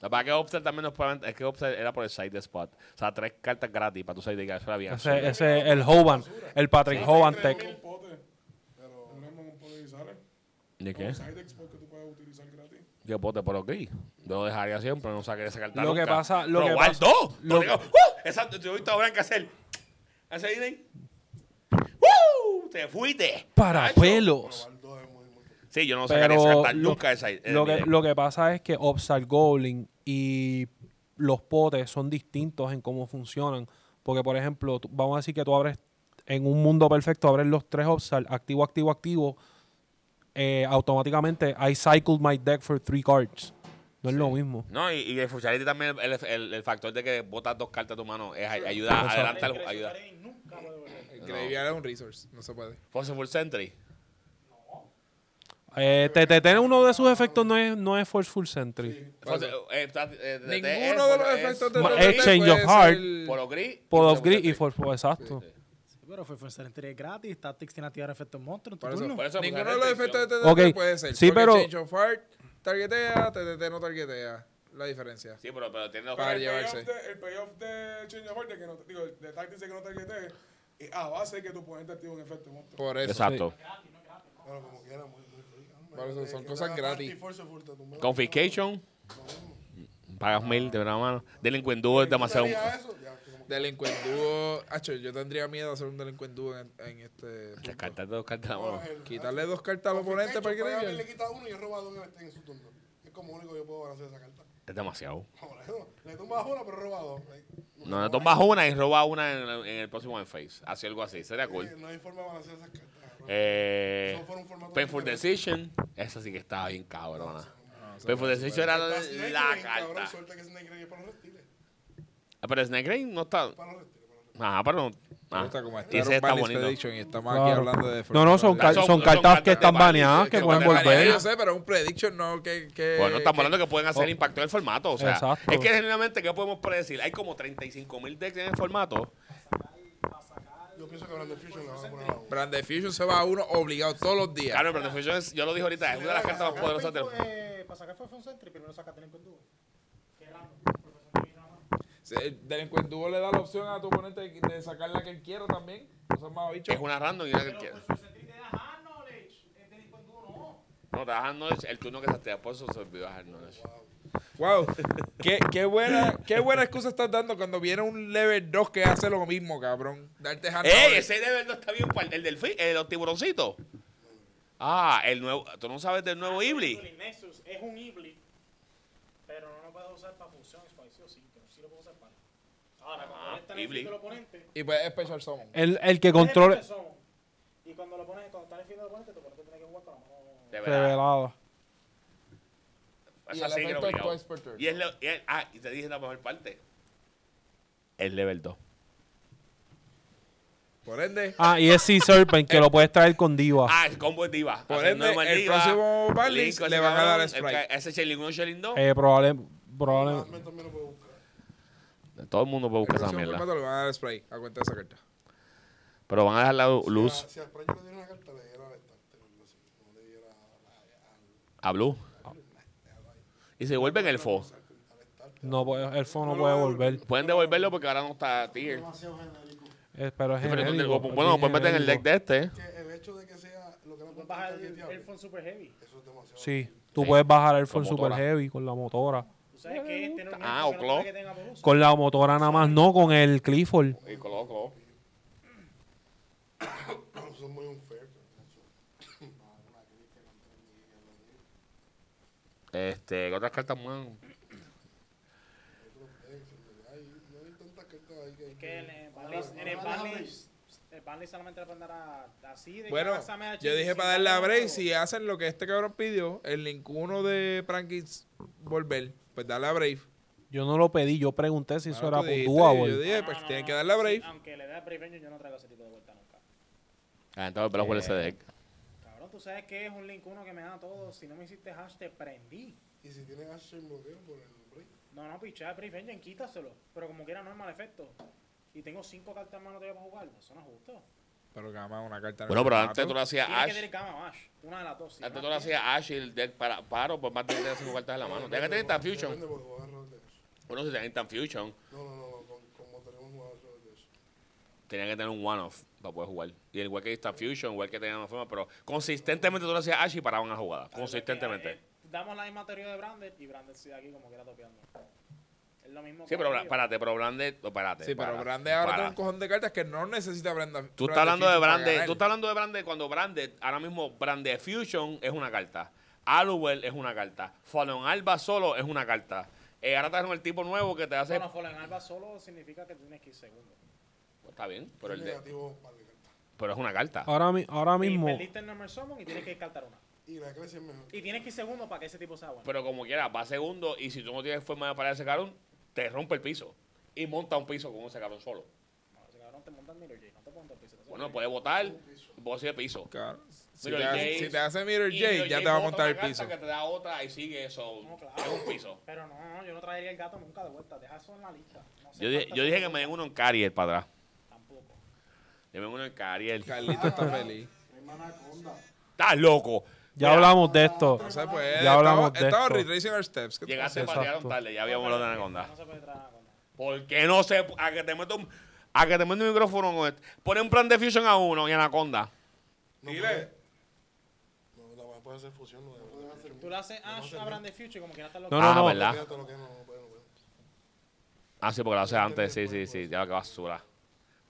Speaker 3: La verdad que Obster también nos pueden. Es que Obster era por el side de spot. O sea, tres cartas gratis para tu side de que eso era bien. absurdo.
Speaker 4: Ese es el Hoban, el Patrick Hoban Tech.
Speaker 2: Un pote. Un lemon, un pote de sales.
Speaker 3: ¿De qué?
Speaker 2: Sidex porque tú puedes utilizar gratis.
Speaker 3: Yo voté por O'Gree. Yo lo dejaría siempre, no saqué esa carta.
Speaker 4: Lo que
Speaker 3: nunca.
Speaker 4: pasa- lo
Speaker 3: Pero
Speaker 4: que
Speaker 3: guardo.
Speaker 4: pasa-
Speaker 3: dos.
Speaker 4: lo-
Speaker 3: Digo, ¡uh! Exacto, te viste ahora en que hacer. Hacer ahí. ¡Uh! Te fuiste.
Speaker 4: Para
Speaker 3: Nacho.
Speaker 4: pelos.
Speaker 5: Aldo es muy, muy.
Speaker 3: Sí, yo no sacaría esa
Speaker 4: Pero
Speaker 3: carta
Speaker 4: lo,
Speaker 3: nunca de side. de
Speaker 4: lo
Speaker 3: mi
Speaker 4: que,
Speaker 3: deck.
Speaker 4: lo que pasa es que Obstar Goblin y los potes son distintos en cómo funcionan. Porque, por ejemplo, tú- vamos a decir que tú abres en un mundo perfecto, abres los tres Obstar, activo, activo, activo. eh, automáticamente, I cycled my deck for three cards. No es lo mismo.
Speaker 3: No, y, y el Fucharity también, el, el- el factor de que botas dos cartas de tu mano es, ay- ayuda a adelantar. Ayuda.
Speaker 1: El Graveyard es un resource. No se puede.
Speaker 3: Fossil Full Sentry.
Speaker 4: Eh, TTT, uno de sus efectos no es, no es Forceful Sentry.
Speaker 3: Entonces, eh, está- eh, de- de-
Speaker 1: Ninguno de los
Speaker 3: es-
Speaker 1: efectos
Speaker 4: Ma-
Speaker 1: de
Speaker 4: Exchange of Heart.
Speaker 3: Por lo gris.
Speaker 4: Pod
Speaker 3: y
Speaker 4: of Gris y
Speaker 3: segundo
Speaker 4: Forceful, exacto.
Speaker 6: Sí, pero fue Force Entry es gratis. Tactics tiene activar efectos monstruos.
Speaker 1: Por
Speaker 6: en tu
Speaker 1: eso,
Speaker 6: turno.
Speaker 3: por eso,
Speaker 1: Ninguno
Speaker 3: pues,
Speaker 1: de los
Speaker 3: hay restricción.
Speaker 1: efectos de TTT
Speaker 4: Ok,
Speaker 1: puede ser.
Speaker 4: sí,
Speaker 1: porque
Speaker 4: pero-
Speaker 1: Change of Heart targetea, TTT no targetea. La diferencia.
Speaker 3: Sí, pero, pero tiene los
Speaker 1: Para
Speaker 2: el payoff
Speaker 1: llevarse.
Speaker 2: de- el payoff de Change of Heart, de que no, digo, de Tactics de que no targetee, es a base de que tu oponente activa un efecto monstruo.
Speaker 1: Por eso.
Speaker 3: Exacto.
Speaker 5: Bueno, como quiera, muy, muy frío. hombre.
Speaker 1: Por eso, son
Speaker 5: Que
Speaker 1: cosas
Speaker 5: la
Speaker 1: gratis.
Speaker 5: Party Force Full te tumba.
Speaker 3: Confiscation. Pagas mil de una mano. Delincuent Duo es demasiado.
Speaker 5: ¿Haría eso? Ya, como que-
Speaker 1: Delincuente dúo. Acho, yo tendría miedo de hacer un delincuente dúo en, en este. punto.
Speaker 3: Descartar dos cartas de la mano.
Speaker 5: Ángel,
Speaker 1: Quitarle dos cartas al oponente
Speaker 5: Ángel,
Speaker 1: para que
Speaker 5: Ángel
Speaker 1: le
Speaker 5: le
Speaker 1: digan.
Speaker 5: quita uno y roba dos en el- en su turno. Es como único que yo puedo balancear esa carta. [laughs]
Speaker 3: Es demasiado.
Speaker 5: Ahora, no, Le tumbas una, pero roba dos. Like,
Speaker 3: No, no tomas una y roba una en, en el próximo en Face. Así algo así. Sería
Speaker 5: eh,
Speaker 3: cool.
Speaker 5: No hay forma de balancear esas cartas. cabrón.
Speaker 3: Eh, pues,
Speaker 5: Eso fuera un formato
Speaker 3: Painful
Speaker 5: diferente.
Speaker 3: Decision. Esa sí que estaba bien cabrona. Painful Decision era
Speaker 5: Está Snake
Speaker 3: la
Speaker 5: Rain, cabrón,
Speaker 3: carta.
Speaker 5: Suelta que Snake Rain es para los reptiles.
Speaker 3: Ah, Pero Snake Rain no está.
Speaker 5: Para los reptiles. para los reptiles.
Speaker 3: Ajá, pero.
Speaker 1: Me
Speaker 3: Ah,
Speaker 1: gusta como está
Speaker 3: y ese
Speaker 1: Iron
Speaker 3: está
Speaker 1: Valley's
Speaker 3: bonito.
Speaker 1: Prediction y estamos
Speaker 4: Claro.
Speaker 1: aquí hablando de.
Speaker 4: No, no, son, car-
Speaker 3: Son-
Speaker 4: son,
Speaker 3: son
Speaker 4: cartas
Speaker 3: cartas
Speaker 4: que están
Speaker 3: de varios,
Speaker 4: baneadas, que
Speaker 3: que
Speaker 4: pueden
Speaker 3: van a variar.
Speaker 4: volver.
Speaker 1: Yo sé, pero un prediction no que. que
Speaker 3: Bueno, estamos
Speaker 1: que-
Speaker 3: hablando que pueden hacer impacto en el formato. O sea,
Speaker 4: Exacto.
Speaker 3: es que generalmente, ¿qué podemos predecir? Hay como 35 mil decks en el formato.
Speaker 5: Yo pienso que hablando de Fusion le van a poner a uno.
Speaker 1: Brand Diffusion se va a uno obligado todos los días.
Speaker 3: Claro, pero Defension es- yo lo dije ahorita, es una de las cartas más poderosas del juego.
Speaker 6: Para sacar Ah, fue Force Entry, primero saca Delinquent Duo.
Speaker 1: Sí, El delincuente dúo le da la opción a tu oponente de, de sacar la que él quiera también. No son más bichos.
Speaker 3: Es una random y una que quieras. No, te das hard knowledge, el turno que se te da por eso se olvidó hard knowledge.
Speaker 1: Wow. Qué, qué buena, qué buena excusa estás dando cuando viene un level 2 que hace lo mismo, cabrón. Darte hand
Speaker 3: ¡Ey!
Speaker 1: knowledge.
Speaker 3: Ese level no está bien para el delfín, el de los tiburoncitos. Ah, el nuevo. ¿Tú no sabes del nuevo Ibli?
Speaker 6: Nexus es un Ibli, pero no lo puedo usar para funciones, para eso sí, pero sí lo puedo usar para. Ahora, cuando está en el
Speaker 3: Ibli.
Speaker 6: fin del oponente,
Speaker 1: Y pues Special Summon.
Speaker 4: El, el que controle.
Speaker 6: es el Pokémon. Y cuando lo pones, cuando está en el fin del oponente, tu oponente tiene que jugar con la mano.
Speaker 3: De verdad.
Speaker 4: Revelado.
Speaker 1: Y
Speaker 3: Esa
Speaker 1: el pues.
Speaker 3: sí que era
Speaker 1: efecto es
Speaker 3: obligado.
Speaker 1: Twice per turn.
Speaker 3: Y es lo- y es- Ah, y te dije la mejor parte. El level 2.
Speaker 1: Por ende,
Speaker 4: Ah, y es Sea Serpent, que lo puedes traer con Diva.
Speaker 3: Ah, el combo es diva.
Speaker 1: Por
Speaker 3: Hacer
Speaker 1: ende,
Speaker 3: nuevo
Speaker 1: el próximo Barley
Speaker 3: Link,
Speaker 1: le
Speaker 3: ese
Speaker 1: van a dar
Speaker 3: cabrón,
Speaker 1: Sprite.
Speaker 3: el ca- Ese Shelling 1, Shelling 2.
Speaker 4: Eh, probable, probable-
Speaker 5: Batman también lo puede buscar.
Speaker 1: Eh,
Speaker 3: Todo el mundo puede
Speaker 1: el
Speaker 3: buscar esa
Speaker 1: próximo
Speaker 3: mierda.
Speaker 1: formato le van a dar spray a cuenta de esa carta.
Speaker 3: Pero van a dejar la luz
Speaker 5: Si a, si a Sprite yo le diera una carta, le diera al estante o algo así. No le diera al-
Speaker 3: a Blue. Y se vuelven el fo.
Speaker 5: al estante.
Speaker 4: No, puede- el fono no puede volver.
Speaker 3: Pueden devolverlo porque ahora no está Tier.
Speaker 5: Demasiado genérico.
Speaker 4: Eh, pero es
Speaker 3: Sí, pero tú te-
Speaker 4: genérico,
Speaker 3: o- bueno,
Speaker 4: es
Speaker 3: pues meten el deck
Speaker 4: genérico.
Speaker 3: de este.
Speaker 5: Que el hecho de que sea lo que no
Speaker 6: Baja
Speaker 5: puede
Speaker 6: el el phone Super Heavy.
Speaker 5: Eso es demasiado.
Speaker 4: Sí, tú
Speaker 3: Sí,
Speaker 4: puedes bajar el phone
Speaker 3: motora.
Speaker 4: super heavy con la motora.
Speaker 6: ¿Tú sabes qué es tener un
Speaker 3: Ah,
Speaker 6: Nexus que
Speaker 3: o
Speaker 6: no
Speaker 3: Claw.
Speaker 6: puede que tenga por uso?
Speaker 4: Con la motora nada más, no con el Clifford.
Speaker 3: Y coloco.
Speaker 5: Eso es muy unfair. macho.
Speaker 3: Este, ¿qué otras cartas más?
Speaker 5: Hay- No hay tantas cartas ahí que hay
Speaker 6: Que en
Speaker 5: que...
Speaker 6: el Barley, en el Barley, el Barley solamente le pueden dar a, así de
Speaker 1: Bueno,
Speaker 6: que pásame a
Speaker 1: yo dije
Speaker 6: Chelsea,
Speaker 1: para darle a
Speaker 6: dame
Speaker 1: Bray,
Speaker 6: otro.
Speaker 1: si hacen lo que este cabrón pidió, el link 1 de Prankins volver, pues dale a Brave.
Speaker 4: Yo no lo pedí, yo pregunté si eso
Speaker 1: Ahora
Speaker 4: era
Speaker 1: tú dijiste,
Speaker 4: puntuable.
Speaker 1: Yo dije,
Speaker 6: No,
Speaker 1: pues
Speaker 6: no,
Speaker 1: tienen
Speaker 6: no,
Speaker 1: que darle a
Speaker 6: sí,
Speaker 1: Brave.
Speaker 6: aunque le dé a Brave Engine, yo no traigo ese tipo de vuelta nunca.
Speaker 3: Ah, entonces pero juega ese
Speaker 1: Eh,
Speaker 3: deck.
Speaker 6: Cabrón, tú sabes que es un link uno que me da todo. Si no me hiciste hash, te prendí.
Speaker 5: Y si tienes Ash en bloqueo por el break.
Speaker 6: No, no, pichá, Brave Engine, quítaselo. Pero como quiera, no es mal efecto. Y tengo cinco cartas en mano todavía para jugar. Eso no es justo.
Speaker 1: Pero que además una carta. en el
Speaker 3: Bueno, pero
Speaker 1: formato.
Speaker 3: antes tú lo hacías
Speaker 6: Tienes que
Speaker 3: Ash.
Speaker 6: tener cama o Ash. Una de las dos. si
Speaker 3: Antes
Speaker 6: no
Speaker 3: tú lo
Speaker 6: la tienes.
Speaker 3: hacías Ash y el deck para, paro, por más de tener cinco cartas en la mano. Tienes que tener Instant Fusion.
Speaker 5: Depende porque voy a agarrar de Ash.
Speaker 3: Bueno, si tenían Instant Fusion,
Speaker 5: No, no, no, no. con- Como tenemos jugadores de Ash.
Speaker 3: tenían que tener un one-off para poder jugar. Y el igual que Instant Fusion, igual que tenían una forma, pero consistentemente tú lo hacías Ash y paraban la jugada.
Speaker 6: Eh, eh,
Speaker 3: Consistentemente.
Speaker 6: damos la misma teoría de Brander y Brander sigue aquí como quiera topeando. Es lo mismo
Speaker 3: Sí,
Speaker 6: que
Speaker 3: pero
Speaker 6: Río.
Speaker 3: Bra- párate, pero Brande, no, párate.
Speaker 1: Sí, pero
Speaker 3: para,
Speaker 1: Brande ahora
Speaker 3: para.
Speaker 1: tiene un cojón de cartas que no necesita Branda.
Speaker 3: Tú estás hablando de Brande, tú estás hablando de Brande cuando Brande, ahora mismo Brande Fusion es una carta. Aluwell es una carta. Fallon Alba solo es una carta. Eh, ahora trajeron el tipo nuevo que te hace.
Speaker 6: Bueno, Fallen Alba solo significa que tienes que ir segundo.
Speaker 3: Pues está bien, pero, el de-
Speaker 5: Negativo para la carta.
Speaker 3: pero es una carta.
Speaker 1: Ah.
Speaker 4: Ahora, mi- ahora mismo,
Speaker 6: Y perdiste el Number Summon y tienes que descartar una.
Speaker 5: Y la Ecclesia es mejor.
Speaker 6: Y tienes que ir segundo para que ese tipo sea bueno.
Speaker 3: Pero como quiera, va segundo y si tú no tienes forma de parar ese cabrón, te rompe el piso. Y monta un piso con ese cabrón solo.
Speaker 6: No, ese cabrón te montas Mirror J, no te montas piso.
Speaker 3: Bueno, puede votar. Voz de piso.
Speaker 1: Claro. Si,
Speaker 3: Mirror
Speaker 1: te hace,
Speaker 3: J.
Speaker 1: si te hace Mirror
Speaker 3: Y
Speaker 1: J,
Speaker 3: Mirror
Speaker 1: ya te
Speaker 3: J
Speaker 1: va a
Speaker 3: bota
Speaker 1: montar
Speaker 3: una
Speaker 1: el
Speaker 3: carta
Speaker 1: piso.
Speaker 3: que te da otra y sigue eso.
Speaker 6: No, claro.
Speaker 3: Es un piso.
Speaker 6: Pero no, yo no traería el gato nunca de vuelta. Deja eso en la lista. No sé
Speaker 3: Yo dije,
Speaker 6: cuántas
Speaker 3: yo dije que
Speaker 6: son.
Speaker 3: me den uno en Cariel para atrás.
Speaker 6: Tampoco.
Speaker 3: Deme uno en Cariel.
Speaker 1: Carlito está
Speaker 4: Ah.
Speaker 1: feliz.
Speaker 3: ¡Estás loco!
Speaker 4: Ya
Speaker 3: Mira,
Speaker 4: hablamos de esto.
Speaker 1: No se puede.
Speaker 4: Ya hablamos
Speaker 1: Pues, Estamos-
Speaker 4: de
Speaker 1: Estamos
Speaker 4: esto.
Speaker 1: retracing our steps. ¿Qué te
Speaker 3: Llegaste,
Speaker 4: Exacto.
Speaker 3: patearon tarde. Ya habíamos hablado de Anaconda.
Speaker 6: No se puede traer Anaconda.
Speaker 3: ¿Por qué no se.? A que te meto un, a que te meto un micrófono con este. Pone un plan de fusion a uno y Anaconda.
Speaker 2: Dile.
Speaker 5: No, la voy a poder hacer fusión. No, no, no, no,
Speaker 6: Tú le haces Ash a Brand the Future como que no estás loco.
Speaker 4: No, no,
Speaker 3: ah,
Speaker 4: no.
Speaker 3: ¿verdad?
Speaker 5: no, no, no, no, no.
Speaker 3: Ah, sí, porque lo haces antes. Sí, sí, sí. Ya que basura.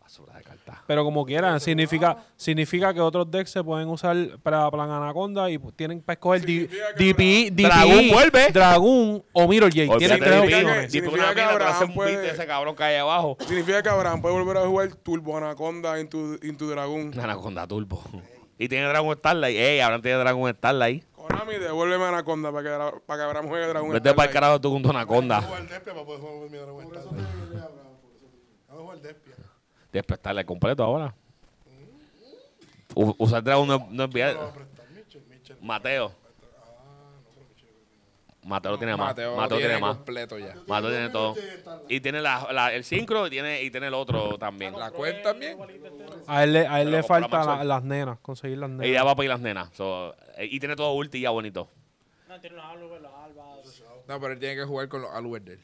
Speaker 3: Basura de carta.
Speaker 4: Pero como quieran, significa, significa que otros decks se pueden usar para plan Anaconda y pues, tienen para escoger D-
Speaker 2: Significa que
Speaker 4: DPI, DPI,
Speaker 3: Dragún vuelve.
Speaker 4: Dragún o Mirror J. Tienen
Speaker 3: Olvídate
Speaker 4: tres
Speaker 3: de
Speaker 2: significa
Speaker 4: opciones.
Speaker 3: Pitbull. Si tú
Speaker 2: significa
Speaker 3: una
Speaker 2: que
Speaker 3: mierda, te vas a hacer
Speaker 2: Abraham
Speaker 3: un beat de
Speaker 2: puede-
Speaker 3: ese cabrón que hay ahí abajo.
Speaker 2: Significa que Abraham puede volver a jugar Turbo Anaconda en tu, en tu dragón.
Speaker 3: Anaconda Turbo. Y tiene Dragon Starlight. Ey, Abraham tiene Dragon Starlight.
Speaker 2: Konami, devuélveme Anaconda para que, Abra- para que Abraham juegue Dragon
Speaker 3: Vete para el
Speaker 2: Starlight.
Speaker 3: carajo tú con tu
Speaker 5: Voy
Speaker 3: Anaconda.
Speaker 5: al Despia para poder jugar mi dragón. Por eso te voy a jugar al Despia.
Speaker 3: Después Starlight completo ahora. U- usar Dragon no, es- no es bien.
Speaker 5: Lo va a prestar Mitchell. Mitchell.
Speaker 3: Mateo. Mateo lo tiene más.
Speaker 1: Mateo, lo
Speaker 3: Mateo tiene
Speaker 1: tiene
Speaker 3: más.
Speaker 1: completo ya.
Speaker 3: Mateo tiene todo. Y tiene la, la- el sincro y tiene, y tiene el otro también.
Speaker 1: ¿La cuenta también?
Speaker 4: A él, le- a él
Speaker 3: Se
Speaker 4: le
Speaker 3: lo compró la
Speaker 4: falta la-
Speaker 3: Maxwell.
Speaker 4: las nenas, conseguir las nenas.
Speaker 3: Y [laughs] ya va para ir las nenas. So, eh, y tiene todo ulti ya bonito. [laughs]
Speaker 6: No, tiene los albas, los albas.
Speaker 1: No, pero él tiene que jugar con los Aluers
Speaker 2: [laughs]
Speaker 1: de él.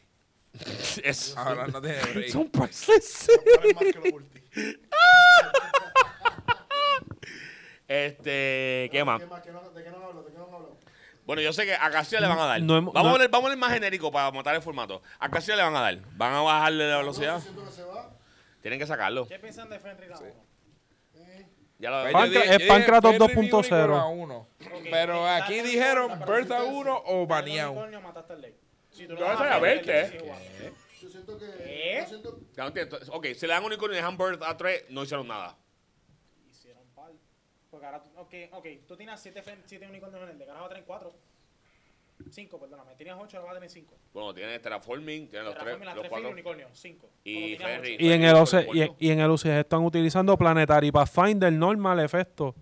Speaker 3: Es,
Speaker 1: Ahora no tiene break.
Speaker 3: son priceless.
Speaker 5: Vale más que lo
Speaker 4: [laughs]
Speaker 5: ulti.
Speaker 3: Este, ¿qué más?
Speaker 5: ¿Qué más? ¿Qué no- ¿De qué no hablo? ¿De qué no hablo?
Speaker 3: Bueno, yo sé que a Casia le van a dar.
Speaker 4: No hemos-
Speaker 3: vamos,
Speaker 4: no-
Speaker 3: a poner, vamos a poner más genérico para matar el formato. A Casia le van a dar. Van a bajarle la velocidad.
Speaker 5: Siento que se va.
Speaker 3: Tienen que sacarlo.
Speaker 6: ¿Qué piensan de Fenrir ahora?
Speaker 3: Ya lo
Speaker 1: Pues yo
Speaker 4: Pancra-
Speaker 1: dije- yo
Speaker 4: es
Speaker 1: dije
Speaker 4: Pancratos
Speaker 1: Perry y
Speaker 4: 2.0.
Speaker 1: Unicorn a uno. Pero aquí dijeron Bertha 1 o Baneado.
Speaker 6: Unicornio mataste al Lake. Si tú
Speaker 3: No,
Speaker 6: vas
Speaker 3: eso era
Speaker 6: hacer,
Speaker 3: Bertha,
Speaker 6: te sigue
Speaker 3: ¿eh?
Speaker 6: jugando.
Speaker 5: Yo siento que.
Speaker 6: ¿Qué?
Speaker 5: Yo siento
Speaker 3: Ya no entiendo. Ok, si le dan unicornio y dejan Bird a 3, no hicieron nada.
Speaker 6: Hicieron par. Porque ahora, tú, ok, ok, tú tienes 7 unicornios en el deck, ahora vas a tener 4. 5, perdóname, tenías 8, ahora vas a tener 5.
Speaker 3: Bueno, tiene Terraforming, tiene los
Speaker 6: Terraform y
Speaker 3: 3,
Speaker 6: las
Speaker 3: los
Speaker 6: 3 Fenrir
Speaker 3: 4.
Speaker 6: unicornio, 5.
Speaker 3: Y Fenrir.
Speaker 4: Y en el OC,
Speaker 3: Por
Speaker 4: y,
Speaker 3: Dios.
Speaker 4: y en el UCI están utilizando Planetary Pathfinder normal efecto.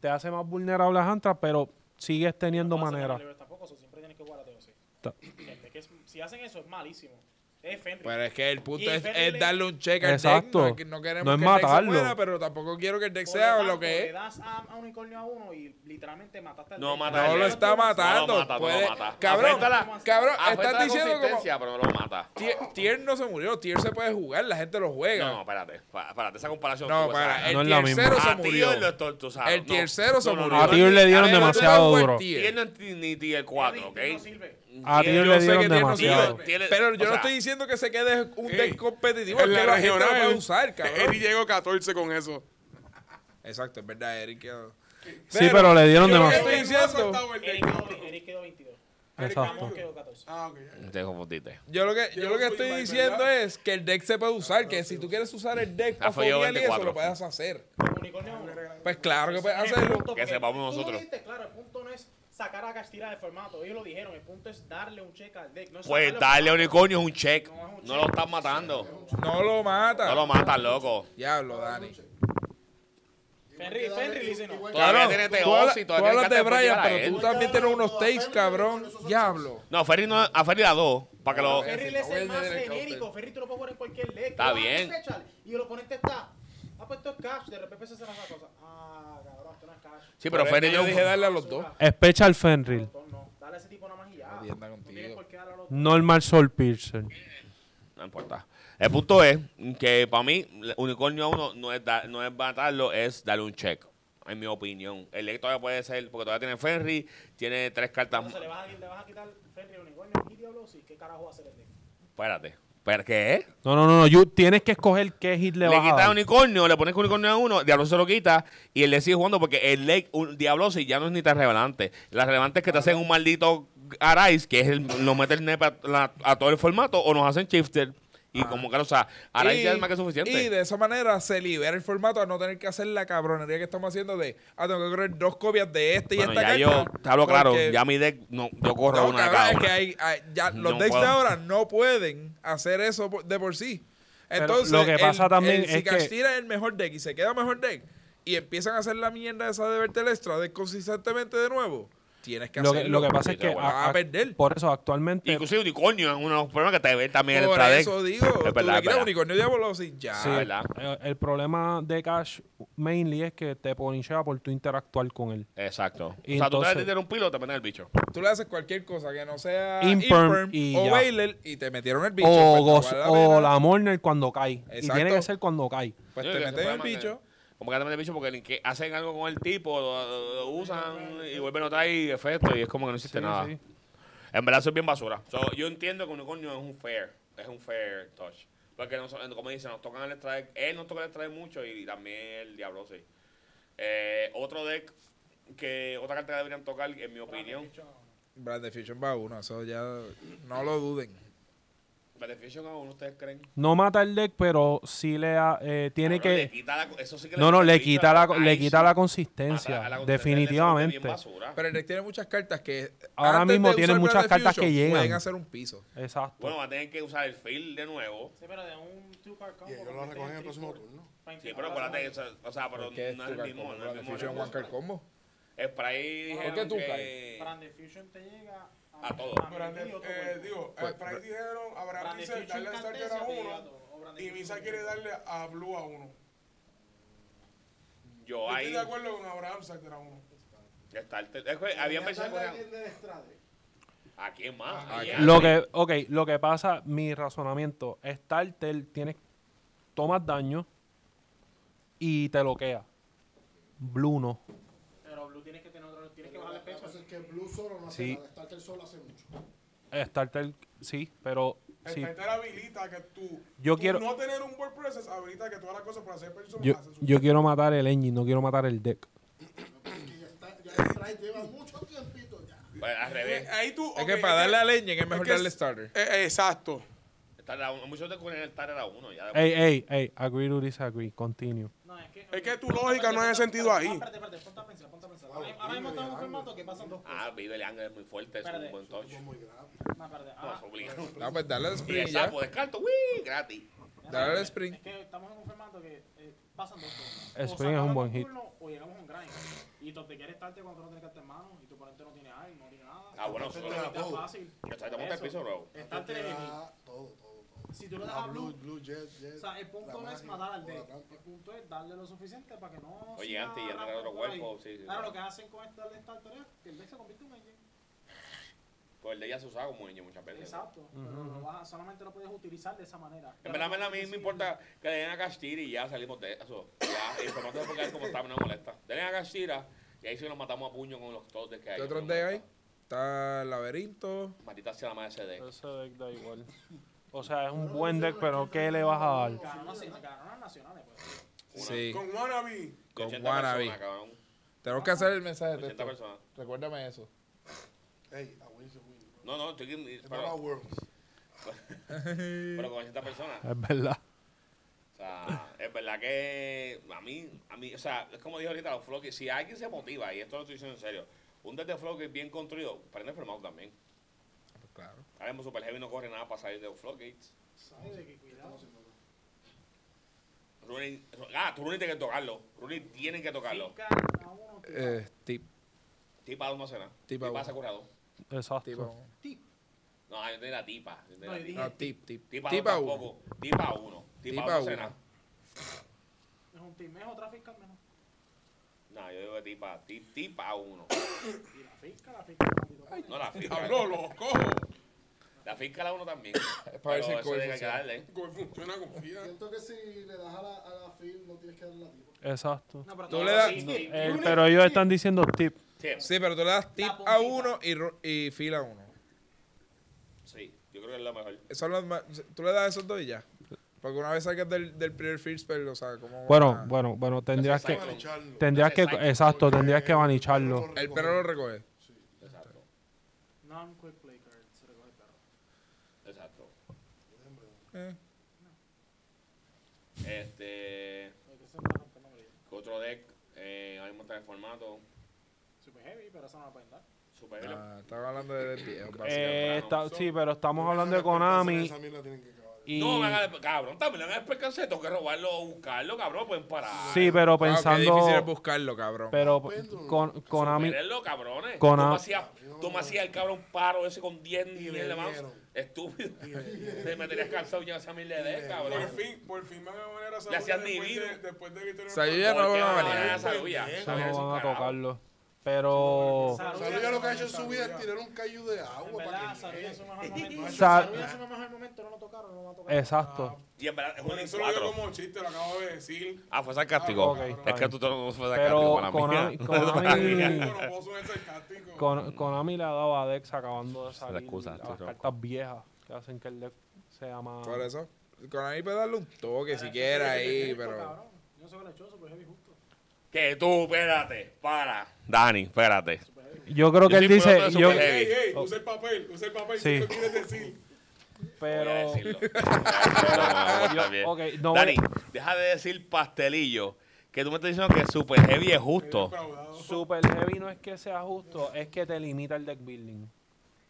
Speaker 4: Te hace más vulnerable a Hunter, pero sigues teniendo manera.
Speaker 6: Tampoco, eso siempre tienes que jugar a TOC.
Speaker 4: Ta-
Speaker 6: El deck es- Si hacen eso, es malísimo. Es Fenrir.
Speaker 1: Pero es que el punto
Speaker 6: Y
Speaker 1: es,
Speaker 6: Ferry
Speaker 1: es
Speaker 6: le-
Speaker 1: darle un check al
Speaker 4: Exacto.
Speaker 1: deck. No, no queremos
Speaker 4: No es
Speaker 1: que el deck se
Speaker 4: matarlo.
Speaker 1: muera, pero tampoco quiero que el deck
Speaker 6: O
Speaker 1: sea
Speaker 6: le das-
Speaker 1: lo
Speaker 6: o
Speaker 1: que
Speaker 6: Le
Speaker 1: es.
Speaker 6: das a, a unicornio a uno y literalmente mataste al
Speaker 3: No
Speaker 6: deck.
Speaker 3: mata
Speaker 1: No
Speaker 3: Dale.
Speaker 1: lo está matando.
Speaker 3: No lo mata, no lo
Speaker 1: Puede-
Speaker 3: mata.
Speaker 1: Cabrón,
Speaker 3: Afecta la-
Speaker 1: cabrón,
Speaker 3: Afecta
Speaker 1: estás
Speaker 3: la
Speaker 1: diciendo como...
Speaker 3: consistencia, pero no lo mata.
Speaker 1: Tier, Tier no se murió, Tier se puede jugar, la gente lo juega.
Speaker 3: No, no, espérate. pa- Espérate, esa comparación.
Speaker 1: No,
Speaker 3: tú,
Speaker 1: para,
Speaker 3: esa-
Speaker 1: el
Speaker 4: No es la
Speaker 1: tier
Speaker 4: misma.
Speaker 1: cero se
Speaker 3: A
Speaker 1: murió.
Speaker 3: Tyr lo tortusaron.
Speaker 1: El tier
Speaker 3: No,
Speaker 1: cero se
Speaker 3: no, no,
Speaker 1: murió.
Speaker 3: no,
Speaker 4: A
Speaker 3: no,
Speaker 4: Tyr le dieron
Speaker 1: A ver,
Speaker 4: demasiado
Speaker 1: fue el
Speaker 4: duro.
Speaker 1: tier.
Speaker 3: Tyr no es ni tier 4, ¿ok?
Speaker 6: No sirve.
Speaker 4: A
Speaker 3: Tyr-
Speaker 4: Tyr
Speaker 1: Yo
Speaker 4: le
Speaker 1: sé que
Speaker 4: dieron
Speaker 1: tier no
Speaker 4: demasiado.
Speaker 1: sirve,
Speaker 3: Tiene-
Speaker 1: Pero
Speaker 3: o
Speaker 1: yo no
Speaker 3: sea-
Speaker 1: estoy diciendo que se quede un
Speaker 2: Ey,
Speaker 1: deck competitivo, es
Speaker 2: En
Speaker 1: que
Speaker 2: la
Speaker 1: la gente lo puede
Speaker 2: regional,
Speaker 1: usar, cabrón.
Speaker 2: Eddie llegó 14 con eso.
Speaker 1: Exacto, es verdad, Eric. quedó-
Speaker 4: Sí, pero le dieron
Speaker 1: yo lo que
Speaker 4: demasiado.
Speaker 1: estoy diciendo,
Speaker 6: Eric quedó, Eric quedó 22.
Speaker 4: Exacto.
Speaker 6: Ramón quedó 14.
Speaker 2: Ah, ok.
Speaker 3: Te confundiste.
Speaker 1: yo lo que, yo lo que estoy
Speaker 2: ¿verdad?
Speaker 1: diciendo es que el deck se puede usar, que si tú quieres usar el deck
Speaker 3: Ah,
Speaker 1: para
Speaker 3: fue yo
Speaker 1: foguear y eso
Speaker 3: 24.
Speaker 1: lo puedes hacer.
Speaker 6: Unicornio a uno.
Speaker 1: Pues claro que puedes
Speaker 6: Ese es el
Speaker 1: hacerlo.
Speaker 6: punto,
Speaker 3: Que
Speaker 6: porque
Speaker 3: sepamos
Speaker 6: tú lo
Speaker 3: nosotros.
Speaker 6: dijiste, claro, el punto no es sacar a Castilla del formato. Ellos lo dijeron. El punto es darle un check al deck. No es
Speaker 3: Pues
Speaker 6: sacarlo
Speaker 3: darle
Speaker 6: del
Speaker 3: a unicornio es un check.
Speaker 6: No, es un
Speaker 3: No
Speaker 6: check.
Speaker 3: lo estás matando.
Speaker 1: No lo
Speaker 3: No
Speaker 1: mata.
Speaker 3: lo matas, loco.
Speaker 1: Diablo, Dani.
Speaker 6: formato. Fenrir, Fenrir dice no.
Speaker 3: Todavía
Speaker 1: Claro,
Speaker 3: tiene
Speaker 1: Ah, tú hablas-
Speaker 3: Teos y
Speaker 1: tú
Speaker 3: todavía
Speaker 1: hablas
Speaker 3: tiene
Speaker 1: de
Speaker 3: cartas por
Speaker 1: Brian,
Speaker 3: llegar a
Speaker 1: pero
Speaker 3: él.
Speaker 1: tú también tienes unos tapes, cabrón. Diablo.
Speaker 3: No, a Ferry no, a Ferry la 2. Para que lo.
Speaker 6: Ferry
Speaker 1: no
Speaker 6: es
Speaker 1: voy a
Speaker 6: el más
Speaker 1: tener el
Speaker 6: genérico.
Speaker 1: counter.
Speaker 6: Ferry tú lo puedes jugar en cualquier deck.
Speaker 3: Está
Speaker 6: Tú vas a
Speaker 3: bien.
Speaker 6: Special, Y el oponente está. Ha puesto cash. De repente se hace esa cosa. Ah, cabrón, esto no es cash.
Speaker 3: Sí, pero Ferry
Speaker 1: yo dije
Speaker 3: yo.
Speaker 1: darle a los dos.
Speaker 4: Special Fenrir.
Speaker 6: No, no. Dale a ese tipo nada más y ya.
Speaker 1: Dios, anda
Speaker 6: No
Speaker 1: contigo.
Speaker 6: tienes por qué darle a los
Speaker 4: Normal Soul Piercer.
Speaker 3: No importa. El punto es que para mí, unicornio a uno no es, da- no es matarlo, es darle un check. En mi opinión. El deck todavía puede ser, porque todavía tiene Ferry, tiene tres cartas.
Speaker 6: Entonces le vas a, le vas a quitar Fenrir Unicornio y Diablo, sí, ¿qué carajo va a hacer el deck?
Speaker 3: Espérate. ¿Pero qué es?
Speaker 4: No, no, no, no. you- tienes que escoger qué hit le
Speaker 3: Le,
Speaker 4: vas a
Speaker 3: quitas
Speaker 4: dar.
Speaker 3: unicornio, le pones unicornio a uno, Diablo se lo quita y él le sigue jugando porque el leg, un Diablosi ya no es ni tan relevante. La relevante es que te hacen un maldito Arise, que es el, nos mete el NEP a, la- a todo el formato, o nos hacen shifter. Y como que, o sea, Arise ya es más que suficiente.
Speaker 1: Y de esa manera se libera el formato a no tener que hacer la cabronería que estamos haciendo de, ah, tengo que correr dos copias de este
Speaker 3: bueno,
Speaker 1: y
Speaker 3: ya
Speaker 1: esta carta.
Speaker 3: yo, te hablo claro,
Speaker 1: porque-
Speaker 3: ya mi deck, no, yo corro
Speaker 1: No,
Speaker 3: una de
Speaker 1: cabrón,
Speaker 3: cada
Speaker 1: es que
Speaker 3: una.
Speaker 1: hay- hay- ya, los este
Speaker 3: No
Speaker 1: decks
Speaker 3: puedo.
Speaker 1: de ahora no pueden hacer eso por- de por sí.
Speaker 4: Pero
Speaker 1: Entonces,
Speaker 4: lo que
Speaker 1: el-
Speaker 4: pasa también
Speaker 1: el- si
Speaker 4: es que-
Speaker 1: Castilla es el mejor deck y se queda mejor deck y empiezan a hacer la mierda esa de verte el extra de consistentemente de nuevo, tienes que
Speaker 4: Lo que,
Speaker 1: hacerlo.
Speaker 4: lo que pasa es
Speaker 3: Sí, te
Speaker 4: que
Speaker 3: voy
Speaker 1: a- vas a perder.
Speaker 4: por eso actualmente
Speaker 3: Inclusive unicornio es uno de los problemas que te ven también el
Speaker 1: Por
Speaker 3: extra
Speaker 1: eso
Speaker 3: deck.
Speaker 1: digo,
Speaker 3: Es
Speaker 1: tú
Speaker 3: verdad,
Speaker 1: le
Speaker 3: es
Speaker 1: quitas
Speaker 3: verdad.
Speaker 1: unicornio diabolosis, ya.
Speaker 4: Sí,
Speaker 3: Ah, ¿verdad?
Speaker 4: eh, el problema de Cash mainly es que te ponchea por tu interactuar con él.
Speaker 3: Exacto.
Speaker 4: Y
Speaker 3: o sea, tú te
Speaker 4: entonces-
Speaker 3: das dinero un pilo, te pones el bicho.
Speaker 1: Tú le haces cualquier cosa que no sea
Speaker 4: Imperm
Speaker 1: imperm
Speaker 4: y
Speaker 1: o
Speaker 4: ya.
Speaker 1: bailer y te metieron el bicho.
Speaker 4: o
Speaker 1: pues,
Speaker 3: Oh,
Speaker 4: goz-
Speaker 1: te va a dar
Speaker 4: o
Speaker 1: pena,
Speaker 4: la Morner cuando cae. Y tiene
Speaker 1: Exacto.
Speaker 4: que ser cuando cae.
Speaker 1: Pues
Speaker 3: Yo
Speaker 1: te
Speaker 3: creo que
Speaker 1: meten
Speaker 3: se
Speaker 1: el
Speaker 3: puede
Speaker 1: bicho.
Speaker 3: mantener. Como que te meten el bicho porque el que hacen algo con el tipo, lo, lo- lo usan y vuelven a notar y efecto y es como que no existe nada.
Speaker 4: sí.
Speaker 3: En verdad, eso es bien basura. So, yo entiendo que Unicornio es un fair, es un fair touch. Porque, nos- como dicen, nos tocan el extra deck. Él nos toca el extra deck mucho y también el Diablo 6. Eh, otro deck que otra carta que deberían tocar, en mi opinión,
Speaker 1: Brand Fusion va a uno, eso ya no lo duden.
Speaker 3: Beneficio a uno, ¿ustedes creen?
Speaker 4: No mata el deck, pero sí le ha- eh, tiene
Speaker 3: Cabrón, le
Speaker 4: que
Speaker 3: quita la- eso sí que
Speaker 4: No, no, le
Speaker 3: beneficia,
Speaker 4: quita la
Speaker 3: pero
Speaker 4: le
Speaker 3: ahí
Speaker 4: quita
Speaker 3: sí
Speaker 4: la
Speaker 3: mata
Speaker 4: consistencia,
Speaker 3: a la competencia,
Speaker 4: definitivamente.
Speaker 3: eso es bien basura.
Speaker 1: Pero el deck tiene muchas cartas que.
Speaker 4: Ahora
Speaker 1: antes
Speaker 4: mismo
Speaker 1: de
Speaker 4: tiene
Speaker 1: usar
Speaker 4: muchas
Speaker 1: Brand
Speaker 4: cartas que
Speaker 1: Fusion,
Speaker 4: llegan.
Speaker 1: Pueden hacer un piso.
Speaker 4: Exacto.
Speaker 3: Bueno, va a tener que usar el fill de nuevo.
Speaker 6: Sí, pero de un two card combo.
Speaker 5: Y ellos lo
Speaker 6: convierte
Speaker 7: Este,
Speaker 5: recogen en el
Speaker 6: three
Speaker 5: próximo
Speaker 6: four.
Speaker 5: turno.
Speaker 3: Sí, pero acuérdate, o sea, o sea, pero
Speaker 1: ¿Por qué
Speaker 3: no es el
Speaker 1: Tucar
Speaker 3: mismo,
Speaker 1: Combo?
Speaker 3: no es el
Speaker 1: Brand
Speaker 3: mismo.
Speaker 1: Fusion One
Speaker 3: negocio.
Speaker 1: Card Combo.
Speaker 3: Es por ahí dijeron
Speaker 1: qué Tucar?
Speaker 3: que-
Speaker 6: Brand Diffusion te llega
Speaker 3: A todo.
Speaker 2: Brand-
Speaker 6: Melee o todo
Speaker 2: eh,
Speaker 6: el-
Speaker 2: digo,
Speaker 1: Pues,
Speaker 2: eh, Price dijeron a Brand
Speaker 6: Brand
Speaker 2: Misa darle a
Speaker 6: Diffusion
Speaker 2: Starter
Speaker 6: Cantesia
Speaker 2: a
Speaker 6: te llega
Speaker 2: uno
Speaker 6: todo, o Brand
Speaker 2: y Misa
Speaker 6: Diffusion
Speaker 2: quiere
Speaker 6: te
Speaker 2: darle a Blue a uno.
Speaker 3: Yo
Speaker 2: Yo
Speaker 3: ahí.
Speaker 2: estoy de acuerdo con Abraham Starter a uno.
Speaker 3: Está el ter- es que habían pensado que eran- ¿A quién más?
Speaker 1: Ah,
Speaker 3: Ahí
Speaker 1: ya.
Speaker 3: hay-
Speaker 4: Lo que, ok, lo que pasa, mi razonamiento, Starter tiene, tomas daño y te loquea. Blue no.
Speaker 6: Pero Blue tienes que tener otro, tienes que
Speaker 7: Lo
Speaker 6: bajarle
Speaker 7: que
Speaker 6: peso.
Speaker 7: pasa es que Blue solo no hace
Speaker 4: Sí.
Speaker 7: nada, Starter solo hace mucho.
Speaker 4: Starter sí, pero sí.
Speaker 2: Starter habilita que tú,
Speaker 4: Yo
Speaker 2: tú
Speaker 4: quiero-
Speaker 2: no tener un board presence habilita que todas las cosas por hacer person
Speaker 4: Yo,
Speaker 2: hacen su-
Speaker 4: yo quiero matar el engine, no quiero matar el deck.
Speaker 7: Que ya está, ya el Price lleva mucho tiempito ya.
Speaker 3: Pues, al
Speaker 2: Eh,
Speaker 3: revés.
Speaker 2: Ahí tú,
Speaker 1: Es
Speaker 2: ok,
Speaker 1: que para darle a Legend es mejor
Speaker 2: que
Speaker 1: darle
Speaker 2: es-
Speaker 1: starter.
Speaker 2: eh, eh, exacto.
Speaker 3: Está la uno. Muchos te cubren el Tarera a uno. Ya
Speaker 4: Ey, ey, ey, agree to disagree, continue.
Speaker 6: No, es que,
Speaker 2: Es que tu lógica no hace sentido ahí.
Speaker 6: Espérate, espérate, ponte a pensar, ponte a pensar. Ahora ahora mismo estamos en un formato que pasan dos cosas.
Speaker 3: Ah, vive el ángel es muy fuerte, es un
Speaker 6: Espérate.
Speaker 3: buen touch.
Speaker 2: Ah.
Speaker 6: No, espérate.
Speaker 3: No,
Speaker 6: ahora-
Speaker 3: es obligado.
Speaker 1: No, pues darle al
Speaker 3: Y
Speaker 1: sprint.
Speaker 3: el
Speaker 1: ya.
Speaker 3: sapo descarto, ¡uy! Gratis.
Speaker 1: Dale al sprint.
Speaker 6: Es que estamos en un formato que eh, pasan dos cosas.
Speaker 4: El
Speaker 6: O
Speaker 4: sprint es un
Speaker 6: sacamos
Speaker 4: buen
Speaker 6: un
Speaker 4: hit.
Speaker 6: turno O llegamos a un grind. Y tú te quieres estarte cuando tú no tienes cartas en mano y tu oponente no tiene aire, no tiene nada.
Speaker 3: Ah, bueno,
Speaker 6: Entonces,
Speaker 3: solo-
Speaker 6: te la
Speaker 7: todo.
Speaker 6: fácil.
Speaker 3: Está- estamos en el piso, bro.
Speaker 6: Estarte
Speaker 7: Te
Speaker 6: de
Speaker 7: da Todo, todo, todo.
Speaker 6: Si tú le das
Speaker 7: Ah,
Speaker 6: a
Speaker 7: Blue,
Speaker 6: Blue,
Speaker 7: Blue, Jet, Jet.
Speaker 6: o sea, el punto
Speaker 7: la
Speaker 6: no es
Speaker 7: magia,
Speaker 6: matar al
Speaker 7: toda la
Speaker 6: deck.
Speaker 7: trampa.
Speaker 6: El punto es darle lo suficiente para que no.
Speaker 3: Oye,
Speaker 6: siga
Speaker 3: antes y entrar a otro
Speaker 6: rampando por ahí.
Speaker 3: cuerpo, sí, sí,
Speaker 6: Claro,
Speaker 3: sí.
Speaker 6: lo que hacen con esto darle starter es que el deck se convierte en un engine.
Speaker 3: Pues el de ella se usaba como niño muchas veces.
Speaker 6: Exacto. Pero lo vas a- solamente lo puedes utilizar de esa manera.
Speaker 3: En verdad, en verdad, a mí me importa que le den a Castira y ya salimos de eso. Ya, el formato de porque como está, no me molesta. Denle a Castira y ahí sí nos matamos a puño con los dos de que hay.
Speaker 1: ¿Qué otros
Speaker 3: No me
Speaker 1: deck hay?
Speaker 3: molesta.
Speaker 1: Está el laberinto.
Speaker 3: Maldita sea la madre ese deck.
Speaker 4: Ese deck da igual. O sea, es un buen deck, pero ¿qué le vas a dar?
Speaker 6: Ganaron las- ganaron las nacionales, pues.
Speaker 3: Una.
Speaker 1: Sí.
Speaker 2: Con Wannabe.
Speaker 1: Con
Speaker 3: 80
Speaker 1: Wannabe.
Speaker 3: personas, cabrón.
Speaker 1: Tenemos que hacer el mensaje de
Speaker 3: 80
Speaker 1: texto.
Speaker 3: personas.
Speaker 1: Recuérdame eso.
Speaker 7: Hey, a win is a win. bro.
Speaker 3: No, no, estoy aquí,
Speaker 7: It's not our
Speaker 3: pero,
Speaker 7: worlds.
Speaker 3: pero con 80 personas.
Speaker 4: Es verdad.
Speaker 3: O sea, es verdad que a mí, a mí, o sea, es como dije ahorita, los flow que si alguien se motiva, y esto lo estoy diciendo en serio, un deck de flow que es bien construido, prende firmado también.
Speaker 1: Pues claro.
Speaker 3: Ahora mismo Super Heavy no corre nada para salir de los Floodgates.
Speaker 6: Ay, de que cuidado.
Speaker 3: Rooney- ah, tú Rooney tiene que tocarlo. Rooney tiene que tocarlo.
Speaker 6: Finca a uno, tú-
Speaker 1: Eh, tip.
Speaker 3: Tipa no hace nada.
Speaker 1: Tipa
Speaker 3: Tipa,
Speaker 1: uno.
Speaker 3: se ha curado.
Speaker 1: Tip.
Speaker 4: Exacto.
Speaker 1: No,
Speaker 3: No, yo tenía la tipa. yo tenía
Speaker 6: No,
Speaker 3: la
Speaker 6: yo
Speaker 3: tipa.
Speaker 6: dije-
Speaker 1: tip, tip.
Speaker 3: Tipa,
Speaker 1: Tip a
Speaker 3: no,
Speaker 1: uno.
Speaker 3: tampoco. Tipa uno. Tipa,
Speaker 1: Tipa
Speaker 3: no hace
Speaker 1: uno.
Speaker 3: nada.
Speaker 6: Es un team, es otra fiscal menos.
Speaker 3: No, yo digo tipa. ti- Tipa uno.
Speaker 6: Y la fisca, la fisca.
Speaker 3: No, la finca.
Speaker 2: Habló, loco.
Speaker 3: La finca la
Speaker 1: [laughs]
Speaker 3: uno también.
Speaker 1: ver
Speaker 3: Pero
Speaker 1: si el
Speaker 3: eso
Speaker 1: cover
Speaker 3: tiene que
Speaker 1: funciona.
Speaker 3: darle.
Speaker 2: Go- Funciona, confía.
Speaker 7: Siento que si le das a la, a la Phil, no tienes que darle la tipa.
Speaker 4: Exacto.
Speaker 6: No, pero
Speaker 1: Tú le das-
Speaker 6: sí, sí.
Speaker 4: Eh, pero ellos están diciendo tip.
Speaker 3: Sí,
Speaker 1: Sí, pero tú le das tip
Speaker 6: puntita.
Speaker 1: a uno y, ro- y fila a uno.
Speaker 3: sí, yo creo que es lo mejor.
Speaker 1: Son los más- tú le das esos dos y ya. Porque una vez sacas del, del prior field spell, o sea, como.
Speaker 4: Bueno, bueno, bueno, tendrías que,
Speaker 3: Exacto.
Speaker 4: tendrías que,
Speaker 3: Exacto.
Speaker 4: exacto, tendrías que banicharlo.
Speaker 1: El perro lo recoge.
Speaker 3: Exacto.
Speaker 6: Non-quick play card, se recoge el perro.
Speaker 3: Exacto.
Speaker 1: Eh.
Speaker 3: Este.
Speaker 6: Lo que se está rompiendo, hombre.
Speaker 3: Otro deck. Eh, ahora mismo está en el formato.
Speaker 6: Super heavy, pero eso no lo pueden dar.
Speaker 3: Super
Speaker 1: Ah, estaba hablando de viejo, básicamente.
Speaker 4: Eh, está- sí, pero estamos hablando de Konami.
Speaker 7: Esa mierda tienen que acabar.
Speaker 4: Y-
Speaker 3: No, van a, cabrón, también le van a despertar, se tengo que robarlo o buscarlo, cabrón, pues, pueden parar.
Speaker 4: Sí, pero
Speaker 1: Pensando...
Speaker 4: pensando.
Speaker 1: qué Ah, difícil es buscarlo, cabrón.
Speaker 4: pero con, Konami.
Speaker 3: Superenlo, cabrones.
Speaker 4: Con
Speaker 3: tú
Speaker 4: a-
Speaker 3: me hacías, tú me hacías el cabrón paro ese con 10 niveles de más.
Speaker 5: dieron.
Speaker 3: Estúpido. Te me tenías cansado ya esa mil de cabrón.
Speaker 2: Por fin, por fin van a poner a Saúl
Speaker 3: hacías
Speaker 2: después,
Speaker 3: ni
Speaker 2: de,
Speaker 3: vivo.
Speaker 2: después de Victoria.
Speaker 1: O sea, yo ya
Speaker 3: ¿Por
Speaker 1: no
Speaker 3: qué
Speaker 1: lo
Speaker 3: van
Speaker 1: van a
Speaker 3: a
Speaker 1: venir.
Speaker 3: ganar esa rubia?
Speaker 5: Eso
Speaker 4: Eso
Speaker 3: Esa rubia es
Speaker 4: no
Speaker 3: un
Speaker 4: van a
Speaker 3: carajo.
Speaker 4: tocarlo. Pero.
Speaker 5: Saludos
Speaker 7: Saludos lo que ha hecho en su vida es tirar un cayu de
Speaker 6: En
Speaker 7: agua.
Speaker 6: verdad,
Speaker 7: para
Speaker 6: Saruya en su mejor momento.
Speaker 4: Sa-
Speaker 6: Saruya en su mejor momento no lo tocaron, no lo va a tocar.
Speaker 4: Exacto.
Speaker 3: Y en verdad, es
Speaker 2: Bueno,
Speaker 3: un
Speaker 2: eso lo digo
Speaker 3: 4.
Speaker 2: como chiste, lo acabo de
Speaker 4: [laughs]
Speaker 2: decir.
Speaker 3: Ah, fue sarcástico.
Speaker 4: Ok, está
Speaker 3: es que
Speaker 4: bien.
Speaker 3: tú no fue
Speaker 4: Pero
Speaker 3: sarcástico para mí.
Speaker 4: Konami,
Speaker 3: [laughs] Para mí.
Speaker 2: Yo
Speaker 4: Konami,
Speaker 2: No puedo ser sarcástico.
Speaker 4: Kon- Konami le ha dado a Dex acabando de salir
Speaker 3: excusa,
Speaker 4: las
Speaker 3: estoy loco.
Speaker 4: cartas viejas que hacen que el deck sea más.
Speaker 1: Por eso. Con ahí puede darle un toque siquiera ahí, pero.
Speaker 6: Cabrón, yo soy lechoso, pero es heavy justo.
Speaker 3: Que tú, espérate, para. Dani, espérate.
Speaker 4: Yo creo que
Speaker 3: Yo
Speaker 4: él
Speaker 3: soy producto
Speaker 4: dice.
Speaker 3: de
Speaker 4: Yo,
Speaker 3: Super Heavy.
Speaker 2: Ey, ey, usa el papel, usa el papel,
Speaker 4: Sí.
Speaker 2: si lo quieres decir.
Speaker 3: Voy a
Speaker 4: pero.
Speaker 3: [laughs] decirlo. Ah, Está
Speaker 4: yo-
Speaker 3: bien.
Speaker 4: ok, no voy-
Speaker 3: Dani, deja de decir pastelillo. Que tú me estás diciendo que Super Heavy es justo.
Speaker 2: Fraudado.
Speaker 4: Super Heavy no es que sea justo, es que te limita el deck building.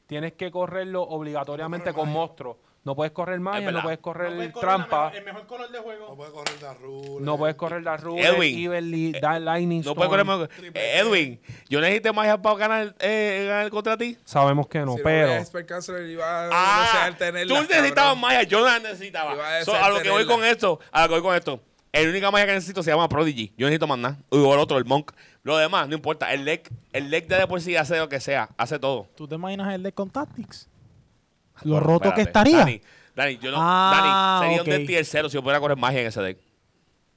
Speaker 4: Tienes que correrlo obligatoriamente con monstruos. No puedes correr magia,
Speaker 3: verdad.
Speaker 4: no puedes correr,
Speaker 6: No puedes correr la
Speaker 4: trampa,
Speaker 6: mejor- El mejor color de
Speaker 5: No
Speaker 6: juego.
Speaker 5: puede correr la rula.
Speaker 4: no puedes correr la rule,
Speaker 3: Edwin, Eh,
Speaker 4: Everly, Dark Lightning.
Speaker 3: No
Speaker 4: Storm.
Speaker 3: puede correr más- Eh, Edwin, yo necesité magia para ganar, eh, ganar contra ti.
Speaker 4: Sabemos que no,
Speaker 1: si
Speaker 4: pero.
Speaker 1: no Expert Cancel iba a
Speaker 3: Ah,
Speaker 1: desear tenerla.
Speaker 3: tú necesitabas
Speaker 1: cabrón.
Speaker 3: magia, yo no la
Speaker 1: Iba
Speaker 3: necesitaba.
Speaker 1: a
Speaker 3: So, a lo que voy
Speaker 1: desentenerla.
Speaker 3: con esto, a lo que voy con esto. El única magia que necesito se llama Prodigy. Yo no necesito más nada. O el otro, el Monk. Lo demás, no importa. El leg, el leg de por sí hace lo que sea, hace todo.
Speaker 8: ¿Tú te imaginas el de con Tactics? Lo
Speaker 3: Bueno,
Speaker 8: roto que
Speaker 3: espérate.
Speaker 8: estaría.
Speaker 3: Dani, Dani, yo no.
Speaker 8: Ah,
Speaker 3: Dani, sería
Speaker 8: ok.
Speaker 3: un deck tier cero si yo pudiera correr magia en ese deck.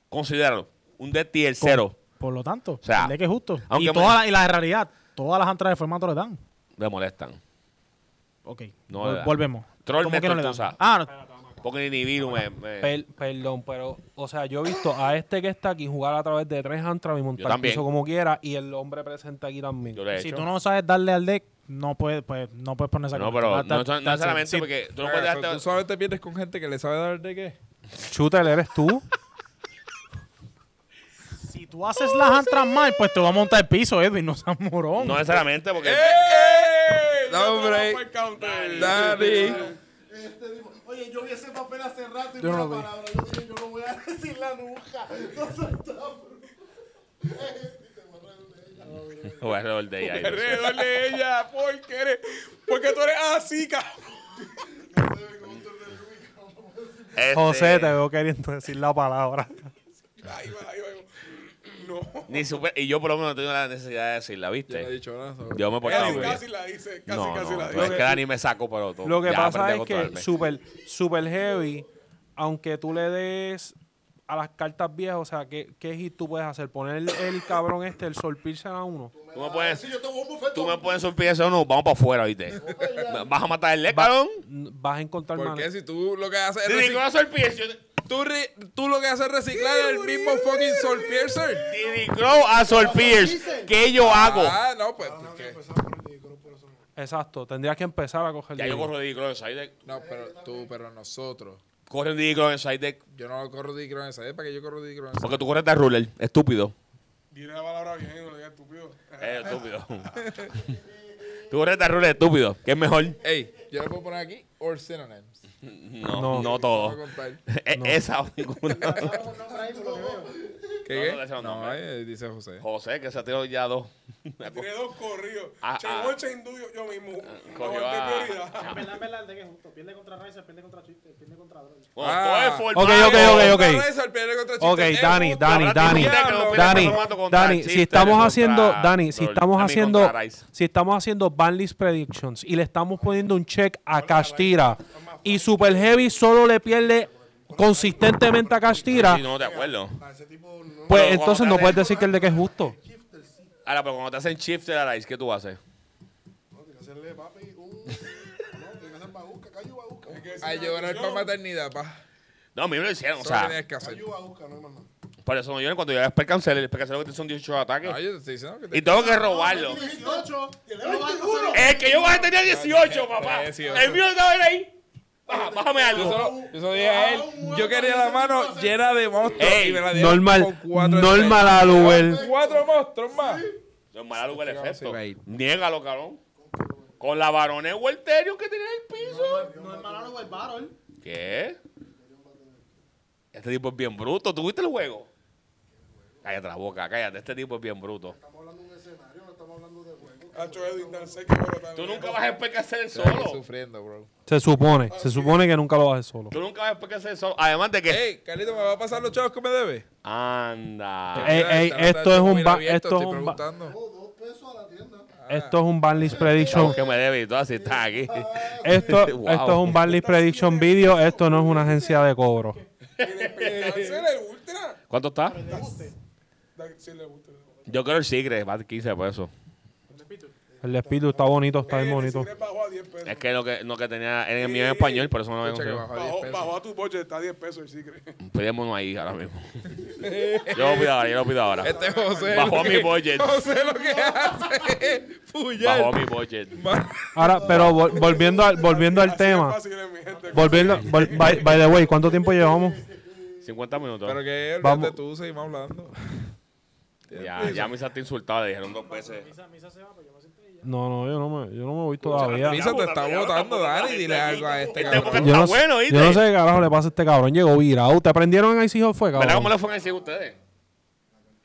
Speaker 3: Considéralo. Un deck tier cero.
Speaker 8: Por lo tanto,
Speaker 3: sea,
Speaker 8: el deck es justo.
Speaker 3: aunque
Speaker 8: Y, todas las- y la realidad, todas las entradas de formato le dan.
Speaker 3: Me molestan.
Speaker 8: Ok,
Speaker 3: No
Speaker 8: vol-
Speaker 3: le dan.
Speaker 8: volvemos.
Speaker 3: Troll
Speaker 8: ¿Cómo
Speaker 3: me
Speaker 8: que no le dan?
Speaker 3: tortusa.
Speaker 8: Ah, no.
Speaker 3: Porque ni virus me. me-
Speaker 4: Per- perdón, pero, o sea, yo he visto a este que está aquí jugar a través de tres antras y montar el
Speaker 3: también.
Speaker 4: piso como quiera, y el hombre presente aquí también.
Speaker 3: yo lo he
Speaker 8: si
Speaker 3: hecho.
Speaker 8: tú no sabes darle al deck, no puedes, pues, no puedes poner esa
Speaker 3: No,
Speaker 8: carta.
Speaker 3: pero
Speaker 8: That-
Speaker 3: no,
Speaker 8: that-
Speaker 3: no
Speaker 8: that's it.
Speaker 3: necesariamente
Speaker 8: Sí,
Speaker 3: porque tú no puedes
Speaker 1: Oiga, so-
Speaker 3: darte.
Speaker 1: Tú solo te pierdes con gente que le sabe dar de qué.
Speaker 4: Chutel, ¿eres
Speaker 3: [laughs]
Speaker 4: tú?
Speaker 8: Si tú haces las antras mal, pues te va a montar el piso, Edwin, no seas morón.
Speaker 3: No necesariamente
Speaker 8: Eh.
Speaker 3: porque.
Speaker 1: ¡Eh!
Speaker 2: Yo
Speaker 1: No,
Speaker 2: no
Speaker 1: hombre.
Speaker 2: rompo el counter.
Speaker 1: Dani.
Speaker 7: Este dijo, oye, yo vi ese papel hace rato y
Speaker 8: Yo
Speaker 7: vi
Speaker 8: no
Speaker 7: la
Speaker 8: lo vi.
Speaker 7: palabra. Yo dije, yo no voy a [laughs] decirla nunca. No soy tan-
Speaker 3: O alrededor de ella. Oh, ahí, no sé.
Speaker 2: Alrededor de ella, porque eres, porque tú eres así, cabrón.
Speaker 3: Este,
Speaker 4: José, te veo queriendo decir la palabra.
Speaker 2: Ahí va, ahí va, ahí va. No.
Speaker 3: Ni super- y yo por lo menos no tengo la necesidad de decirla,
Speaker 1: Yo no he
Speaker 3: ¿viste?
Speaker 1: dicho nada. sobre-
Speaker 3: Yo me he portado
Speaker 2: Casi,
Speaker 3: muy bien.
Speaker 2: casi la dice, casi,
Speaker 3: No,
Speaker 2: casi la
Speaker 3: no,
Speaker 2: dice.
Speaker 3: es que Dani me saco por otro.
Speaker 4: Lo que
Speaker 3: Ya
Speaker 4: pasa
Speaker 3: aprendí a
Speaker 4: es que
Speaker 3: controlarme.
Speaker 4: super, super heavy, aunque tú le des a las cartas viejas, o sea, ¿qué, qué hit tú puedes hacer? Poner el, cabrón este, el Sol Piercer a uno.
Speaker 3: Tú me puedes,
Speaker 7: Si yo te voy a un bufetón.
Speaker 3: tú me puedes sorprender eso, no, vamos para afuera, ¿viste? ¿Vas a matar el lecarón?
Speaker 4: N- Vas a encontrar
Speaker 1: ¿Por qué
Speaker 4: maneras.
Speaker 1: si tú lo que haces es
Speaker 3: Ni
Speaker 1: reciclar?
Speaker 3: ninguna sorpresa.
Speaker 1: Tú, re- tú lo que haces es reciclar el mismo fucking Soul Piercer.
Speaker 3: Diddy Crow a Sol Pierce. ¿Qué yo hago?
Speaker 1: Ah, no, pues. ¿qué?
Speaker 4: Exacto, tendrías que empezar a coger.
Speaker 3: Ya yo
Speaker 4: dinero.
Speaker 3: corro Diddy Crow en side deck.
Speaker 1: No, pero tú, pero nosotros.
Speaker 3: Corre Diddy Crow en side deck.
Speaker 1: Yo no corro de en esa. ¿eh? ¿Para qué yo corro de en esa?
Speaker 3: Porque tú corres de ruler, estúpido.
Speaker 2: Dile la palabra bien, no le digas estúpido.
Speaker 3: Eh, estúpido. [laughs] tú corres de ruler, estúpido. ¿Qué es mejor?
Speaker 1: Ey, yo le puedo poner aquí or synonyms.
Speaker 3: No, no,
Speaker 1: Vamos
Speaker 4: No.
Speaker 1: a
Speaker 3: todo.
Speaker 1: contar.
Speaker 3: [laughs] E- Esa o ninguna.
Speaker 1: ¿Qué?
Speaker 3: no,
Speaker 1: qué?
Speaker 3: no, ese
Speaker 1: No,
Speaker 3: no, hombre.
Speaker 1: eh, dice José.
Speaker 3: José, que se ha tirado ya dos.
Speaker 2: Tiene dos corridos.
Speaker 3: Ah,
Speaker 2: Chegó
Speaker 3: ah.
Speaker 2: el Chengdu, yo, yo mismo.
Speaker 3: Cogió
Speaker 2: No,
Speaker 3: a-
Speaker 2: de prioridad.
Speaker 1: Ah,
Speaker 6: En verdad, en verdad, el deck es justo. Pierde contra Rice, pierde contra Chiste, pierde contra Droid.
Speaker 3: Bueno,
Speaker 1: Ah.
Speaker 3: todo es
Speaker 4: Ok,
Speaker 3: formal.
Speaker 4: ok, ok, ok. Ok,
Speaker 1: Ok,
Speaker 4: Dani, Dani,
Speaker 3: Habrá
Speaker 4: Dani,
Speaker 3: tipos que no opinan
Speaker 4: Dani,
Speaker 3: por formato contra
Speaker 4: Dani,
Speaker 3: Chester,
Speaker 4: si estamos
Speaker 3: contra
Speaker 4: haciendo, Dani, si
Speaker 3: Troll,
Speaker 4: estamos
Speaker 3: a mí
Speaker 4: haciendo,
Speaker 3: contra Rice.
Speaker 4: si estamos haciendo ban list predictions y le estamos poniendo un check a Castira y Super Heavy solo le pierde consistentemente a Castira,
Speaker 3: Sí, no, de acuerdo.
Speaker 7: Ah,
Speaker 5: A ese tipo no.
Speaker 4: pues
Speaker 3: Pero
Speaker 4: entonces no
Speaker 3: cuando te
Speaker 4: puedes
Speaker 3: hacen-
Speaker 4: decir que el de que es justo.
Speaker 3: Ahora, pero cuando te hacen shift de la raíz, ¿qué tú haces?
Speaker 7: No, tiene que hacerle, papi, un- no, tiene que hacer babuca, cayu babuca.
Speaker 1: A llorar para maternidad, pa.
Speaker 3: No, a mí me lo hicieron, o
Speaker 1: Eso es lo que
Speaker 3: sea,
Speaker 1: tienes que hacer.
Speaker 7: Cayu babuca, no hay más nada.
Speaker 3: por eso no lloran cuando yo el percancel, el percancel lo que tiene son 18
Speaker 1: No,
Speaker 3: ataques.
Speaker 1: yo te estoy diciendo que te-
Speaker 3: Y tengo que robarlo.
Speaker 7: 18, tiene 21.
Speaker 3: El que yo voy a tener 18, papá.
Speaker 1: 18.
Speaker 3: El mío estaba ahí. Baja, bájame
Speaker 1: Yo
Speaker 3: algo.
Speaker 1: solo, yo solo dije a él, yo quería la mano llena de monstruos
Speaker 3: Ey,
Speaker 1: y me la dieron
Speaker 4: Normal,
Speaker 1: con cuatro
Speaker 4: normal
Speaker 1: efectos.
Speaker 4: Aluel.
Speaker 1: Cuatro monstruos más.
Speaker 3: No es malo el efecto.
Speaker 1: iba a ir.
Speaker 3: Niégalo, cabrón. Con la varonés Walterio que tenía en el piso.
Speaker 6: No es malo, no es Barol.
Speaker 3: ¿Qué? Este tipo es bien bruto. ¿Tú viste el juego? Cállate la boca, cállate. Este tipo es bien bruto.
Speaker 7: Estamos hablando de un escenario, no estamos hablando de juego.
Speaker 2: Hacho Edwin tan seco, pero tan
Speaker 3: Tú
Speaker 2: lejos.
Speaker 3: nunca vas a enpequecer
Speaker 1: Estoy
Speaker 3: solo.
Speaker 1: sufriendo, bro.
Speaker 4: Se supone, se supone que nunca lo haces solo.
Speaker 3: Tú nunca vas a enpequecer solo. Además de que...
Speaker 1: Ey, Carlito, ¿me va a pasar los chavos que me debes?
Speaker 3: Anda.
Speaker 4: Ey, ey,
Speaker 1: Está- está
Speaker 4: esto es
Speaker 1: todo
Speaker 4: un
Speaker 1: bien
Speaker 4: ba-
Speaker 1: abierto,
Speaker 4: esto es
Speaker 1: estoy
Speaker 4: un ba-
Speaker 1: preguntando.
Speaker 7: Oh, dos pesos a la tienda.
Speaker 4: esto es un Barley's Prediction.
Speaker 3: Que me debe y todo así está aquí.
Speaker 4: Esto,
Speaker 3: [laughs] Wow.
Speaker 4: esto es un Barley's Prediction Video. Esto no es una agencia de cobro.
Speaker 2: Cancela el ultra.
Speaker 3: ¿Cuánto está?
Speaker 2: Da- Sí, le gusta. le gusta.
Speaker 3: Yo creo el Sigre, va a 15 pesos.
Speaker 4: El espíritu está bonito, está bien
Speaker 2: Eh,
Speaker 4: bonito.
Speaker 2: Tigres bajó a 10 pesos.
Speaker 3: Es que lo que, lo que tenía en el mío en español, por eso no lo había
Speaker 1: Escucha que
Speaker 3: conseguido.
Speaker 1: bajó a 10
Speaker 2: Bajó,
Speaker 1: pesos.
Speaker 2: bajó a tu boche, está a 10 pesos el Secret.
Speaker 3: Pedimos uno ahí ahora mismo.
Speaker 1: [laughs]
Speaker 3: Yo lo pido ahora, yo lo pido ahora.
Speaker 1: Este José.
Speaker 3: Bajó
Speaker 1: lo que-
Speaker 3: mi budget.
Speaker 1: José lo que hace es puyar. [laughs]
Speaker 3: Bajó mi budget.
Speaker 4: Ahora, pero vol- volviendo al, volviendo al
Speaker 2: Así de
Speaker 4: tema.
Speaker 2: fácil es, mi gente.
Speaker 4: Volviendo, vol- by, by the way, ¿cuánto tiempo llevamos?
Speaker 3: 50 minutos.
Speaker 1: Pero que
Speaker 4: Vamos.
Speaker 1: olvídate tú, seguimos hablando.
Speaker 3: Ya, ya me hiciste insultado, le dijeron dos veces.
Speaker 6: Misa, misa se va, pues yo me senté y ya.
Speaker 4: No, no, yo no me, yo no me voy todavía.
Speaker 1: Misa te está
Speaker 3: Ya,
Speaker 1: votando,
Speaker 3: ya,
Speaker 1: Dani.
Speaker 3: ya,
Speaker 1: Dile
Speaker 3: ya,
Speaker 1: algo
Speaker 3: ya,
Speaker 1: a este
Speaker 3: ya, ya,
Speaker 1: cabrón.
Speaker 4: Yo no,
Speaker 3: Está bueno,
Speaker 4: sé,
Speaker 3: ¿oíste?
Speaker 4: yo no sé qué carajo le pasa a este cabrón. Llegó virado. ¿Te prendieron en ICO fue,
Speaker 3: ¿Verdad
Speaker 4: cabrón?
Speaker 3: cómo le fue en el ustedes?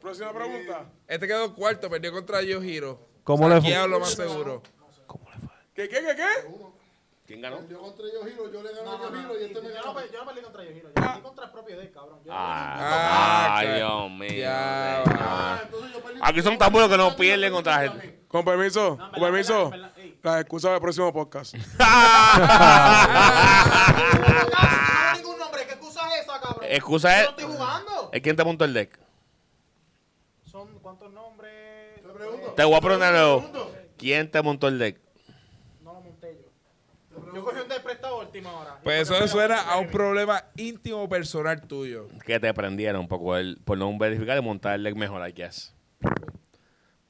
Speaker 2: Próxima pregunta.
Speaker 1: Este quedó cuarto, perdió contra Yohiro.
Speaker 4: ¿Cómo le
Speaker 1: ¿Quién
Speaker 4: fue?
Speaker 1: lo más seguro?
Speaker 2: ¿Qué, qué, qué, qué?
Speaker 3: ¿Quién ganó?
Speaker 7: Yo contra ellos giro, yo le gané a ellos giro y este me
Speaker 6: Yo no
Speaker 7: ganó.
Speaker 6: pe- yo no perdí contra ellos, Giro. Yo perdí contra el propio D, cabrón. Yo no
Speaker 3: Ah,
Speaker 1: Ah,
Speaker 3: ay,
Speaker 1: claro.
Speaker 3: Dios mío.
Speaker 1: Ya,
Speaker 3: señor.
Speaker 1: va.
Speaker 7: Entonces yo perdí.
Speaker 3: Aquí son tan buenos que no pierden contra la gente.
Speaker 2: Con permiso,
Speaker 6: en
Speaker 2: con
Speaker 6: verdad, en
Speaker 2: permiso.
Speaker 6: verdad, en verdad, ey.
Speaker 2: Las excusas del próximo podcast.
Speaker 6: tengo ningún nombre. ¿Qué excusa es esa, cabrón?
Speaker 3: Ah. Excusa
Speaker 6: Yo
Speaker 3: es.
Speaker 6: no estoy jugando.
Speaker 3: [laughs] ¿Es quién te montó el deck?
Speaker 6: Son cuántos nombres.
Speaker 3: Te voy a preguntar de nuevo. ¿Quién te montó el deck?
Speaker 6: Eh, No lo monté yo. Yo cogí un de prestado a última hora. Yo
Speaker 1: Pues
Speaker 6: cogí
Speaker 1: eso
Speaker 6: un de-
Speaker 1: suena a un problema íntimo personal tuyo.
Speaker 3: Que te prendieron por, poder- por no verificar y montar el deck mejor, I guess.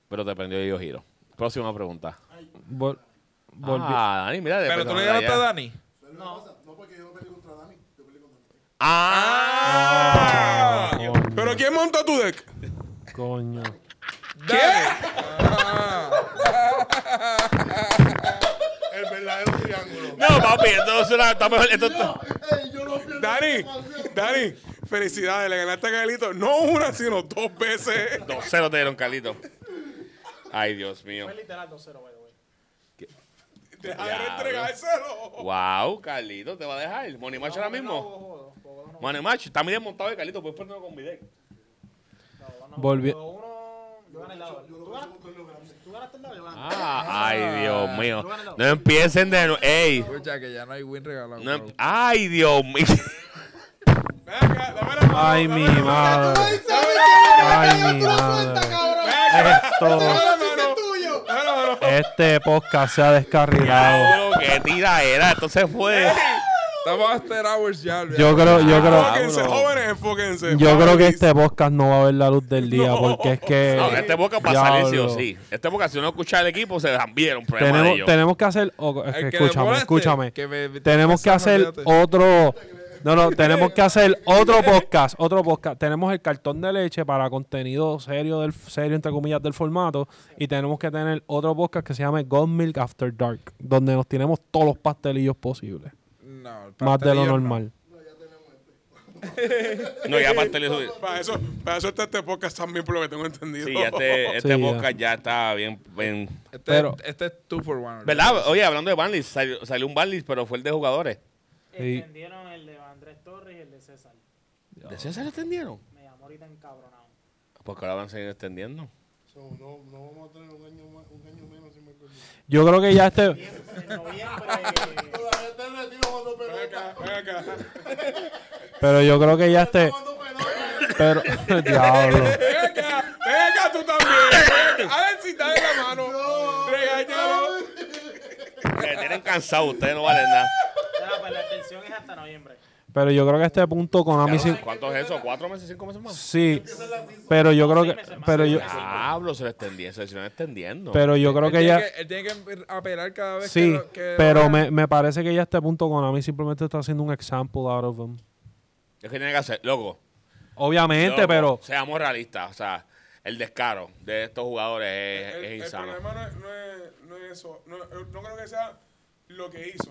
Speaker 3: Pero te prendió yo giro. Próxima pregunta.
Speaker 4: Vol- volvi-
Speaker 3: Ah, Dani, mira. de
Speaker 1: Pero tú le
Speaker 3: personalidad.
Speaker 1: ganaste a Dani.
Speaker 7: No, porque yo no perdí contra Dani. Yo perdí contra ti.
Speaker 3: Ah.
Speaker 2: ¿Pero quién montó tu deck?
Speaker 4: Coño.
Speaker 1: ¿Qué?
Speaker 7: El verdadero triángulo.
Speaker 3: No, papi, esto suena, está mejor. Esto está-
Speaker 7: Ey, yo no pierdo.
Speaker 2: Dani, Dani, felicidades, le ganaste a Galito no una, sino dos veces.
Speaker 3: 2-0 te dieron, Carlito. Ay, Dios mío.
Speaker 6: Fue literal 2-0, by the way.
Speaker 2: Deja
Speaker 3: Ya,
Speaker 2: de
Speaker 3: bro.
Speaker 2: entregárselo.
Speaker 3: Wow, Carlito, te va a dejar. Money Macho ahora mismo.
Speaker 6: Bogodo, Bogodo no.
Speaker 3: Money Macho, está muy desmontado de Carlito, puedes ponerlo con mi deck.
Speaker 6: Bogodo no.
Speaker 4: Volvi-
Speaker 6: Bogodo uno, Yo gané el lado. ¿Tú ganaste- ¿Tú ganaste el lado? Yo gané.
Speaker 3: Ah, ay, Dios mío. No empiecen de nuevo. Ey.
Speaker 1: Escucha que ya no hay win regalado.
Speaker 3: No
Speaker 1: bro.
Speaker 3: em- ay, Dios mío.
Speaker 2: Ven acá, dame la mano,
Speaker 4: Ay,
Speaker 2: dame
Speaker 4: mi
Speaker 2: la mano.
Speaker 4: madre. Ay, mi madre.
Speaker 2: Ven acá,
Speaker 4: Esto,
Speaker 2: dame la mano. Dame la mano.
Speaker 4: este podcast se ha descarrilado.
Speaker 3: Diablo, qué tira era. Entonces fue.
Speaker 1: Estamos after hours ya. olvídate.
Speaker 4: Yo creo, yo creo,
Speaker 2: Enfóquense, jóvenes, enfóquense.
Speaker 4: yo creo que
Speaker 2: Paris.
Speaker 4: este podcast no va a ver la luz del día
Speaker 2: No.
Speaker 4: porque es que.
Speaker 3: No, este boca para salir sí o
Speaker 4: Diablo.
Speaker 3: sí. Este boca, si no escucha el equipo, se vieron problema de
Speaker 4: Tenemos,
Speaker 3: ellos.
Speaker 4: tenemos que hacer. o-
Speaker 1: El
Speaker 4: es que
Speaker 1: que
Speaker 4: escúchame,
Speaker 1: demoraste,
Speaker 4: escúchame.
Speaker 1: que me-
Speaker 4: tenemos que hacer
Speaker 1: olvídate.
Speaker 4: otro. No, no, tenemos que hacer
Speaker 1: [laughs]
Speaker 4: otro podcast. Otro podcast. Tenemos el cartón de leche para contenido serio, del, serio entre comillas, del formato. Y tenemos que tener otro podcast que se llame God Milk After Dark, donde nos tenemos todos los pastelillos posibles.
Speaker 1: No,
Speaker 4: Más de lo
Speaker 1: pastelillo no.
Speaker 4: normal.
Speaker 3: No, ya pastel eso.
Speaker 2: Para eso, para eso está este podcast también, por lo que tengo entendido.
Speaker 3: Sí, ya este, este
Speaker 4: Sí, ya.
Speaker 3: boca ya está bien. bien
Speaker 1: Este,
Speaker 4: Pero-
Speaker 1: este es two for one.
Speaker 3: ¿Verdad? Oye, hablando de Banlis, salió, salió un Banlis, pero fue el de jugadores.
Speaker 4: Sí.
Speaker 6: Extendieron el de Andrés Torres y el de César.
Speaker 3: ¿De César lo extendieron?
Speaker 6: Me llamó ahorita encabronado.
Speaker 3: Porque ahora van a seguir extendiendo.
Speaker 7: So, no, no vamos a tener un año, más, un año menos sin Michael Jordan.
Speaker 4: Yo creo que ya este.
Speaker 6: En [laughs] noviembre.
Speaker 7: La gente en retiro cuando
Speaker 2: Ven acá, ven acá.
Speaker 4: Pero yo creo que ya este. Pero. [laughs] Diablo.
Speaker 2: Ven acá, ven acá tú también. Ven acá. A ver si está de la mano. Regáñalo.
Speaker 3: Me tienen cansado, ustedes no valen nada.
Speaker 6: Espera, pues la extensión es hasta noviembre.
Speaker 4: Pero yo creo que a este punto Konami sí.
Speaker 3: ¿Cuánto es eso? ¿Cuatro meses, cinco meses más?
Speaker 4: Sí. Pero yo creo que.
Speaker 6: Seis meses más.
Speaker 4: Pero yo.
Speaker 3: Diablo, se lo extendieron, se lo siguieron extendiendo.
Speaker 4: Pero yo creo
Speaker 1: Él
Speaker 4: que
Speaker 1: tiene
Speaker 4: ya.
Speaker 1: que- él tiene que apelar cada vez que
Speaker 4: Sí,
Speaker 1: lo- que.
Speaker 4: pero me, me parece que ya a este punto Konami simplemente está haciendo un example out of them.
Speaker 3: Es que tiene que hacer, loco.
Speaker 4: Obviamente,
Speaker 3: loco,
Speaker 4: pero
Speaker 3: Seamos realistas, o sea, el descaro de estos jugadores es,
Speaker 2: El,
Speaker 3: es
Speaker 2: el
Speaker 3: insano.
Speaker 2: problema no es, no es- no es eso. No, eh, no creo que sea lo que hizo.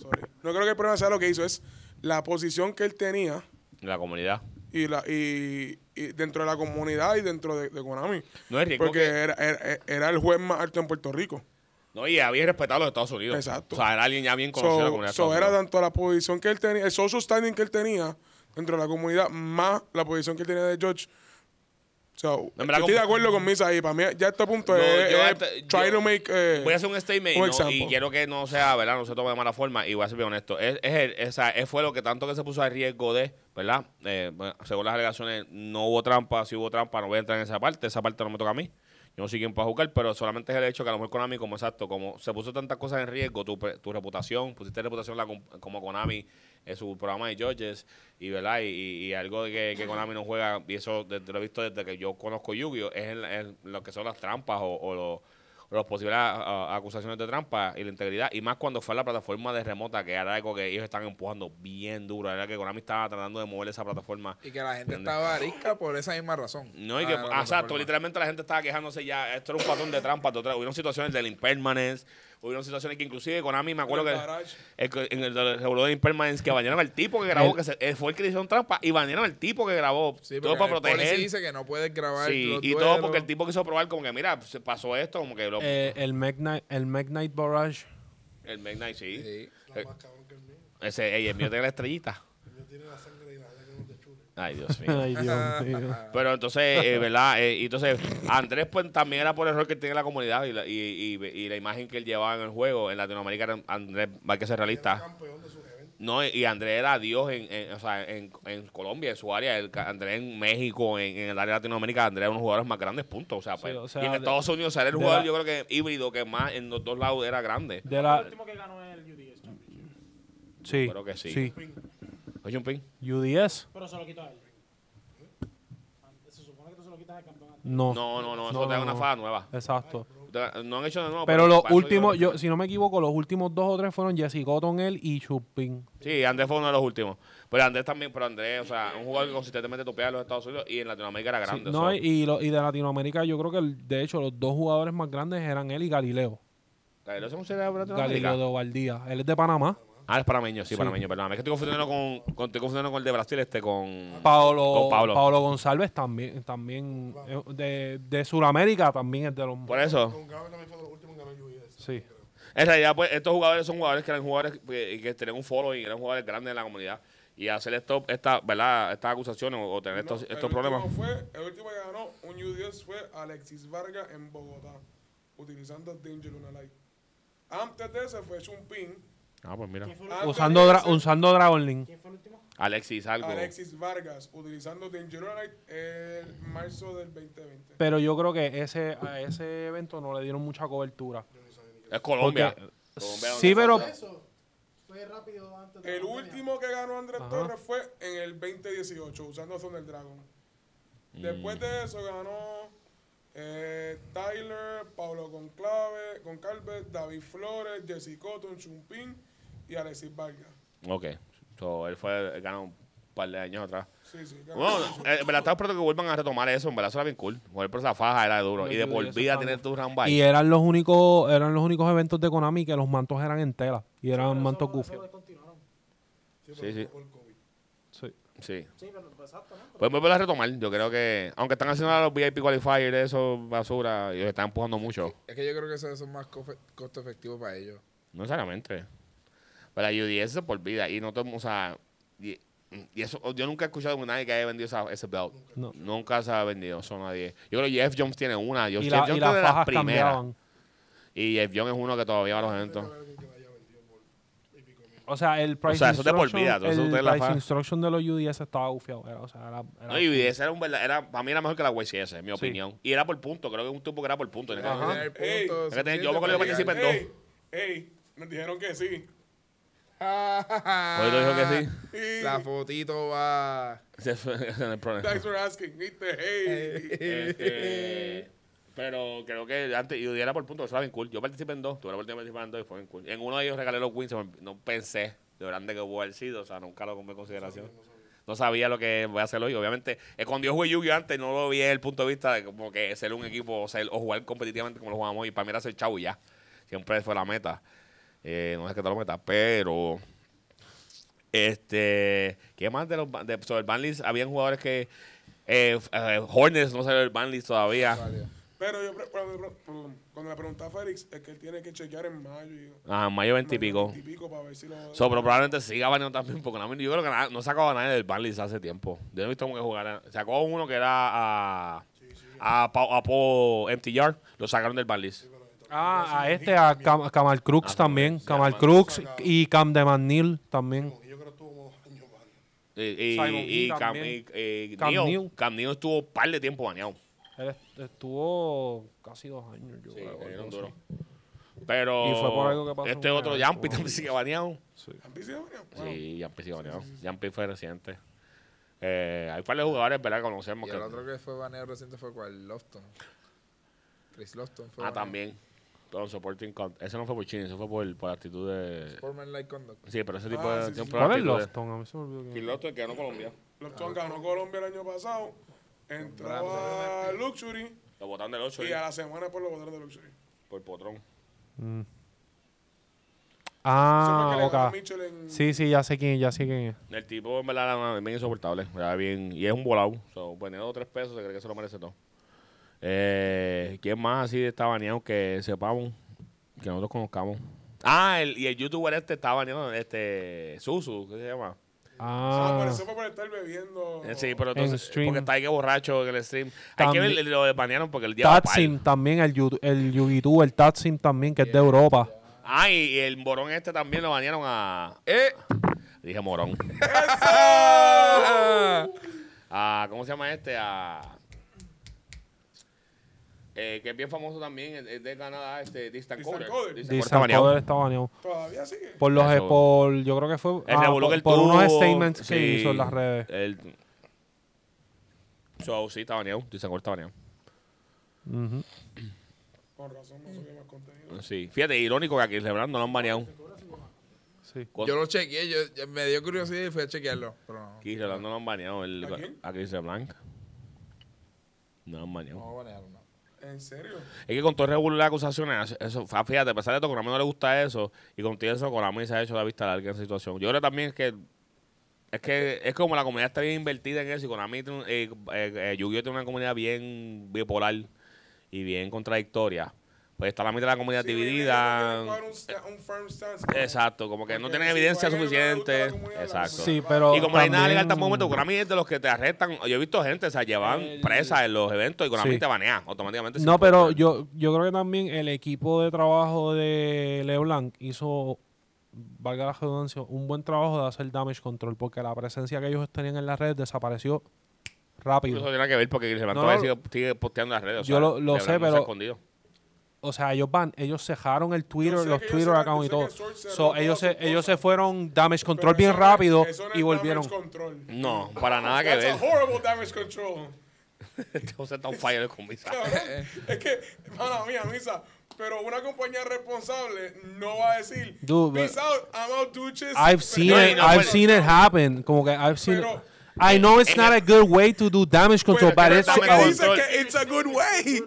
Speaker 2: Sorry. No creo que el problema sea lo que hizo. Es la posición que él tenía
Speaker 3: La comunidad.
Speaker 2: y la y, y dentro de la comunidad y dentro de, de Konami.
Speaker 3: No es riesgo
Speaker 2: Porque
Speaker 3: que-
Speaker 2: era, era, era el juez más alto en Puerto Rico.
Speaker 3: No, y había respetado a los Estados Unidos.
Speaker 2: Exacto.
Speaker 3: O sea, era alguien ya bien conocido de la
Speaker 2: So,
Speaker 3: comunidad. de
Speaker 2: so
Speaker 3: Estados
Speaker 2: era
Speaker 3: Unidos.
Speaker 2: tanto la posición que él tenía, el social standing que él tenía dentro de la comunidad, más la posición que él tenía de George. So,
Speaker 3: En
Speaker 2: yo
Speaker 3: verdad,
Speaker 2: estoy de
Speaker 3: como-
Speaker 2: acuerdo con Misa ahí. Para mí, ya a este punto
Speaker 3: No,
Speaker 2: es,
Speaker 3: yo
Speaker 2: es
Speaker 3: hasta-
Speaker 2: try
Speaker 3: yo-
Speaker 2: to make. eh,
Speaker 3: Voy a hacer un statement
Speaker 2: un
Speaker 3: ¿no?
Speaker 2: example.
Speaker 3: y quiero que no sea, ¿verdad? No se tome de mala forma y voy a ser bien honesto. Es, es, el- es- o sea, es fue lo que tanto que se puso a riesgo de, ¿verdad? Eh, bueno, según las alegaciones, no hubo trampa, si hubo trampa, no voy a entrar en esa parte, esa parte no me toca a mí. Yo no soy quien para jugar, pero solamente es el hecho que a lo mejor Konami, como exacto, como se puso tantas cosas en riesgo, tu, pre- tu reputación, pusiste reputación la com- como Konami en su programa de Georges, y verdad, y, y- y algo de que, que Konami no juega, y eso desde, lo he visto desde que yo conozco Yu-Gi-Oh!, es en, en lo que son las trampas o, o los las posibles a- a- acusaciones de trampa y la integridad, y más cuando fue la plataforma de remota, que era algo que ellos están empujando bien duro, era que Konami estaba tratando de mover esa plataforma.
Speaker 1: Y que la gente
Speaker 3: ¿Entiendes?
Speaker 1: estaba arisca por esa misma razón.
Speaker 3: No, y que,
Speaker 1: Ah, la
Speaker 3: ah, exacto,
Speaker 1: plataforma.
Speaker 3: literalmente la gente estaba quejándose ya, esto era un patrón de trampa, de otra- hubieron situaciones del impermanence, hubieron situaciones que inclusive Konami, me acuerdo
Speaker 1: El
Speaker 3: que
Speaker 1: garage.
Speaker 3: el que- en el del revolú de impermanence, que bañaron al tipo que grabó, que se- eh, fue el que le hicieron trampa, y bañaron al tipo que grabó,
Speaker 1: Sí, porque
Speaker 3: todo para
Speaker 1: el policía
Speaker 3: proteger.
Speaker 1: dice que no puedes grabar
Speaker 3: Sí,
Speaker 1: los
Speaker 3: y todo porque
Speaker 1: duelos.
Speaker 3: el tipo quiso probar como que, mira, se pasó esto, como que lo-
Speaker 4: Eh, el Magnite, el Magnite Barrage. [laughs]
Speaker 3: el Midnight, sí.
Speaker 1: Sí.
Speaker 3: Eh,
Speaker 7: Más cabrón que el mío.
Speaker 3: Ese, ey, el mío tiene la estrellita.
Speaker 7: El mío tiene la sangre y la de que no te chule.
Speaker 3: Ay,
Speaker 4: [laughs]
Speaker 3: Dios mío.
Speaker 4: Ay,
Speaker 1: [laughs]
Speaker 4: Dios mío.
Speaker 3: Pero entonces, eh, ¿verdad? Eh, y entonces, Andrés pues, también era por el rol que tiene la comunidad y la, y, y- y la imagen que él llevaba en el juego. En Latinoamérica, era- Andrés, hay que ser realista.
Speaker 7: Campeón de sus eventos.
Speaker 3: No, y- y Andrés era Dios en, en- o sea, en, en Colombia, en su área. El ca- Andrés en México, en, en el área de Latinoamérica, Andrés era uno de los jugadores más grandes, punto. O sea, pues,
Speaker 4: o sea,
Speaker 3: y en
Speaker 4: de-
Speaker 3: Estados Unidos era el
Speaker 4: de
Speaker 3: jugador,
Speaker 4: la-
Speaker 3: yo creo que híbrido, que más en los dos lados era grande.
Speaker 4: De
Speaker 6: El
Speaker 4: la,
Speaker 6: último que ganó es el UDS Championship.
Speaker 4: sí,
Speaker 3: Creo que sí.
Speaker 4: sí.
Speaker 3: Oye, un pin.
Speaker 4: UDS.
Speaker 6: Pero se lo quitó a él. Se supone que tú se lo quitas al campeón.
Speaker 4: No.
Speaker 3: No, no, no, eso
Speaker 4: No,
Speaker 3: te da
Speaker 4: no,
Speaker 3: una
Speaker 4: no.
Speaker 3: fada nueva.
Speaker 4: Exacto.
Speaker 3: Te- No han hecho de nuevo.
Speaker 4: Pero los
Speaker 3: pasó y
Speaker 4: últimos,
Speaker 3: lo-
Speaker 4: yo, si no me equivoco, los últimos dos o tres fueron Jesse Cotton, él y Chupin.
Speaker 3: Sí, Andrés fue uno de los últimos. Pero Andrés también, pero Andrés, o sea, un jugador que consistentemente topea en los Estados Unidos y en Latinoamérica era grande. o
Speaker 4: no,
Speaker 3: sea,
Speaker 4: y, y lo- y de Latinoamérica, yo creo que el- de hecho los dos jugadores más grandes eran él y Galileo.
Speaker 3: Galileo se considera de
Speaker 4: Galileo de
Speaker 3: Latinoamérica.
Speaker 4: Ovaldía. Él es de Panamá.
Speaker 3: Ah, es panameño, sí,
Speaker 4: Sí.
Speaker 3: panameño, perdón. Es que estoy confundiendo con, con- estoy confundiendo con el de Brasil, este, con.
Speaker 4: Paolo,
Speaker 3: Con Pablo.
Speaker 4: Paolo. González también, también eh, de, de Sudamérica también es de los
Speaker 3: Por eso.
Speaker 7: Con Gabe también fue de los últimos que ganó UBS.
Speaker 4: Sí.
Speaker 3: En realidad, pues, estos jugadores son jugadores que eran jugadores que, que tenían un follow y eran jugadores grandes en la comunidad. Y hacer esto, esta, ¿verdad? Estas acusaciones o, o tener
Speaker 2: No,
Speaker 3: estos,
Speaker 2: el
Speaker 3: estos
Speaker 2: último
Speaker 3: problemas.
Speaker 2: Fue, el último que ganó un U10 fue Alexis Vargas en Bogotá, utilizando Danger Luna Light. Antes de ese fue Chumpin.
Speaker 3: Ah, pues mira.
Speaker 6: ¿Quién fue, el-
Speaker 2: Antes
Speaker 4: Usando,
Speaker 2: de
Speaker 4: dra-
Speaker 2: ese,
Speaker 4: usando Dragon Link.
Speaker 6: quién fue el último?
Speaker 3: Alexis, algo.
Speaker 2: Alexis Vargas, utilizando Danger Luna Light el marzo del 2020.
Speaker 4: Pero yo creo que ese, a ese evento no le dieron mucha cobertura.
Speaker 3: Es Colombia.
Speaker 4: Porque-
Speaker 3: Colombia,
Speaker 4: sí,
Speaker 3: ¿dónde
Speaker 4: pero
Speaker 7: Eso fue rápido antes de
Speaker 2: El
Speaker 7: la pandemia.
Speaker 2: último que ganó Andrés
Speaker 4: Ajá.
Speaker 2: Torres fue en el 2018, usando Thunder Dragon. Después
Speaker 3: Mm.
Speaker 2: de eso ganó eh, Tyler, Pablo Conclave, Concalves, David Flores, Jesse Cotton, Chumpin y Alexis Vargas.
Speaker 3: Ok. So, él fue, él ganó un par de años atrás.
Speaker 2: Sí, sí. ganó.
Speaker 3: Bueno, eh, en verdad estaba esperando que vuelvan a retomar eso. En verdad eso era bien cool. Joder, por esa faja era duro.
Speaker 4: Lo
Speaker 3: y de
Speaker 4: que
Speaker 3: por
Speaker 4: hubiese
Speaker 3: vida
Speaker 4: estado.
Speaker 3: tener tu ramba
Speaker 4: y eh,
Speaker 3: ahí.
Speaker 4: eran los únicos eran los únicos eventos de Konami que los mantos eran en tela y eran mantos goofy.
Speaker 6: continuaron.
Speaker 3: Sí, sí.
Speaker 4: Sí.
Speaker 3: Sí.
Speaker 6: Sí, pero pues, exacto, ¿no?
Speaker 3: Pues volver a retomar. Yo creo que, aunque están haciendo ahora los VIP qualifiers, eso, basura, y los están empujando mucho.
Speaker 1: Es que yo creo que eso es más cofe- costo efectivo para ellos.
Speaker 3: No necesariamente. Pero la UDS se por vida. Y no todo, el mu- o sea, y, y eso, yo nunca he escuchado a nadie que haya vendido esa, ese belt.
Speaker 4: No.
Speaker 3: Nunca se ha vendido, eso nadie. Yo creo que Jeff Jones tiene una. Yo,
Speaker 4: Y,
Speaker 3: Jeff
Speaker 4: la- y
Speaker 3: Jones
Speaker 4: las
Speaker 3: tiene las
Speaker 4: fajas
Speaker 3: primeras.
Speaker 4: cambiaban.
Speaker 3: Y Jeff Jones es uno que todavía va a los eventos.
Speaker 4: O sea, el price
Speaker 3: O sea, eso te por
Speaker 4: instruction-
Speaker 3: vida, todo eso
Speaker 4: el
Speaker 3: ustedes la
Speaker 4: price
Speaker 3: faja.
Speaker 4: instruction de los UDS estaba gufiado. Era, o sea, era, era-
Speaker 3: No, y UDS era un verdad, era, para mí era mejor que la YCS, en mi
Speaker 4: Ah, Sí.
Speaker 3: opinión. Y era por punto, creo que es un tipo que era por punto. tenía que
Speaker 1: Tienen
Speaker 3: tener-
Speaker 1: el punto
Speaker 2: Ey,
Speaker 1: suficiente
Speaker 3: que tener- yo me acuerdo
Speaker 1: para
Speaker 3: que participé
Speaker 1: llegar.
Speaker 3: en dos.
Speaker 2: Ey, ey, nos dijeron que sí.
Speaker 3: Hoy lo dijo que sí.
Speaker 1: [laughs]
Speaker 2: Y
Speaker 1: La fotito va.
Speaker 3: [laughs] Ese fue- ese era el problema.
Speaker 2: thanks for asking, ¿viste? Hey.
Speaker 3: Este, [laughs] pero creo que antes, y era por punto, eso era bien cool. Yo participé en dos, tuve la oportunidad de participar en dos y fue bien cool. En uno de ellos regalé los wins, se me- no pensé de grande que hubo haber sido, o sea, nunca lo tomé en consideración. No sabía lo que voy a hacer hoy. Obviamente, eh, cuando yo jugué Yu-Gi-Oh! antes, no lo vi desde el punto de vista de como que ser un equipo o, ser- o jugar competitivamente como lo jugamos. Y para mí era ser chavo y ya. Siempre fue la meta. Eh, no es que te lo metas, pero Este, ¿Qué más de los ban- de, sobre el Banlist? Habían jugadores que. eh, f- eh, Hornets no salió del Banlist todavía.
Speaker 2: Pero yo, pre- cuando, pre- perdón, cuando le pregunté a Félix, es que él tiene que chequear en mayo. Y,
Speaker 3: Ah, en mayo 20 y pico.
Speaker 2: Típico para ver si lo.
Speaker 3: So, pero probablemente siga baneando también, porque no- yo creo que na- no sacaba a nadie del Banlist hace tiempo. Yo no he visto como que jugara. Sacó uno que era a. A, Pa- a Po MTR, lo sacaron del Banlist.
Speaker 4: Ah, a este, a Cam- Kamal Crux también. Kamal Crux y Cam de McNeil también.
Speaker 5: Y yo creo que estuvo como dos años más.
Speaker 3: Y, y,
Speaker 4: Simon
Speaker 3: y
Speaker 4: Hill
Speaker 3: Cam,
Speaker 4: también.
Speaker 3: y- y
Speaker 4: Cam
Speaker 3: Neal.
Speaker 4: Neal.
Speaker 3: Cam Neal estuvo un par de tiempo baneado.
Speaker 4: Él est- estuvo casi dos años, yo
Speaker 3: Sí,
Speaker 4: creo,
Speaker 3: le dieron
Speaker 4: algo
Speaker 3: duro.
Speaker 4: así.
Speaker 3: Pero
Speaker 4: Y fue por algo que pasó
Speaker 3: este
Speaker 4: en
Speaker 3: otro
Speaker 4: el-
Speaker 3: Yampi también sigue baneado.
Speaker 2: ¿Empieza ahora? Bueno,
Speaker 3: Sí, Yampi sigue baneado. Yampi fue reciente. Eh, hay un par de jugadores, ¿verdad? Que conocemos.
Speaker 1: Y
Speaker 3: Que,
Speaker 1: el otro que fue baneado reciente fue cuál? Lofton. Chris Lofton fue
Speaker 3: ah,
Speaker 1: baneado.
Speaker 3: también. Pero supporting con- Ese no fue por Chini, eso fue por, por actitud de.
Speaker 1: Foreman Light Conduct.
Speaker 3: Sí, pero ese tipo
Speaker 2: Ah,
Speaker 3: de.
Speaker 2: sí, sí,
Speaker 3: tiene un
Speaker 2: sí.
Speaker 3: problema
Speaker 4: ¿Cuál es
Speaker 3: de actitudes.
Speaker 4: Lofton? A mí se me olvidó quién
Speaker 3: Y
Speaker 4: es.
Speaker 3: Lofton que ganó Colombia.
Speaker 2: Lofton ganó Colombia el año pasado. Entró a Luxury
Speaker 3: Lo botaron del 8
Speaker 2: y a la semana por lo votaron de Luxury. Eso
Speaker 3: por Potrón.
Speaker 2: fue que le ganó
Speaker 4: Ah,
Speaker 2: a
Speaker 4: ok.
Speaker 2: Mitchell en-
Speaker 4: Sí, sí, ya sé quién es, ya sé quién es.
Speaker 3: El tipo, en verdad, era bien insoportable. Era bien, y es un volado. So, baneado tres pesos, se cree que se lo merece todo. Eh, ¿Quién más así está baneado que sepamos? Que nosotros conozcamos. Ah, el, y el youtuber este está baneado, este, Susu, ¿qué se llama?
Speaker 2: Ah,
Speaker 4: Ah,
Speaker 2: pero eso fue por estar bebiendo.
Speaker 3: Eh, Sí, pero
Speaker 4: En
Speaker 3: entonces,
Speaker 4: stream.
Speaker 3: porque está ahí que borracho en el stream. Hay que ver,
Speaker 4: También-
Speaker 3: lo banearon porque el día va pa'l.
Speaker 4: Tatsim también, el, Yu- el Yugitu, el Tatsim también, que es de Europa.
Speaker 3: Ah, y, y el morón este también lo banearon a...
Speaker 1: ¡Eh!
Speaker 3: Dije
Speaker 2: [laughs]
Speaker 3: morón. a, ¿Cómo se llama este? A, eh, que es bien famoso también, es- es de Canadá, este, Distant
Speaker 2: Distant
Speaker 3: Coder.
Speaker 2: Coder.
Speaker 3: Distant Coder
Speaker 4: Dice
Speaker 3: está baneado.
Speaker 4: Coder está baneado.
Speaker 2: Todavía sigue.
Speaker 4: Por los, e,
Speaker 3: Eso.
Speaker 4: por, yo creo que fue
Speaker 3: El
Speaker 4: ah,
Speaker 3: revolú que
Speaker 4: por,
Speaker 3: él
Speaker 4: por unos
Speaker 3: tuvo,
Speaker 4: statements que
Speaker 3: sí,
Speaker 4: hizo en las redes.
Speaker 3: el- so, sí, está baneado. Distant Coder está baneado.
Speaker 4: Ujú.
Speaker 2: Con razón, no subí más contenido.
Speaker 3: Sí. Fíjate, irónico que aquí LeBron no lo han baneado.
Speaker 4: Sí.
Speaker 3: Cos-
Speaker 1: Yo lo chequeé, yo, yo- me dio curiosidad y fui a chequearlo. Pero no.
Speaker 3: Aquí LeBron no lo han baneado. El,
Speaker 2: ¿A quién?
Speaker 3: ¿A Chris LeBlanc. No lo han baneado.
Speaker 1: No, banearon, no.
Speaker 2: ¿En serio?
Speaker 3: Es que con todo el revuelo de las acusaciones, eso, fa- fíjate, a pesar de todo, Konami no le gusta eso, y con todo eso, Konami se ha hecho la vista larga en esa situación. Yo creo también que es que es como la comunidad está bien invertida en eso, y Konami, tiene un- eh, eh, eh, Yu-Gi-Oh! tiene una comunidad bien bipolar y bien contradictoria. Pues está la mitad de la comunidad
Speaker 2: Sí,
Speaker 3: dividida. Eh.
Speaker 2: tiene que coger un sta- un firm stance, ¿no?
Speaker 3: Exacto, como que no
Speaker 2: Porque
Speaker 3: tienen
Speaker 2: si
Speaker 3: evidencia
Speaker 2: cualquiera no le gusta
Speaker 3: suficiente.
Speaker 2: la comunidad, la
Speaker 3: Exacto.
Speaker 4: Sí,
Speaker 2: comunidad va.
Speaker 4: pero
Speaker 3: Y como no hay nada legal hasta
Speaker 4: también-
Speaker 3: el este momento, Konami es de los que te arrestan. Yo he visto gente, o sea, llevan presa en los eventos y Konami
Speaker 4: Sí.
Speaker 3: te banea automáticamente. sin
Speaker 4: No, pero
Speaker 3: importar.
Speaker 4: yo, yo creo que también el equipo de trabajo de LeBlanc hizo, valga la redundancia, un buen trabajo de hacer damage control porque la presencia que ellos tenían en las redes desapareció
Speaker 3: Eso
Speaker 4: rápido.
Speaker 3: tiene que ver porque Chris Evans
Speaker 4: No,
Speaker 3: todavía
Speaker 4: no.
Speaker 3: sigue, sigue posteando en las redes. o
Speaker 4: Yo
Speaker 3: sea,
Speaker 4: lo- lo
Speaker 3: Lebron
Speaker 4: sé,
Speaker 3: no se ha
Speaker 4: pero-
Speaker 3: escondido.
Speaker 4: O sea, ellos van, ellos cejaron el Twitter,
Speaker 2: Yo sé
Speaker 4: los
Speaker 2: que ellos
Speaker 4: Twitter
Speaker 2: cerraron-
Speaker 4: accounts y
Speaker 2: yo sé
Speaker 4: todo.
Speaker 2: que Sword cerró
Speaker 4: So, ellos,
Speaker 2: todas
Speaker 4: se,
Speaker 2: sus
Speaker 4: ellos
Speaker 2: cosas.
Speaker 4: se fueron damage
Speaker 2: Pero
Speaker 4: control bien
Speaker 2: eso no es-
Speaker 4: rápido
Speaker 2: eso no es
Speaker 4: y
Speaker 2: damage
Speaker 4: volvieron.
Speaker 2: control.
Speaker 3: No, para nada que
Speaker 2: That's a
Speaker 3: ver. [laughs]
Speaker 2: horrible damage control.
Speaker 3: Este José está un fire con mi
Speaker 2: Cabrón,
Speaker 1: Eh,
Speaker 2: es que, mala mía, misa. Pero una compañía responsable no va a decir,
Speaker 4: Dude,
Speaker 2: peace
Speaker 4: but-
Speaker 2: out, I'm out duches.
Speaker 4: I've seen
Speaker 3: No,
Speaker 4: it,
Speaker 3: no,
Speaker 4: I've
Speaker 3: pero-
Speaker 4: seen it happen. Como que I've seen
Speaker 2: Pero-
Speaker 4: it. I know it's
Speaker 3: en
Speaker 4: not
Speaker 3: el-
Speaker 4: a good way to do damage control,
Speaker 3: Pero
Speaker 4: but
Speaker 3: es
Speaker 4: it's
Speaker 3: que no estamos
Speaker 2: ¿Para qué
Speaker 3: en
Speaker 4: our
Speaker 2: dices
Speaker 3: control.
Speaker 2: que it's a good way?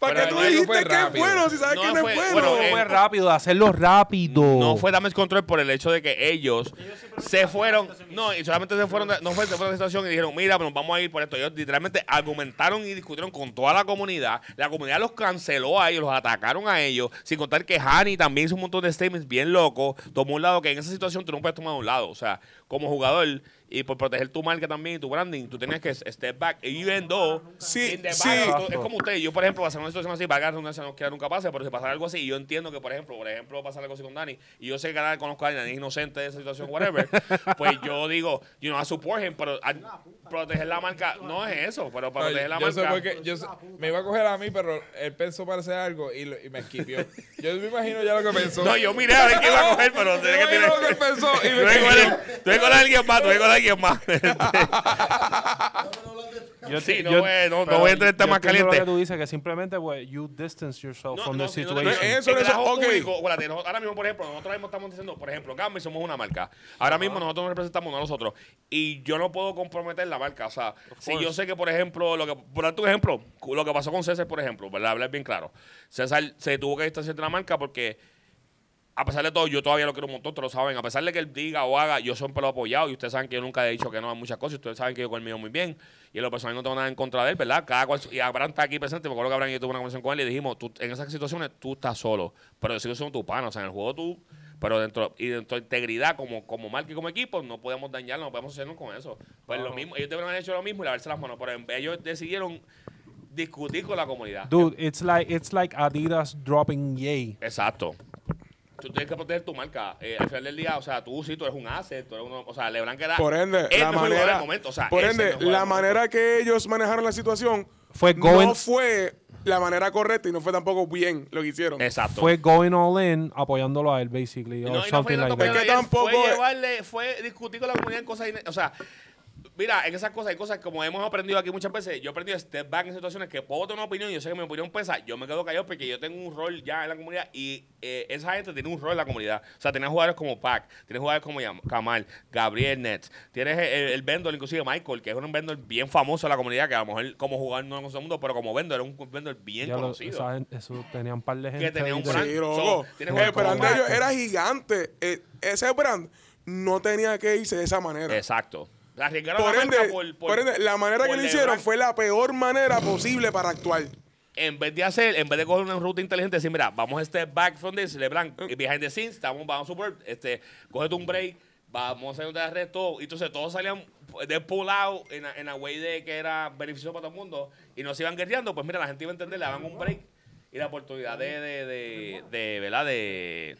Speaker 3: Pero
Speaker 2: ¿Para qué tú
Speaker 3: no fue
Speaker 2: dijiste que es
Speaker 1: rápido.
Speaker 2: bueno si sabes
Speaker 3: No
Speaker 2: que no
Speaker 3: fue-
Speaker 2: es bueno?
Speaker 3: bueno,
Speaker 4: No
Speaker 3: eh,
Speaker 4: fue rápido, de hacerlo rápido.
Speaker 3: No fue damage control por el hecho de que ellos se fueron. No, y solamente se fueron. de- No fue, se fueron de la situación y dijeron, mira, nos vamos a ir por esto. Ellos literalmente argumentaron y discutieron con toda la comunidad. La comunidad los canceló a ellos, los atacaron a ellos. Sin contar que Hani también hizo un montón de statements bien locos. Tomó un lado que en esa situación tú no puedes tomar un lado. O sea, como jugador y por proteger tu marca también y tu branding, tú tenías que step back. Y even though,
Speaker 2: Sí,
Speaker 3: in the
Speaker 2: sí.
Speaker 3: back, tú- es como usted. Yo, por ejemplo, pasar una situación así, valga la redundancia, no quiero nunca pase, pero si pasara algo así, y yo entiendo que, por ejemplo, por ejemplo, pasar algo así con Dani, y yo sé que Dani conozco a Dani, Dani es inocente de esa situación,
Speaker 1: [laughs]
Speaker 3: whatever, pues yo digo, you know, I support him, pero al proteger la marca, no es eso, pero para
Speaker 1: No,
Speaker 3: proteger la
Speaker 1: yo sé
Speaker 3: marca.
Speaker 1: por qué- yo sé- me iba a coger a mí, pero él pensó para hacer algo y, lo- y me esquipió. yo me imagino ya lo que pensó.
Speaker 3: No, yo miré a ver quién iba a coger, pero
Speaker 1: Yo
Speaker 3: tenía que
Speaker 1: me imagino
Speaker 3: tener.
Speaker 1: lo que él pensó
Speaker 3: [laughs]
Speaker 1: y me
Speaker 3: Tuve con,
Speaker 1: esquipió.
Speaker 3: el- tuve con alguien más, tuve con alguien más.
Speaker 4: Yo
Speaker 3: Sí,
Speaker 4: te-
Speaker 3: no
Speaker 4: yo-
Speaker 3: voy a- no- no
Speaker 4: pero
Speaker 3: voy a entrar en
Speaker 4: yo
Speaker 3: temas
Speaker 4: entiendo lo
Speaker 3: calientes.
Speaker 4: que tú dices, que simplemente, pues, you distance yourself from the
Speaker 3: si
Speaker 4: situation.
Speaker 3: te-
Speaker 2: Eso,
Speaker 3: el
Speaker 2: eso,
Speaker 3: trabajo
Speaker 2: ok.
Speaker 3: público, acuérdate, nosotros- ahora mismo, por ejemplo, nosotros mismo estamos diciendo, por ejemplo, Gambi somos una marca. Ahora mismo nosotros nos representamos uno a nosotros. Y yo no puedo comprometer la marca. O sea, si yo sé que, por ejemplo, lo que, por darte un ejemplo, lo que pasó con César, por ejemplo, ¿verdad? Hablar bien claro. César se tuvo que distanciar de la marca porque a pesar de todo, yo todavía lo quiero un montón, ustedes lo saben. A pesar de que él diga o haga, yo siempre lo he apoyado y ustedes saben que yo nunca he dicho que no a muchas cosas. y Ustedes saben que yo con el mío muy bien y en lo personal no tengo nada en contra de él, ¿verdad? Cada cual, y Abraham está aquí presente, me acuerdo que Abraham y yo tuve una conversación con él y dijimos, tú, en esas situaciones tú estás solo, pero yo sigo siendo tu pana, o sea, en el juego tú, pero dentro y dentro de integridad como, como marca y como equipo, no podemos dañarnos, no podemos hacernos con eso. Pues lo mismo, ellos deberían haber hecho lo mismo y lavarse las manos, pero en- ellos decidieron discutir con la comunidad.
Speaker 4: Dude, it's like, it's like Adidas dropping Yay.
Speaker 3: Exacto. Tú tienes que proteger tu marca. Eh, al final del día, o sea, tú sí, tú eres un asset, tú eres uno. O sea, LeBron que era.
Speaker 2: Por ende,
Speaker 3: Este el
Speaker 2: la
Speaker 3: mejor jugador
Speaker 2: manera,
Speaker 3: del momento, o sea,
Speaker 2: por
Speaker 3: es el
Speaker 2: ende,
Speaker 3: mejor
Speaker 2: la
Speaker 3: jugador del
Speaker 2: manera que ellos manejaron la situación
Speaker 4: Fue going-
Speaker 2: no fue la manera correcta y no fue tampoco bien lo que hicieron.
Speaker 3: momento. Exacto.
Speaker 4: Fue going all in apoyándolo a él, basically.
Speaker 3: Y
Speaker 4: or
Speaker 3: no, y no fue
Speaker 4: something
Speaker 3: tanto
Speaker 4: like
Speaker 3: peor
Speaker 4: that.
Speaker 2: Es que
Speaker 3: ayer,
Speaker 2: tampoco
Speaker 3: Fue
Speaker 2: es-
Speaker 3: llevarle, fue discutir con la comunidad en cosas. ine- O sea, mira, en esas cosas hay cosas como hemos aprendido aquí muchas veces. Yo he aprendido step back en situaciones que puedo tener una opinión y yo sé que mi opinión pesa. Yo me quedo callado porque yo tengo un rol ya en la comunidad y eh, esa gente tiene un rol en la comunidad. O sea, tenés jugadores como Pac, tienes jugadores como Yam- Kamal, Gabriel Nets, tienes el, el vendor, inclusive Michael, que es un vendor bien famoso en la comunidad, que a lo mejor como jugador no lo conoce todo el mundo, pero como vendor era un vendor bien
Speaker 4: Ya lo-
Speaker 3: conocido.
Speaker 4: esa gente- eso, tenía un par de gente.
Speaker 3: que tenía un
Speaker 4: ahí de-
Speaker 3: brand.
Speaker 2: Sí,
Speaker 3: So,
Speaker 2: loco.
Speaker 3: tienes
Speaker 2: el
Speaker 3: jugadores como
Speaker 2: brand de ellos
Speaker 3: Pac.
Speaker 2: era gigante. Eh, ese brand no tenía que irse de esa manera.
Speaker 3: Exacto. Arriesgaron
Speaker 2: Por
Speaker 3: la
Speaker 2: ende,
Speaker 3: marca por, por-
Speaker 2: por ende, la manera
Speaker 3: por
Speaker 2: que lo
Speaker 3: LeBron.
Speaker 2: hicieron fue la peor manera posible para actuar.
Speaker 3: En vez de hacer, en vez de coger una ruta inteligente, decir, mira, vamos a step back from this, LeBron,
Speaker 2: Mm.
Speaker 3: eh, behind the scenes, estamos, vamos a super, este, cógete un break, vamos a hacer un arresto. Y entonces todos salían de pull out en la en a way de que era beneficioso para todo el mundo y nos iban guerreando, pues mira, la gente iba a entender, le daban un break y la oportunidad de, de, de, de ¿verdad? De,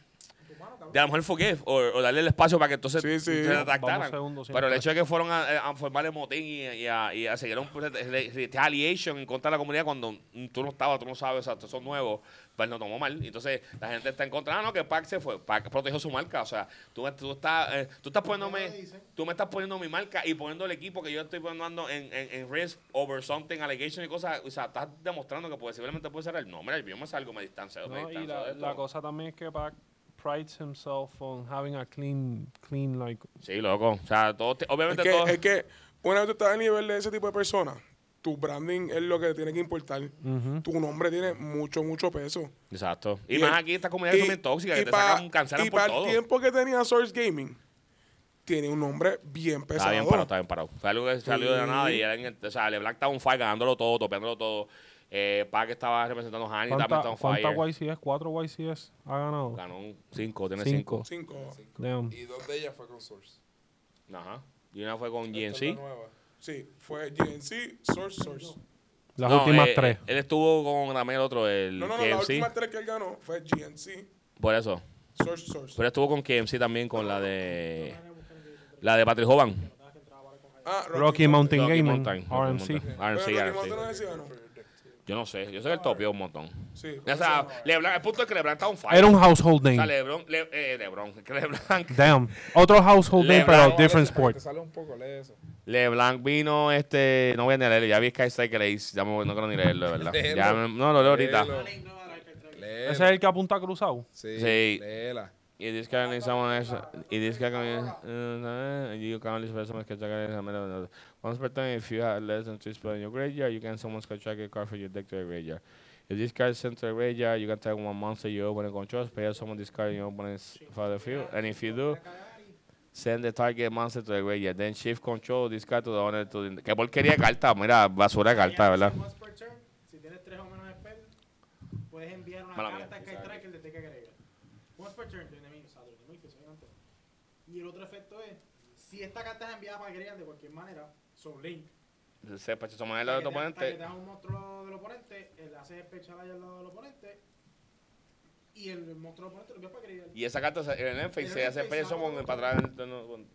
Speaker 3: de a lo mejor forgive o, o darle el espacio para que entonces
Speaker 2: Sí, sí.
Speaker 3: se
Speaker 4: Vamos
Speaker 3: retractaran.
Speaker 4: un segundo, sí,
Speaker 3: Pero el
Speaker 4: no.
Speaker 3: hecho de que fueron a, a formar el motín y, y a, y a seguir un eh, re- re- este retaliation en contra de la comunidad cuando mm, tú no estabas, tú no sabes, o sea, son nuevos, pues no tomó mal. Entonces la gente está en contra, ah, no, que Pac se fue, Pac protegió su marca, o sea, tú, tú estás, eh, tú estás poniéndome, tú me estás poniendo mi marca y poniendo el equipo que yo estoy poniendo en, en, en risk over something, allegation y cosas, o sea, estás demostrando que posiblemente puede ser el nombre, yo me salgo, me distancio, me
Speaker 4: No, y
Speaker 3: distancio de
Speaker 4: la,
Speaker 3: esto.
Speaker 4: la cosa también es que Pac prides himself on having a clean, clean, like,
Speaker 3: Sí, loco, o sea, todo, te-
Speaker 2: Es
Speaker 3: obviamente
Speaker 2: que,
Speaker 3: todo...
Speaker 2: es que una vez tú estás al nivel de ese tipo de personas, tu branding es lo que tiene que importar. Tu nombre tiene mucho, mucho peso.
Speaker 3: Exacto. Y, más
Speaker 2: el-
Speaker 3: aquí esta comunidad que
Speaker 2: y-
Speaker 3: son bien tóxica,
Speaker 2: y
Speaker 3: que te
Speaker 2: pa-
Speaker 3: sacan, cancelan
Speaker 2: y
Speaker 3: por
Speaker 2: pa'
Speaker 3: todo.
Speaker 2: el tiempo que tenía Source Gaming, tiene un nombre bien
Speaker 3: Está
Speaker 2: pesado.
Speaker 3: bien parado, está bien parado. Fue algo que salió de la nada y era en el- o sea, LeBlanc estaba on fire ganándolo todo, topeándolo todo. Eh, Pac estaba representando a Hani, también está
Speaker 4: ¿cuánta-
Speaker 3: on
Speaker 4: ¿cuántas
Speaker 3: fire.
Speaker 4: YCS? ¿Cuatro YCS ha ganado?
Speaker 3: Ganó un 5, tiene 5.
Speaker 4: Cinco.
Speaker 2: Cinco.
Speaker 4: Damn.
Speaker 1: Y dos de ellas fue con Source.
Speaker 3: Ajá. Y una fue con
Speaker 1: Esta es
Speaker 3: GNC.
Speaker 1: la nueva.
Speaker 2: Sí, fue GNC, Source, Source.
Speaker 4: Las
Speaker 3: No,
Speaker 4: últimas
Speaker 3: eh,
Speaker 4: tres.
Speaker 3: Él estuvo con también el otro, el
Speaker 2: No, no, no, la
Speaker 3: KMC.
Speaker 2: última tres que él ganó fue GNC,
Speaker 3: Por eso.
Speaker 2: Source, Source.
Speaker 3: Pero estuvo con KMC también, con la de. La de Patrick Hoban.
Speaker 2: Ah,
Speaker 4: Rocky Mountain
Speaker 3: Rocky
Speaker 4: Gaming,
Speaker 3: Mountain, Rocky
Speaker 4: RMC.
Speaker 3: Mountain. RMC,
Speaker 2: Pero Rocky Mountain no
Speaker 3: RMC.
Speaker 2: decía, no.
Speaker 3: Yo no sé. Yo sé que él topeó un montón.
Speaker 2: Sí.
Speaker 3: O sea, LeBlanc, el punto es que LeBlanc está on fire.
Speaker 4: Era un household
Speaker 3: O sea,
Speaker 4: name.
Speaker 3: LeBron, Le- eh, LeBron, [laughs] que LeBlanc,
Speaker 4: Damn. Otro household name,
Speaker 3: Lebron.
Speaker 4: pero different
Speaker 1: Ese, para que
Speaker 4: sport.
Speaker 1: Te sale un poco, lee eso.
Speaker 3: LeBlanc vino, este, no voy ni a leerlo, ya vi Sky Strike Grace, ya me, no quiero ni leerlo, de
Speaker 1: [laughs]
Speaker 3: verdad.
Speaker 1: Léelo.
Speaker 3: Ya me- no, lo leo ahorita.
Speaker 1: Léelo.
Speaker 4: Ese
Speaker 1: Léelo.
Speaker 4: es el que apunta cruzado.
Speaker 1: Sí,
Speaker 3: Sí.
Speaker 1: léela.
Speaker 3: Y this can only someone else, y this can only, uh, you can only person can check it out. Once per time, if you have less than three spots in your graveyard, you can someone can check a card for your deck to your graveyard. If this card is sent to the graveyard, you can take one monster you open and control, spare someone this card in your opponent's battlefield, and if you do, Send the target monster to the graveyard. Then shift control this card to the owner to the... Qué porquería de carta. Mira, basura de carta, ¿verdad?
Speaker 6: Once per turn, Si tienes tres o menos spell, puedes enviar una
Speaker 3: Mala
Speaker 6: carta
Speaker 3: mía.
Speaker 6: que trae que le tenga que agregar. Once per turn, tu enemigo, o sea, tu enemigo que soy antes. Y el otro efecto es, si esta carta es enviada para agregar de cualquier manera, son link.
Speaker 3: Se pachó manera del lado de tu
Speaker 6: Hasta que te- hasta que
Speaker 3: oponente.
Speaker 6: te haga un monstruo del oponente, él hace especial ahí al lado del oponente. Y el monstruo del oponente lo envías para agregar.
Speaker 3: Y esa carta, se- en el enfeite, se
Speaker 6: Pero
Speaker 3: hace
Speaker 6: empezaba
Speaker 3: peso con
Speaker 6: con-
Speaker 3: para atrás. no, no, con-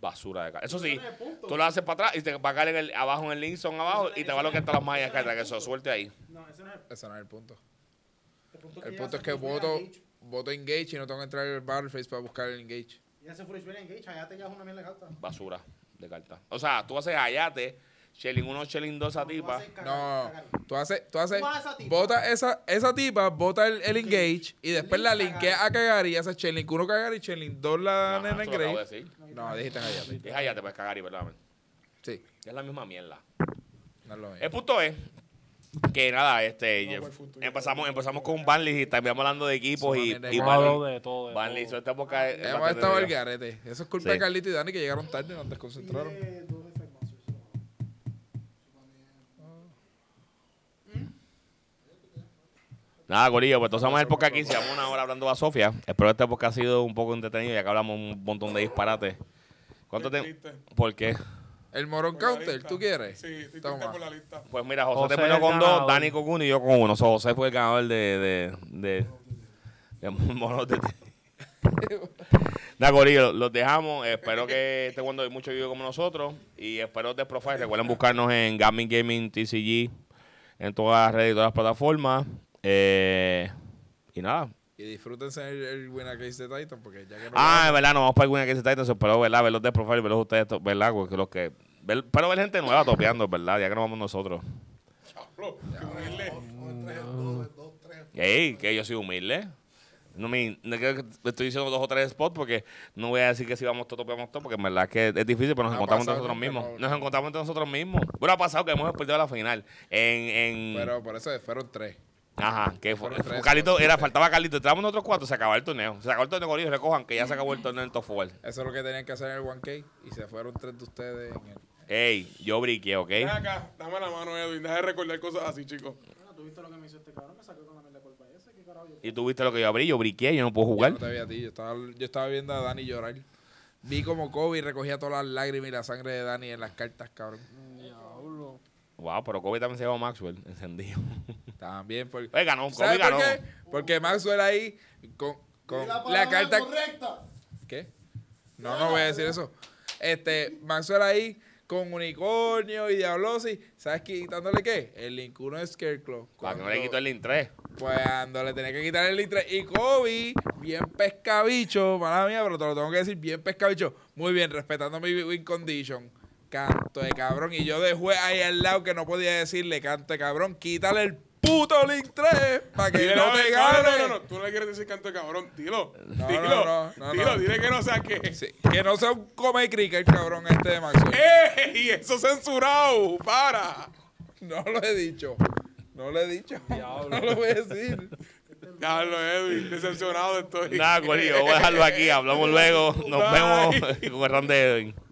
Speaker 3: Basura de carta. Eso sí,
Speaker 6: Eso no es punto.
Speaker 3: tú lo haces para atrás y te va a caer en el, abajo en el link, son abajo
Speaker 6: no es-
Speaker 3: y te
Speaker 6: eso
Speaker 3: va a
Speaker 6: no
Speaker 3: lo que
Speaker 6: es-
Speaker 3: están las mallas
Speaker 6: eso no es
Speaker 3: cartas, que eso
Speaker 6: punto.
Speaker 3: suelte ahí.
Speaker 6: No, ese no es
Speaker 1: Ese no es el punto.
Speaker 6: el punto.
Speaker 1: El
Speaker 6: ya
Speaker 1: punto
Speaker 6: se
Speaker 1: es que
Speaker 6: fue
Speaker 1: voto,
Speaker 6: Engage.
Speaker 1: voto engage y no tengo que entrar al Battleface para buscar el engage.
Speaker 6: Ya se fue Rich Bell Engage, allá te llevas una mierda de carta.
Speaker 3: Basura de carta. O sea, tú haces hayate, shelling 1, shelling 2 a
Speaker 6: Tú
Speaker 3: tipa.
Speaker 6: haces cagar,
Speaker 1: No,
Speaker 6: cagar.
Speaker 1: tú haces, tú haces,
Speaker 6: Tú vas a esa tipa.
Speaker 1: bota esa, esa tipa, bota el, el engage y después la
Speaker 6: Link
Speaker 1: linkea a cagar y haces chainlink 1 cagar y chainlink 2 la
Speaker 3: Ajá,
Speaker 1: nena
Speaker 3: eso
Speaker 1: en
Speaker 3: lo acabo de
Speaker 1: Grey.
Speaker 3: decir.
Speaker 1: No, dijiste Hayate.
Speaker 3: Es hayate, pues cagar y perdóname.
Speaker 1: Sí,
Speaker 3: Es la misma mierda.
Speaker 1: no es lo mismo.
Speaker 3: El punto es Que nada, este,
Speaker 2: No,
Speaker 3: ya-
Speaker 2: fue futuro.
Speaker 3: empezamos, empezamos con Banley y también hablando de equipos
Speaker 1: Sí,
Speaker 3: y,
Speaker 1: mano,
Speaker 3: y
Speaker 1: de
Speaker 4: Hemos hablado
Speaker 3: Banley.
Speaker 4: de todo. de
Speaker 3: Banley
Speaker 4: todo.
Speaker 3: hizo esta
Speaker 6: Ah,
Speaker 3: época. eh,
Speaker 1: Hemos
Speaker 3: bastante
Speaker 1: estado al
Speaker 3: divertida.
Speaker 1: garete. Eso es culpa
Speaker 3: Sí.
Speaker 1: de Carlito y Dani que llegaron tarde, nos desconcentraron.
Speaker 6: eh.
Speaker 7: Tiene dos reformas, eso.
Speaker 3: Nada, Gorillo, pues entonces vamos a ir por acá aquí. Si vamos una hora hablando a Sofía. Espero que esta época ha sido un poco entretenido, ya que hablamos un montón de disparates. ¿Cuánto
Speaker 2: Estoy
Speaker 3: te...
Speaker 2: triste
Speaker 3: ¿Por qué?
Speaker 1: El Moron
Speaker 2: por la
Speaker 1: Counter,
Speaker 2: lista.
Speaker 1: ¿tú quieres?
Speaker 2: Sí, estoy triste
Speaker 1: Toma.
Speaker 2: por la lista.
Speaker 3: Pues mira, José,
Speaker 4: José
Speaker 3: terminó
Speaker 4: el
Speaker 3: con dos,
Speaker 4: ganador.
Speaker 3: Dani con uno y yo con uno. O sea, José fue el ganador de. de. de. de [laughs] monos
Speaker 4: [laughs]
Speaker 3: de- Nada, Gorillo, los dejamos. Espero que esté cuando hay mucho vivo como nosotros. Y espero de Profile. Recuerden buscarnos en Gaming Gaming TCG. En todas las redes y todas las plataformas. Eh, y nada.
Speaker 1: Y disfrútense el, el Winner Case de Titan, porque ya que no
Speaker 3: Ah, en verdad, no vamos para alguna que se está entonces, pero verdad, ver los de profile, verlos ustedes, to- verdad, porque los que. ver- pero ver gente nueva topeando, verdad, ya que no vamos nosotros.
Speaker 2: Pablo, qué humilde.
Speaker 7: Con tres, dos, dos, tres.
Speaker 3: Ey, que yo soy humilde. No me no creo que te estoy diciendo dos o tres spots porque no voy a decir que si vamos todos topeamos todos, porque en verdad es que es difícil, pero nos
Speaker 1: Ha
Speaker 3: encontramos entre
Speaker 1: pasado,
Speaker 3: nosotros mismos.
Speaker 1: pero-
Speaker 3: Nos encontramos entre nosotros mismos. Bueno, ha pasado que hemos perdido la final. En. en
Speaker 1: Pero por eso fueron tres.
Speaker 3: ajá, que fue.
Speaker 1: fueron tres,
Speaker 3: Carlito, era, faltaba Carlito. Entramos nosotros cuatro, se acabó el torneo. Se acabó el torneo, corillo, recojan que ya se acabó el torneo en Top Four.
Speaker 1: Eso es lo que tenían que hacer en el 1K y se fueron tres de ustedes en el...
Speaker 3: Ey, yo briqué, ¿ok?
Speaker 2: Ven acá, dame la mano, Edwin. Deja de recordar cosas así, chicos.
Speaker 6: Bueno, tú viste lo que me hizo este cabrón, me sacó con la mierda de culpa ese, qué carajo yo.
Speaker 3: Y tú viste lo que yo abrí, yo briqué, yo no puedo
Speaker 1: Yo
Speaker 3: jugar.
Speaker 1: no te vi a ti, yo estaba, yo estaba viendo a Dani llorar. Vi como Kobe recogía todas las lágrimas y la sangre de Dani en las cartas, cabrón.
Speaker 3: Wow, pero Kobe también se llevó a Maxwell, encendido. [laughs]
Speaker 1: También porque...
Speaker 3: Oye, ganó, Kobe
Speaker 1: ¿Sabes por
Speaker 3: ganó.
Speaker 1: qué? Porque Maxwell ahí con, con
Speaker 7: Y
Speaker 1: la,
Speaker 7: palabra
Speaker 1: carta...
Speaker 7: correcta.
Speaker 1: ¿Qué? No, no voy a decir eso. Este, Maxwell ahí con unicornio y diablosis. ¿Sabes quitándole qué? El link 1 de Scarecrow.
Speaker 3: Para que no
Speaker 1: Cuando-
Speaker 3: le quitó el link 3.
Speaker 1: Cuando le tenía que quitar el litre. Y Kobe, bien pescabicho, mala mía, pero te lo tengo que decir, bien pescabicho. Muy bien, respetando mi win condition. Canto de cabrón. Y yo de juez ahí al lado que no podía decirle, canto de cabrón, quítale el puto link 3 para que
Speaker 2: Dile,
Speaker 1: no te
Speaker 2: no,
Speaker 1: gane.
Speaker 2: no, no, no, tú no le quieres decir canto de cabrón, dilo.
Speaker 1: No,
Speaker 2: dilo,
Speaker 1: no, no, no,
Speaker 2: dilo,
Speaker 1: no.
Speaker 2: dile que no sea que.
Speaker 1: Sí, que no sea un come cricket, cabrón, este de Maxwell. [laughs]
Speaker 2: [laughs] ¡Ey! Eso censurado, para.
Speaker 1: No lo he dicho. No lo he dicho. [laughs] No lo voy a decir.
Speaker 2: Diablo, Edwin, decepcionado
Speaker 3: [laughs]
Speaker 2: estoy. [laughs]
Speaker 3: Nada, Corillo, voy a dejarlo aquí, hablamos luego. Nos
Speaker 2: Bye.
Speaker 3: vemos [laughs] con el round de Edwin.